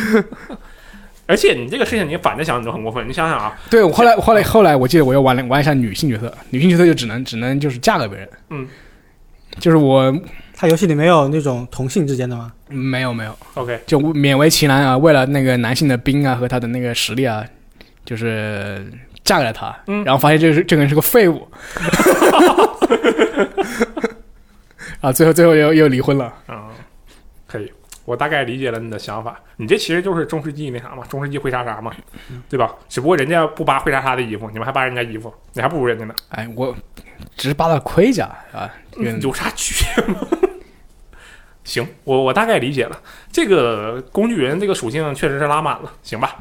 Speaker 1: 而且你这个事情，你反着想，你都很过分。你想想啊，
Speaker 2: 对我后来后来后来，我记得我又玩了玩一下女性角色，女性角色就只能只能就是嫁给别人。
Speaker 1: 嗯，
Speaker 2: 就是我
Speaker 3: 它游戏里没有那种同性之间的吗？
Speaker 2: 没有没有，
Speaker 1: OK，
Speaker 2: 就勉为其难啊，为了那个男性的兵啊和他的那个实力啊，就是嫁给了他，
Speaker 1: 嗯
Speaker 2: 然后发现这个是这个人是个废物， 啊，最后最后又又离婚了。
Speaker 1: 嗯，可以，我大概理解了你的想法。你这其实就是中世纪那啥嘛，中世纪灰莎莎嘛，对吧？只不过人家不扒灰莎莎的衣服，你们还扒人家衣服，你还不如人家呢，
Speaker 2: 哎，我只是扒他盔甲啊，嗯
Speaker 1: 有啥区别吗？ 行，我我大概理解了，这个工具人这个属性确实是拉满了，行吧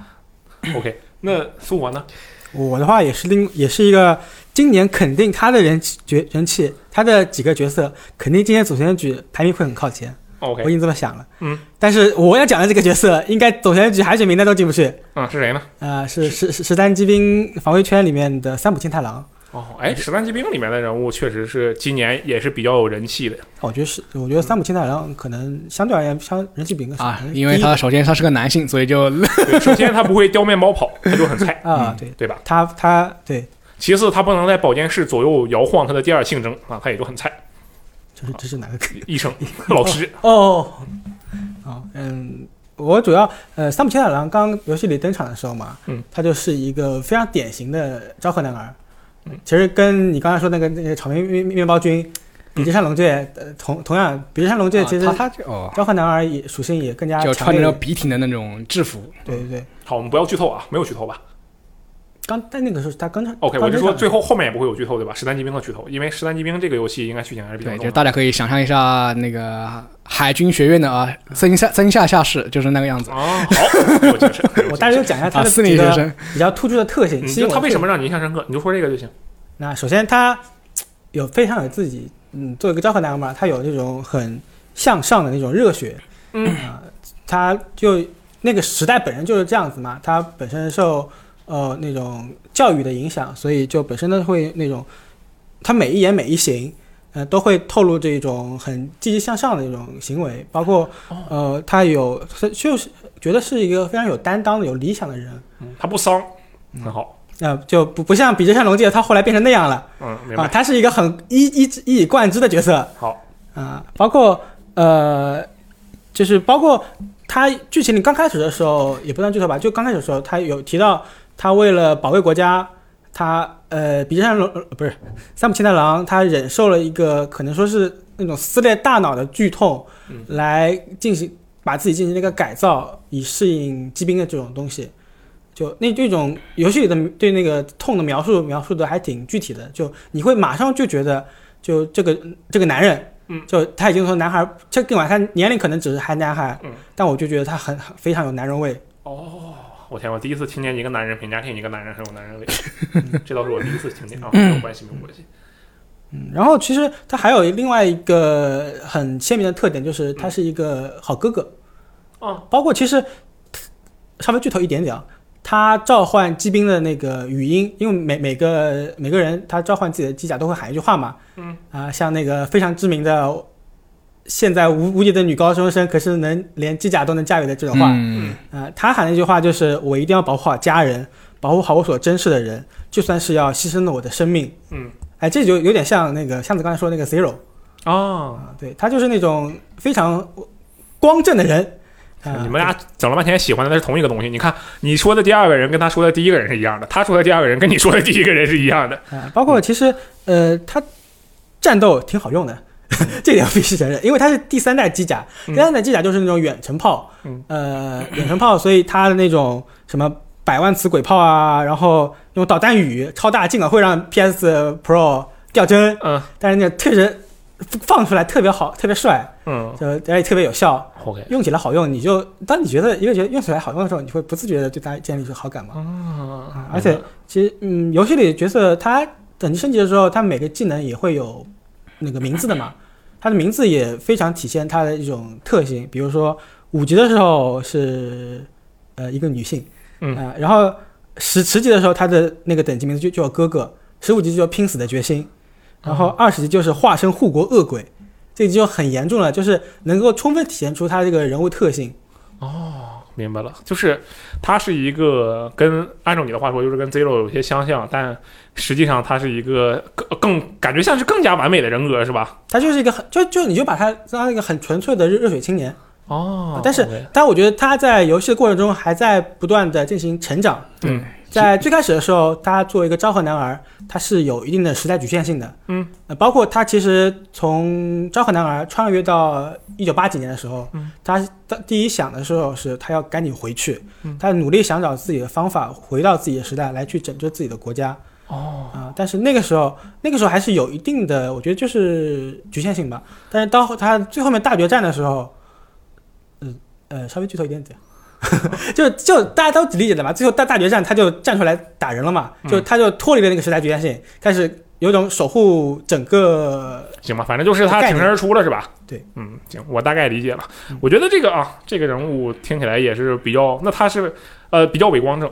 Speaker 1: ？OK，那苏我呢？
Speaker 3: 我的话也是另也是一个今年肯定他的人气角人气，他的几个角色肯定今年总选举排名会很靠前，
Speaker 1: OK，
Speaker 3: 我已经这么想了。
Speaker 1: 嗯，
Speaker 3: 但是我要讲的这个角色应该总选举海选名单都进不去。
Speaker 1: 嗯，是谁呢？
Speaker 3: 呃，是是是十三机兵防卫圈里面的三浦健太郎，
Speaker 1: 哦，哎，《十三机兵》里面的人物确实是今年也是比较有人气的。
Speaker 3: 我觉得是，我觉得三浦健太郎可能相对而言相人气比更少
Speaker 2: 啊，因为他首先他是个男性，所以就
Speaker 1: 对，首先他不会叼面包跑，他就很菜，
Speaker 3: 啊，对
Speaker 1: 对吧？
Speaker 3: 他他对，
Speaker 1: 其次他不能在保健室左右摇晃他的第二性征啊，他也就很菜。
Speaker 3: 这是这是哪个？
Speaker 1: 医生、老师，
Speaker 3: 哦，哦，嗯，我主要呃，三浦千太郎刚游戏里登场的时候嘛，
Speaker 1: 嗯，
Speaker 3: 他就是一个非常典型的昭和男儿，
Speaker 1: 嗯，
Speaker 3: 其实跟你刚才说那个那个草莓面面包君，比之山龙介、呃、同同样，比之山龙介
Speaker 2: 啊
Speaker 3: 其实、
Speaker 2: 他他这哦，
Speaker 3: 昭和男儿也属性也更加
Speaker 2: 就
Speaker 3: 强
Speaker 2: 穿
Speaker 3: 烈
Speaker 2: 着那
Speaker 3: 一点，
Speaker 2: 种笔挺的那种制服，
Speaker 3: 对对对，
Speaker 1: 好，我们不要剧透啊，没有剧透吧
Speaker 3: 刚但那个时候他刚
Speaker 1: ？OK，
Speaker 3: 刚
Speaker 1: 我就
Speaker 3: 登
Speaker 1: 说
Speaker 3: 场
Speaker 1: 最后后面也不会有剧透，对吧？《十三级兵》的剧透，因为《十三级兵》这个游戏应该剧情还是比较
Speaker 2: 对，就
Speaker 1: 重的。
Speaker 2: 是大家可以想象一下那个海军学院的啊，森下森下下士就是那个样子
Speaker 1: 啊，好，有精神。有精神
Speaker 3: 我大约
Speaker 1: 哎
Speaker 3: 讲一下他
Speaker 2: 啊，
Speaker 3: 的
Speaker 2: 四
Speaker 3: 几
Speaker 2: 年级学
Speaker 3: 个
Speaker 2: 生，
Speaker 3: 比较突出的特性，
Speaker 1: 你嗯
Speaker 3: 吸
Speaker 1: 就
Speaker 3: 引
Speaker 1: 他
Speaker 3: 我
Speaker 1: 为
Speaker 3: 注
Speaker 1: 什
Speaker 3: 意
Speaker 1: 么让你印象深刻？你就说这个就行。
Speaker 3: 那首先他有非常有自己，嗯，作为一个昭和男儿嘛，他有那种很向上的那种热血，
Speaker 1: 嗯
Speaker 3: 啊、他就那个时代本身就是这样子嘛，他本身受呃那种教育的影响，所以就本身呢会那种，他每一言每一行。呃，都会透露这种很积极向上的一种行为，包括呃，他有他就是觉得是一个非常有担当的、有理想的人，
Speaker 1: 嗯，他不丧，很好。
Speaker 3: 呃，就不不像比之山龙介，他后来变成那样了，
Speaker 1: 嗯，明
Speaker 3: 啊，
Speaker 1: 白。
Speaker 3: 他是一个很一一一以贯之的角色
Speaker 1: 好，
Speaker 3: 啊，包括呃，就是包括他剧情里刚开始的时候，也不算剧透吧，就刚开始的时候，他有提到他为了保卫国家，他呃，比之山龙呃不是三浦千太郎，他忍受了一个可能说是那种撕裂大脑的剧痛，
Speaker 1: 嗯
Speaker 3: 来进行把自己进行了一个改造，以适应疾病的这种东西。就那这种游戏里的对那个痛的描述描述的还挺具体的，就你会马上就觉得，就这个这个男人，
Speaker 1: 嗯，
Speaker 3: 就他已经从男孩，这尽管他年龄可能只是还男孩，
Speaker 1: 嗯，
Speaker 3: 但我就觉得他很很非常有男人味，
Speaker 1: 我天，我第一次听见一个男人评价另一个男人很有男人 味，嗯这倒是我第一次听见啊，没有关系，没有关系。
Speaker 3: 嗯，然后其实他还有另外一个很鲜明的特点，就是他是一个好哥哥，
Speaker 1: 啊，
Speaker 3: 包括其实稍微剧透一点点啊，他召唤机兵的那个语音，因为每每个每个人他召唤自己的机甲都会喊一句话嘛，
Speaker 1: 嗯，
Speaker 3: 啊、像那个非常知名的。现在无无业的女高中生，可是能连机甲都能驾驭的这种话，
Speaker 2: 嗯，
Speaker 3: 呃，他喊那句话就是我一定要保护好家人，保护好我所珍视的人，就算是要牺牲了我的生命。
Speaker 1: 嗯，
Speaker 3: 哎，这就有点像那个箱子刚才说那个 Zero
Speaker 1: 啊，
Speaker 3: 啊，对他就是那种非常光正的人。啊、
Speaker 1: 你们俩整了半天喜欢的是同一个东西。你看，你说的第二个人跟他说的第一个人是一样的，他说的第二个人跟你说的第一个人是一样的。
Speaker 3: 啊，包括其实呃，它战斗挺好用的，这点我必须承认，因为它是第三代机甲，
Speaker 1: 嗯
Speaker 3: 第三代机甲就是那种远程炮，
Speaker 1: 嗯
Speaker 3: 呃，远程炮，所以它的那种什么百万磁轨炮啊，然后那种导弹雨、超大镜啊，会让 PS Pro 掉帧，
Speaker 1: 嗯
Speaker 3: 但是那个确实放出来特别好，特别帅，
Speaker 1: 嗯
Speaker 3: 就而且特别有效，
Speaker 1: ，OK。
Speaker 3: 用起来好用，你就当你觉得一个觉得用起来好用的时候，你会不自觉的对它建立出好感嘛。
Speaker 1: 啊
Speaker 3: 而且其实，嗯，游戏里角色他等级升级的时候，他每个技能也会有那个名字的嘛，他的名字也非常体现他的一种特性。比如说五级的时候是呃一个女性，
Speaker 1: 嗯
Speaker 3: 呃然后十十级的时候他的那个等级名字就叫哥哥，十五级就叫拼死的决心，然
Speaker 1: 嗯
Speaker 3: 后二十级就是化身护国恶鬼，这就很严重了，就是能够充分体现出他这个人物特性。
Speaker 1: 明白了，就是它是一个跟按照你的话说，就是跟 Zero 有些相像，但实际上它是一个更更感觉像是更加完美的人格，是吧？
Speaker 3: 他就是一个很就就你就把他当一个很纯粹的热热血青年，
Speaker 1: 哦
Speaker 3: 但是但我觉得他在游戏的过程中还在不断的进行成长。
Speaker 1: 嗯，
Speaker 3: 在最开始的时候，他作为一个昭和男儿，他是有一定的时代局限性的。
Speaker 1: 嗯
Speaker 3: 呃，包括他其实从昭和男儿穿越到一九八几年的时候，
Speaker 1: 嗯
Speaker 3: 他他第一想的时候是他要赶紧回去，
Speaker 1: 嗯
Speaker 3: 他努力想找自己的方法回到自己的时代来去拯救自己的国家。
Speaker 1: 哦，
Speaker 3: 啊、但是那个时候，那个时候还是有一定的，我觉得就是局限性吧。但是到后他最后面大决战的时候，嗯呃，稍微剧透一点 点，就就大家都理解的嘛。最后大大决战，他就站出来打人了嘛，就
Speaker 1: 嗯
Speaker 3: 他就脱离了那个时代局限性，开始有一种守护整个
Speaker 1: 行吧，反正就是他挺身而出了，是吧？
Speaker 3: 对，
Speaker 1: 嗯，行，我大概理解了。我觉得这个啊，这个人物听起来也是比较，那他是呃比较伪光正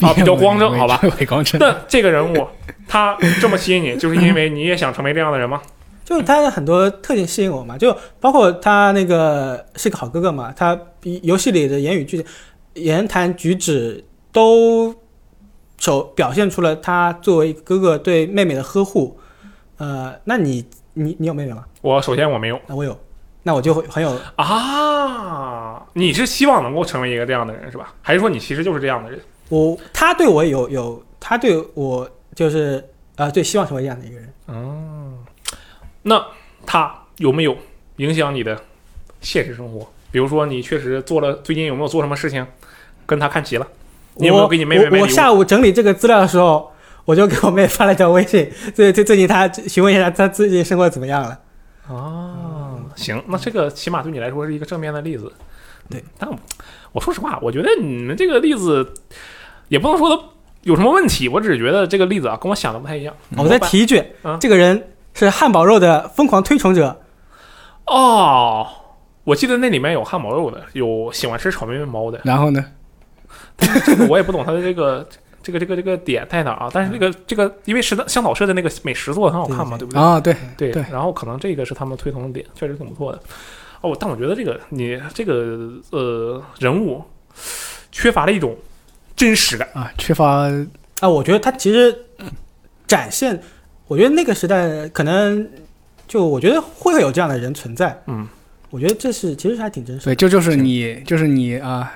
Speaker 1: 啊，比较光正， 好吧？，
Speaker 2: 伪光正，
Speaker 1: 但这个人物他这么吸引你，就是因为你也想成为这样的人吗？
Speaker 3: 就是他的很多特点吸引我嘛，就包括他那个是个好哥哥嘛，他比游戏里的言语句、言谈举止都手表现出了他作为哥哥对妹妹的呵护。呃，那你你你有妹妹吗？
Speaker 1: 我首先我没有
Speaker 3: 那我有，那我就会很有
Speaker 1: 啊，你是希望能够成为一个这样的人是吧？还是说你其实就是这样的人？
Speaker 3: 我他对我有有，他对我就是呃，对，希望成为这样的一个人。
Speaker 1: 那他有没有影响你的现实生活？比如说，你确实做了，最近有没有做什么事情跟他看齐了？你有没有
Speaker 3: 我
Speaker 1: 给你妹妹买
Speaker 3: 我？
Speaker 1: 礼
Speaker 3: 我
Speaker 1: 物
Speaker 3: 下午整理这个资料的时候， 我就给我妹发了条微信， 最最最近她询问一下她最近生活怎么样了。
Speaker 1: 啊，行，那这个起码对你来说是一个正面的例子。
Speaker 3: 对，
Speaker 1: 但我说实话，我觉得你们这个例子也不能说它有什么问题，我只是觉得这个例子啊跟我想的不太一样。
Speaker 3: 我再提一句
Speaker 1: 嗯，
Speaker 3: 这个人是汉堡肉的疯狂推崇者。
Speaker 1: 哦，我记得那里面有汉堡肉的，有喜欢吃炒面面包的，
Speaker 2: 然后呢？
Speaker 1: 这个我也不懂他的这个。这个这个这个点在哪儿啊？但是这个这个，因为是香草社的那个美食做的很好看嘛，对
Speaker 3: 对
Speaker 1: 不对？
Speaker 2: 啊，对，
Speaker 1: 对，
Speaker 2: 对
Speaker 1: 然后可能这个是他们推崇的点，确实挺不错的。哦，但我觉得这个你这个呃人物缺乏了一种真实感，
Speaker 2: 啊，缺乏
Speaker 3: 啊，我觉得他其实展现，我觉得那个时代可能就我觉得会有这样的人存在。
Speaker 1: 嗯，
Speaker 3: 我觉得这是其实还挺真实
Speaker 2: 对，这就是你，就是你啊，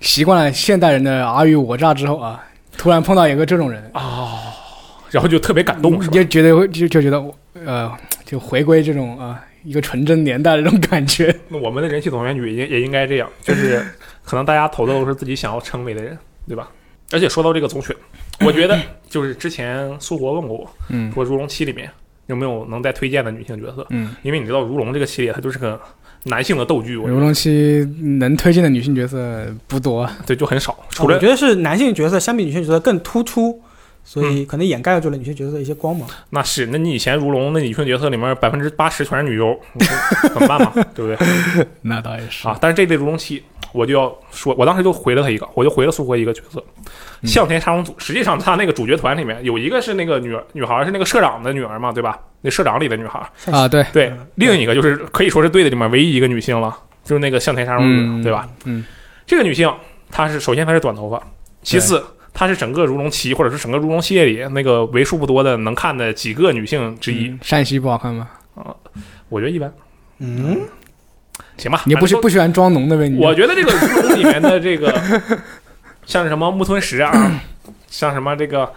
Speaker 2: 习惯了现代人的尔虞我诈之后啊，突然碰到一个这种人，
Speaker 1: 哦然后就特别感动，
Speaker 2: 你
Speaker 1: 是吧？
Speaker 2: 就觉得会就就觉得呃，就回归这种啊、一个纯真年代的这种感觉。
Speaker 1: 那我们的人气总选举也也应该这样，就是可能大家投的都是自己想要成为的人，对吧？而且说到这个总选，我觉得 就是之前苏活问过我，
Speaker 2: 嗯
Speaker 1: 说《如龙七》里面有没有能再推荐的女性角色？
Speaker 2: 嗯，
Speaker 1: 因为你知道《如龙》这个系列它就是个男性的斗剧，我觉
Speaker 2: 如
Speaker 1: 得
Speaker 2: 龙七能推荐的女性角色不多，
Speaker 1: 对就很少，
Speaker 3: 的。
Speaker 1: 除
Speaker 3: 啊我
Speaker 1: 了
Speaker 3: 觉得是男性角色相比女性角色更突出，所
Speaker 1: 嗯
Speaker 3: 以可能掩盖住了女性角色的一些光芒。嗯
Speaker 1: 那是，那你以前如龙那女性角色里面百分之八十全是女优，你说怎么办嘛？对不对？
Speaker 2: 那倒也是
Speaker 1: 啊，，但是这类如龙七，我就要说，我当时就回了他一个，我就回了苏辉一个角色，
Speaker 2: 嗯
Speaker 1: 向田沙龙组。实际上他那个主角团里面有一个是那个女儿女孩是那个社长的女儿嘛，对吧？那社长里的女孩，
Speaker 2: 啊，对，
Speaker 1: 对
Speaker 3: 嗯，
Speaker 1: 另一个就是可以说是队里面唯一一个女性了，就是那个向田沙龙女，
Speaker 2: 嗯，
Speaker 1: 对吧？？
Speaker 2: 嗯，
Speaker 1: 这个女性，她是首先她是短头发，其次她是整个如龙七或者是整个如龙系列里那个为数不多的能看的几个女性之一，啊
Speaker 2: 嗯善熙不好看吗？
Speaker 1: 我觉得一般。
Speaker 3: 嗯，
Speaker 1: 行吧，
Speaker 2: 你不
Speaker 1: 是
Speaker 2: 喜不喜欢装浓的呗？你
Speaker 1: 我觉得这个如龙里面的这 个，像什么木村实啊，像什么这个。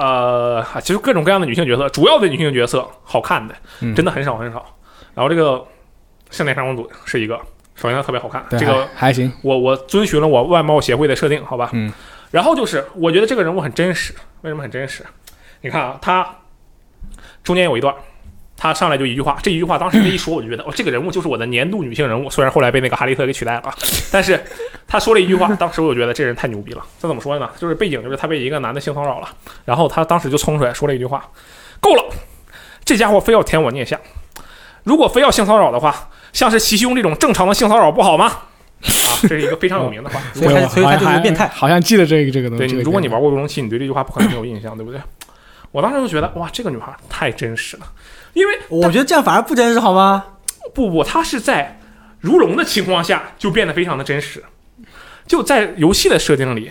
Speaker 1: 呃，其实各种各样的女性角色，主要的女性角色好看的
Speaker 2: 嗯
Speaker 1: 真的很少很少。然后这个圣殿上公主是一个，首先她特别好看，
Speaker 2: 对
Speaker 1: 这个
Speaker 2: 还还行，
Speaker 1: 我我遵循了我外貌协会的设定，好吧？
Speaker 2: 嗯。
Speaker 1: 然后就是我觉得这个人物很真实，为什么很真实？你看啊，他中间有一段，他上来就一句话，这一句话当时这一说，我就觉得哦，这个人物就是我的年度女性人物。虽然后来被那个哈利特给取代了啊， 但是他说了一句话，当时我就觉得这人太牛逼了。这怎么说呢？就是背景就是他被一个男的性骚扰了，然后他当时就冲出来说了一句话：“够了，这家伙非要舔我腋下。如果非要性骚扰的话，像是齐胸这种正常的性骚扰不好吗？” 啊，这是一个非常有名的话。
Speaker 3: 所以他
Speaker 2: 对
Speaker 3: 所以他
Speaker 2: 好像
Speaker 3: 就是
Speaker 2: 还
Speaker 3: 变态
Speaker 2: 好像记得这个这个东
Speaker 1: 对你
Speaker 2: 西。嗯这个，
Speaker 1: 如果你玩过《如龙七》，你对这句话不可能没有印象，对不对？我当时就觉得，哇，这个女孩太真实了，因为
Speaker 3: 我觉得这样反而不真实，好吗？
Speaker 1: 不不，她是在如龙的情况下就变得非常的真实，就在游戏的设定里，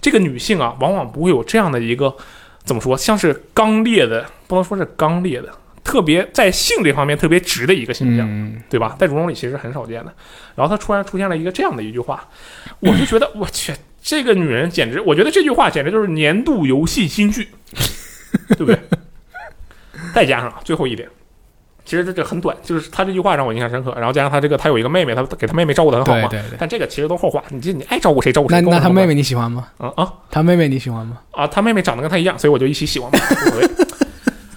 Speaker 1: 这个女性啊，往往不会有这样的一个怎么说，像是刚烈的，不能说是刚烈的，特别在性这方面特别直的一个形象。
Speaker 2: 嗯，
Speaker 1: 对吧？在如龙里其实很少见的。然后他突然出现了一个这样的一句话，我就觉得我去，这个女人简直，我觉得这句话简直就是年度游戏金句，对不对？再加上啊最后一点，其实这这很短，就是他这句话让我印象深刻。然后加上他这个，他有一个妹妹，他给他妹妹照顾的很好
Speaker 2: 对
Speaker 1: 嘛。
Speaker 2: 对对。
Speaker 1: 但这个其实都后话，你这你爱照顾谁照顾谁。
Speaker 2: 那
Speaker 1: 跟我
Speaker 2: 那
Speaker 1: 有什
Speaker 2: 他
Speaker 1: 么
Speaker 2: 妹妹你喜欢吗？
Speaker 1: 关系啊
Speaker 2: 他妹妹你喜 欢吗？
Speaker 1: 啊啊！他妹妹长得跟他一样，所以我就一起喜 欢嘛，无所谓。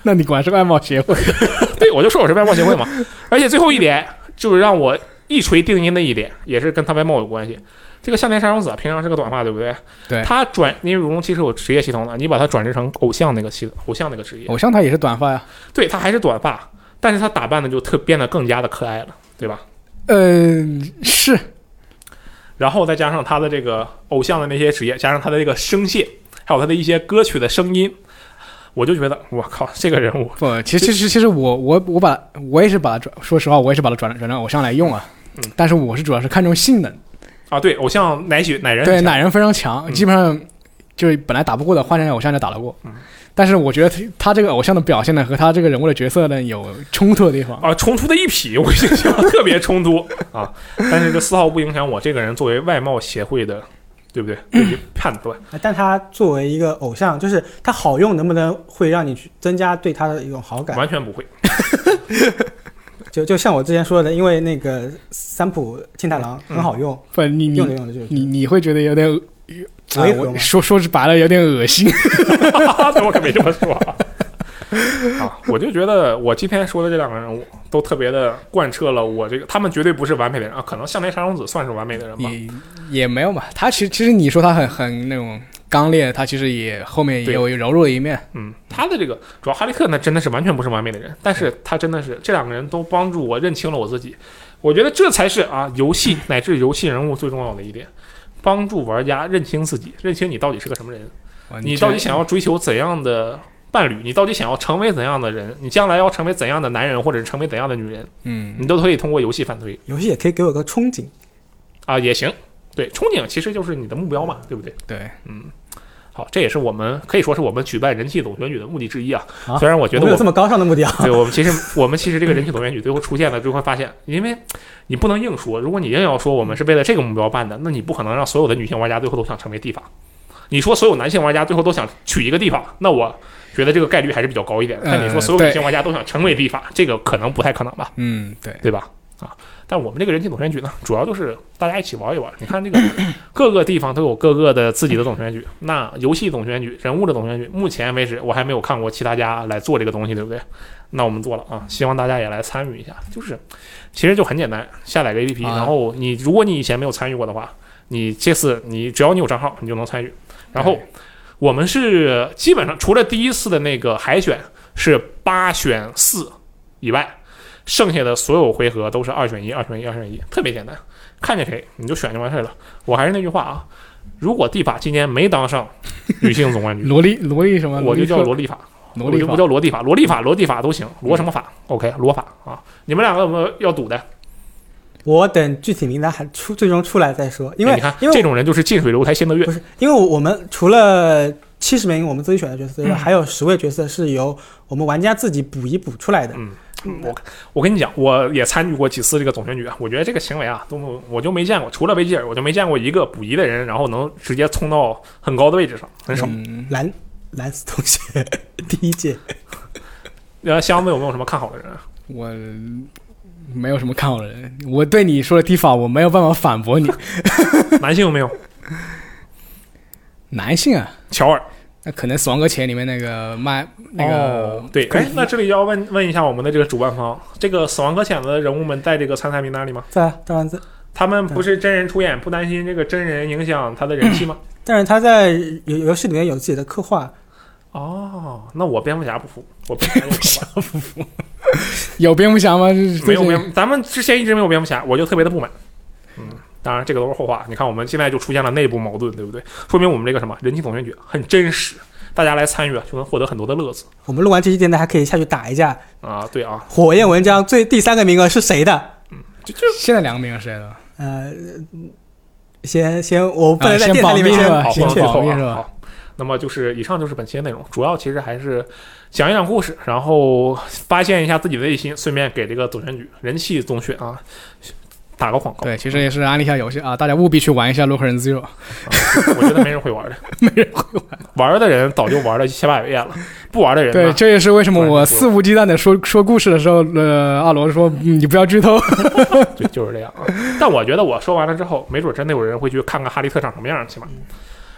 Speaker 2: 那你果然是个爱貌协会。
Speaker 1: 对，我就说我是外貌协会嘛。而且最后一点就是让我一锤定音的一点，也是跟他外貌有关系。这个向田沙荣子啊，平常是个短发，对不对？
Speaker 2: 对
Speaker 1: 他转，因为如龙其实有职业系统的，你把他转职成偶像那个系，偶像那个职业，
Speaker 2: 偶像他也是短发呀。
Speaker 1: 对他还是短发，但是他打扮的就特变得更加的可爱了，对吧？
Speaker 2: 嗯，是
Speaker 1: 然后再加上他的这个偶像的那些职业，加上他的这个声线，还有他的一些歌曲的声音，我就觉得我靠，这个人物
Speaker 2: 不？其实其实其实我我我把我也是把它转，说实话我也是把它转转成偶像来用啊
Speaker 1: 嗯。
Speaker 2: 但是我是主要是看重性能，
Speaker 1: 啊，对，偶像奶许奶人
Speaker 2: 对
Speaker 1: 很强
Speaker 2: 奶人非常强，
Speaker 1: 嗯
Speaker 2: 基本上就是本来打不过的换成偶像就打得过
Speaker 1: 嗯。
Speaker 2: 但是我觉得他他这个偶像的表现呢，和他这个人物的角色呢有冲突的地方。
Speaker 1: 啊，冲突的一匹，我心想特别冲突啊，但是这丝毫不影响我这个人作为外贸协会的，对不对？对于判断，
Speaker 3: 但他作为一个偶像，就是他好用，能不能会让你去增加对他的一种好感？
Speaker 1: 完全不会。
Speaker 3: 就就像我之前说的，因为那个三浦庆太郎很好用，
Speaker 2: 不，你
Speaker 3: 用着
Speaker 2: 你
Speaker 3: 用着就
Speaker 2: 你你会觉得有点恶，啊
Speaker 3: 违和
Speaker 2: 我
Speaker 3: 吗
Speaker 2: 说说白了有点恶心。
Speaker 1: 但我可没这么说啊。啊，我就觉得我今天说的这两个人物都特别的贯彻了我这个，他们绝对不是完美的人啊，可能向田沙荣子算是完美的人吧。
Speaker 2: 也也没有嘛，他其实其实你说他很很那种刚烈，他其实也后面也
Speaker 1: 对
Speaker 2: 有柔弱的一面。
Speaker 1: 嗯，他的这个主要哈利克呢，真的是完全不是完美的人，但是他真的是这两个人都帮助我认清了我自己，我觉得这才是啊游戏乃至游戏人物最重要的一点，帮助玩家认清自己，认清你到底是个什么人，
Speaker 2: 哇
Speaker 1: 你
Speaker 2: 哦这
Speaker 1: 到底想要追求怎样的伴侣，你到底想要成为怎样的人，你将来要成为怎样的男人或者是成为怎样的女人，
Speaker 2: 嗯
Speaker 1: 你都可以通过游戏反推
Speaker 3: 游戏也可以给我个憧憬。
Speaker 1: 啊，也行，对，憧憬其实就是你的目标嘛，对不对？
Speaker 2: 对，
Speaker 1: 嗯。好，这也是我们可以说是我们举办人气总选举的目的之一啊。
Speaker 3: 啊
Speaker 1: 虽然我觉得
Speaker 3: 没
Speaker 1: 我
Speaker 3: 有这么高尚的目的啊。
Speaker 1: 对我们其实我们其实这个人气总选举最后出现了，就会发现，因为你不能硬说，如果你硬要说我们是为了这个目标办的，那你不可能让所有的女性玩家最后都想成为地方。你说所有男性玩家最后都想娶一个地方，那我觉得这个概率还是比较高一点的。但你说所有女性玩家都想成为地方，这个可能不太可能吧？
Speaker 2: 嗯对，
Speaker 1: 对吧？啊，但我们这个人气总选举呢，主要就是大家一起玩一玩。你看这个各个地方都有各个的自己的总选举，那游戏总选举、人物的总选举，目前为止我还没有看过其他家来做这个东西，对不对？那我们做了啊，希望大家也来参与一下。就是其实就很简单，下载个 APP，、
Speaker 2: 啊
Speaker 1: 然后你如果你以前没有参与过的话，你这次你只要你有账号，你就能参与。然后
Speaker 2: 对
Speaker 1: 我们是基本上除了第一次的那个海选是八选四以外，剩下的所有回合都是二选一、二选一、二选一，特别简单，看见谁你就选就完事儿了。我还是那句话啊，如果蒂法今年没当上女性总冠军，
Speaker 2: 萝莉萝莉什么？
Speaker 1: 我就叫
Speaker 2: 特
Speaker 1: 罗莉法，
Speaker 2: 萝
Speaker 1: 我
Speaker 2: 莉
Speaker 1: 就不
Speaker 2: 法。
Speaker 1: 叫罗蒂法，罗蒂法、罗蒂法都行，罗什么法？OK，罗法啊，你们两个有没有要赌的？
Speaker 3: 我等具体名单还出最终出来再说，因
Speaker 1: 哎
Speaker 3: 为
Speaker 1: 你看
Speaker 3: 因为
Speaker 1: 这种人就是近水楼台先得月
Speaker 3: 不，是因为我们除了七十名我们自己选的角色之外，还有十位角色是由我们玩家自己补一补出来的。
Speaker 1: 嗯我我跟你讲，我也参与过几次这个总选举，啊，我觉得这个行为啊，都我就没见过，除了维吉尔，我就没见过一个补遗的人，然后能直接冲到很高的位置上，很少。
Speaker 2: 嗯，
Speaker 3: 蓝蓝斯同学 第一届，嗯
Speaker 1: 呃，箱子有没有什么看好的人啊？
Speaker 2: 我没有什么看好的人，我对你说的地方我没有办法反 驳你。
Speaker 1: 男性有没有？
Speaker 2: 男性啊，
Speaker 1: 乔尔，
Speaker 2: 那可能《死亡搁浅》里面那个卖那个
Speaker 1: 哦对，
Speaker 2: 可以
Speaker 1: 哎，那这里要问问一下我们的这个主办方，这个死亡搁浅的人物们在这个参赛名单里吗？
Speaker 3: 在啊当然在，
Speaker 1: 他们不是真人出演，不担心这个真人影响他的人气吗？
Speaker 3: 但是他在游游戏里面有自己的刻画，
Speaker 1: 哦，那我蝙蝠侠不服，我蝙蝠侠也不服
Speaker 2: 有蝙蝠侠 吗？
Speaker 1: 没
Speaker 2: 没
Speaker 1: 有蝙蝠，咱们之前一直没有蝙蝠侠，我就特别的不满。嗯，当然这个都是后话。你看我们现在就出现了内部矛盾，对不对？说明我们这个什么人气总选举很真实，大家来参与啊，就能获得很多的乐子
Speaker 3: 我们录完这期电台还可以下去打一架，
Speaker 1: 啊。对啊，
Speaker 3: 火焰文章最第三个名额是谁的？
Speaker 1: 就就
Speaker 2: 现在两个名额是谁的？
Speaker 3: 呃，先先我不能
Speaker 2: 啊
Speaker 3: 在
Speaker 2: 先
Speaker 3: 电台
Speaker 2: 保
Speaker 3: 里面
Speaker 2: 密是吧
Speaker 1: 好，
Speaker 2: 先
Speaker 1: 不能剧
Speaker 2: 保
Speaker 1: 透
Speaker 2: 密
Speaker 1: 啊。
Speaker 2: 是吧
Speaker 1: 好，那么就是以上就是本期的内容，主要其实还是讲一讲故事，然后发现一下自己的内心，顺便给这个总选举人气总选啊打个广告。
Speaker 2: 对，其实也是安利一下游戏啊，大家务必去玩一下《洛克人 Zero》，
Speaker 1: 啊我觉得没人会玩的，
Speaker 2: 没人会玩。
Speaker 1: 玩的人早就玩了千八百遍了，不玩的人
Speaker 2: 对，
Speaker 1: 呢，
Speaker 2: 这也是为什么我肆无忌惮的说说故事的时候，呃，阿罗说、嗯你不要 剧透。
Speaker 1: 对，就是这样啊。但我觉得我说完了之后，没准真的有人会去看看哈利特长什么样，起码。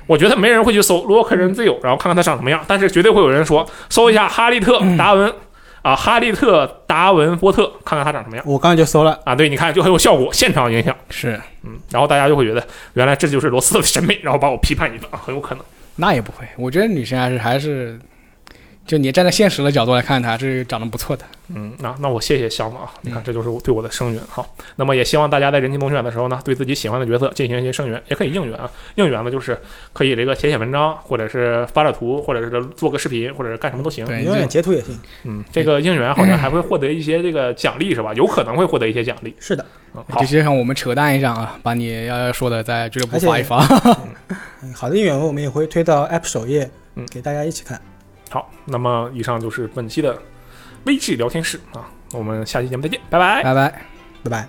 Speaker 1: 我觉得没人会去搜洛克人自由，然后看看他长什么样，但是绝对会有人说搜一下哈利特达文、啊，哈利特达文波特，看看他长什么样
Speaker 3: 我刚刚就搜了，
Speaker 1: 啊。对，你看就很有效果，现场影响，
Speaker 2: 是，
Speaker 1: 嗯，然后大家就会觉得原来这就是罗斯的审美，然后把我批判一顿，啊很有可能。
Speaker 2: 那也不会，我觉得女生还是还是，就你站在现实的角度来看，她还是长得不错的。
Speaker 1: 嗯，那、那我谢谢箱子啊，你看这就是我对我的声援哈。那么也希望大家在人气动选的时候呢，对自己喜欢的角色进行一些声援，也可以应援啊。应援呢，就是可以这个写写文章，或者是发发图，或者是做个视频，或者是干什么都行。
Speaker 2: 对
Speaker 3: 你用点截图也行。
Speaker 1: 嗯，这个应援好像还会获得一些这个奖励是吧？有可能会获得一些奖励。
Speaker 3: 是的，
Speaker 1: 嗯、好
Speaker 2: 就，像我们扯淡一下啊，把你要要说的在俱乐部发一发。
Speaker 3: 嗯好的应援我们也会推到 App 首页
Speaker 1: 嗯，
Speaker 3: 给大家一起看。
Speaker 1: 好，那么以上就是本期的微智聊天室啊，我们下期节目再见，拜拜。
Speaker 2: 拜拜。
Speaker 3: 拜拜。